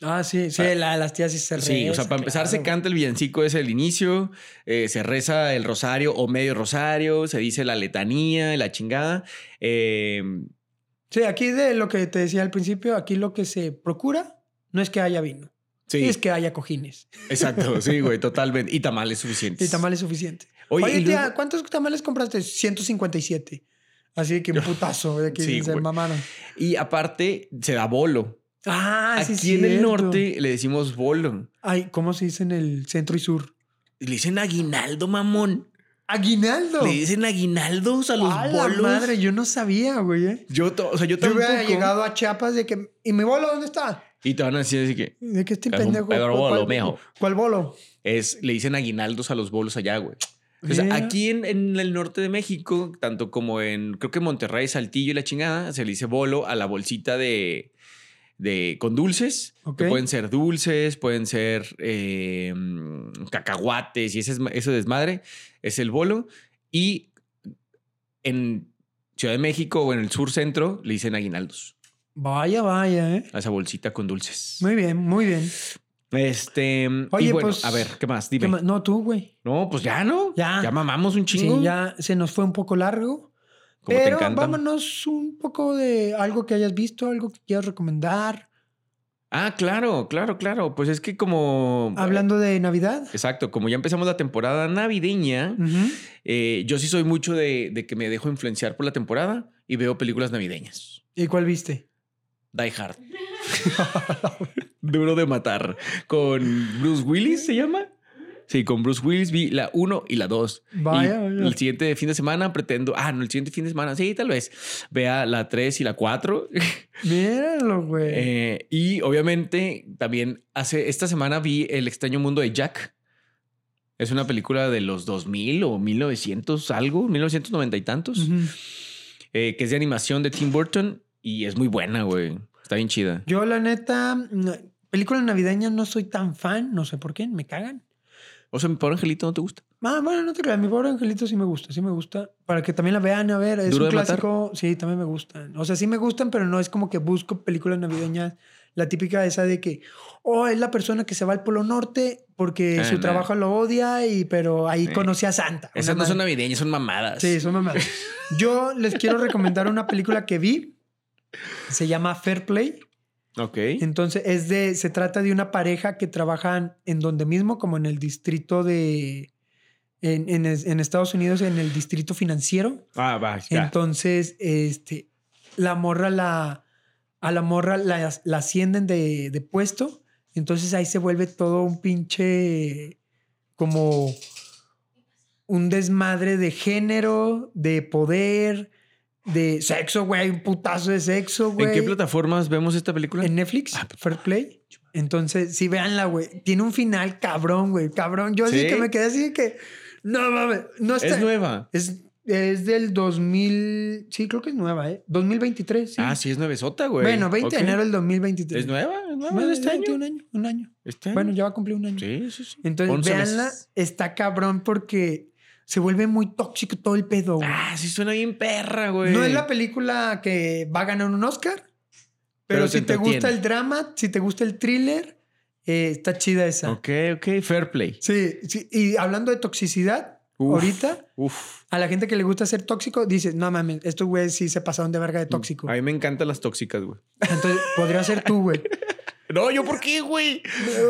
B: Ah, sí, sí,
C: Ah,
B: la de las tías sí se
C: Sí, o sea,
B: reza,
C: para empezar se
B: claro.
C: canta el villancico ese del inicio, eh, se reza el rosario o medio rosario, se dice la letanía, y la chingada. Eh,
B: Sí, aquí de lo que te decía al principio, aquí lo que se procura no es que haya vino,
C: sí,
B: es que haya cojines
C: exacto, sí, güey, totalmente. Y tamales
B: y
C: suficientes.
B: tamales suficiente.
C: Oye,
B: Oye,
C: y
B: tía,
C: luego-
B: ¿cuántos tamales compraste? 157. Así que un putazo de que
C: Sí,
B: se
C: güey.
B: mamaron.
C: Y aparte se da bolo.
B: Ah, sí,
C: Aquí en el
B: cierto.
C: norte le decimos bolo.
B: Ay, ¿cómo se dice en el centro y sur?
C: Y Le dicen aguinaldo, mamón.
B: Aguinaldo.
C: Le dicen aguinaldos a los
B: ¡A la
C: bolos.
B: madre, yo no sabía, güey. eh.
C: Yo, to- o sea, yo
B: Yo
C: tampoco.
B: hubiera llegado a Chiapas de que. ¿Y mi bolo dónde está?
C: Y te van a decir así que
B: De que este
C: Es un
B: pendejo.
C: pedo
B: ¿cuál-
C: bolo,
B: cuál-
C: mijo.
B: ¿Cuál bolo?
C: es, le dicen aguinaldos a los bolos allá, güey. O sea,
B: Mira.
C: aquí en, en el norte de México, tanto como en, creo que Monterrey, Saltillo y la chingada, se le dice bolo a la bolsita de, de con dulces. que
B: Ok.
C: pueden ser dulces, pueden ser eh, mm, cacahuates y ese, es- ese desmadre es el bolo. Y en Ciudad de México o en el sur centro le dicen aguinaldos
B: Vaya, vaya, ¿eh?
C: a esa bolsita con dulces.
B: Muy bien, muy bien.
C: Este, y
B: Oye,
C: bueno,
B: pues,
C: a ver, ¿qué más? Dime.
B: ¿Qué más? No, tú, güey.
C: No, pues ya no.
B: Ya.
C: mamamos un chingo.
B: Sí, ya se nos fue un poco largo.
C: Como te
B: Pero
C: encanta.
B: vámonos un poco de algo que hayas visto, algo que quieras recomendar.
C: Ah, claro, claro, claro. Pues es que como.
B: Hablando de Navidad.
C: Exacto, como ya empezamos la temporada navideña,
B: Ujú.
C: eh, yo sí soy mucho de, de que me dejo influenciar por la temporada y veo películas navideñas.
B: ¿Y cuál viste?
C: Die Hard. Duro de matar. Con Bruce Willis se llama. Sí, con Bruce Willis vi la 1 y la 2.
B: Vaya,
C: Y
B: vaya.
C: El siguiente fin de semana pretendo. Ah, no, el siguiente fin de semana. Sí, tal vez. Vea la 3 y la 4.
B: Míralo, güey.
C: Eh, y obviamente también hace esta semana vi El extraño mundo de Jack. Es una película de los 2000 o 1900 algo, 1990 y tantos,
B: Ujú.
C: eh, que es de animación de Tim Burton y es muy buena, güey. Está bien chida.
B: Yo, la neta, no- películas navideñas no soy tan fan, no sé por qué, me cagan.
C: O sea, mi pobre angelito no te gusta.
B: Ah, bueno, no te creas, mi pobre angelito sí me gusta, sí me gusta. Para que también la vean, a ver, es
C: ¿Duro
B: un
C: de matar?
B: clásico, sí, también me gustan. O sea, sí me gustan, pero no es como que busco películas navideñas, la típica esa de que, oh, es la persona que se va al Polo Norte porque
C: Ah,
B: su
C: no.
B: trabajo lo odia, y pero ahí
C: Eh,
B: conocí a Santa. una
C: Esas no son
B: madre.
C: navideñas, son mamadas.
B: Sí, son mamadas. Yo les quiero recomendar una película que vi, se llama Fair Play.
C: Ok.
B: Entonces, es de, se trata de una pareja que trabajan en donde mismo, como en el distrito de, en, en es- en Estados Unidos, en el distrito financiero.
C: Ah, va. ya.
B: Entonces, este, la morra la, a la morra la, la ascienden de, de puesto. Entonces ahí se vuelve todo un pinche, como un desmadre de género, de poder, de sexo, güey, un putazo de sexo, güey.
C: ¿En qué plataformas vemos esta película?
B: En Netflix,
C: Ah,
B: Fair Play. Entonces, sí, véanla, güey. Tiene un final cabrón, güey. Cabrón. Yo
C: ¿Sí?
B: así que me quedé así que. No mames. No está.
C: Es nueva.
B: Es, es del 2000. Sí, creo que es nueva, ¿eh? 2023. Sí.
C: Ah, sí, es nuevesota, güey.
B: bueno, 20
C: Ok.
B: de enero del 2023.
C: ¿Es nueva? ¿Es nueva?
B: Bueno,
C: de este año?
B: Un año. Un año.
C: ¿Este año?
B: Ah, Bueno, ya va a cumplir un año.
C: Sí, sí, sí.
B: Entonces,
C: 11 meses.
B: véanla. Está cabrón porque se vuelve muy tóxico todo el pedo, güey.
C: Ah, sí suena bien perra, güey.
B: No es la película que va a ganar un Oscar, pero,
C: Pero te
B: si te, gusta
C: entretiene.
B: el drama, si te gusta el thriller, eh, está chida esa.
C: Ok, ok, fair play.
B: Sí, sí, y hablando de toxicidad,
C: Uf.
B: ahorita,
C: Uf.
B: a la gente que le gusta ser tóxico, dices, no mames, estos güeyes sí se pasaron de
C: Mm,
B: verga de tóxico.
C: A mí me encantan las tóxicas, güey.
B: Entonces, podría ser tú, güey.
C: No, ¿yo por qué, güey?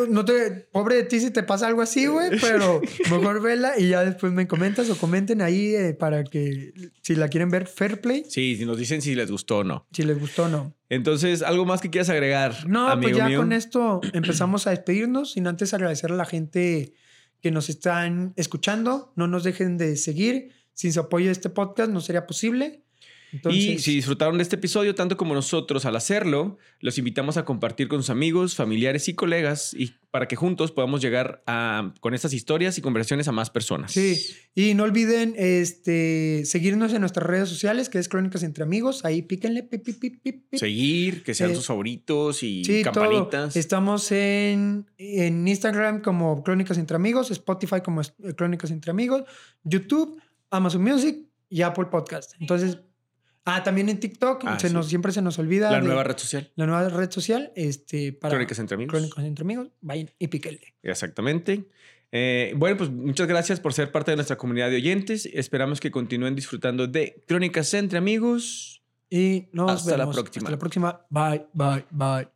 B: No te, pobre de ti si te pasa algo así, güey, pero mejor vela y ya después me comentas o comenten ahí eh, para que, si la quieren ver, Fair Play,
C: Sí, si nos dicen si les gustó o no.
B: si les gustó o no.
C: Entonces, ¿algo más que quieras agregar?
B: No,
C: amigo
B: pues ya
C: mío?
B: con esto empezamos a despedirnos, sin antes agradecer a la gente que nos están escuchando. No nos dejen de seguir. Sin su apoyo de este podcast no sería posible.
C: y si disfrutaron de este episodio tanto como nosotros al hacerlo, los invitamos a compartir con sus amigos, familiares y colegas y para que juntos podamos llegar a, con estas historias y conversaciones a más personas.
B: Sí, y no olviden este, seguirnos en nuestras redes sociales, que es Crónicas Entre Amigos. Ahí píquenle. pip, pip, pip, pip, pip.
C: Seguir, que sean
B: Eh,
C: sus favoritos y
B: Sí, todo. Este,
C: campanitas.
B: Estamos en, en Instagram como Crónicas Entre Amigos, Spotify como es- eh, Crónicas Entre Amigos, YouTube, Amazon Music y Apple Podcast. Entonces, ah, también en TikTok,
C: Ah,
B: se
C: sí.
B: nos, siempre se nos olvida.
C: La
B: de-
C: nueva red social.
B: la nueva red social, este, para
C: Crónicas entre amigos.
B: Crónicas Entre Amigos. Vayan y píquenle.
C: Exactamente. Eh, bueno, pues muchas gracias por ser parte de nuestra comunidad de oyentes. Esperamos que continúen disfrutando de Crónicas entre amigos.
B: Y nos
C: Hasta la
B: vemos.
C: próxima.
B: Hasta la próxima. Bye, bye, bye.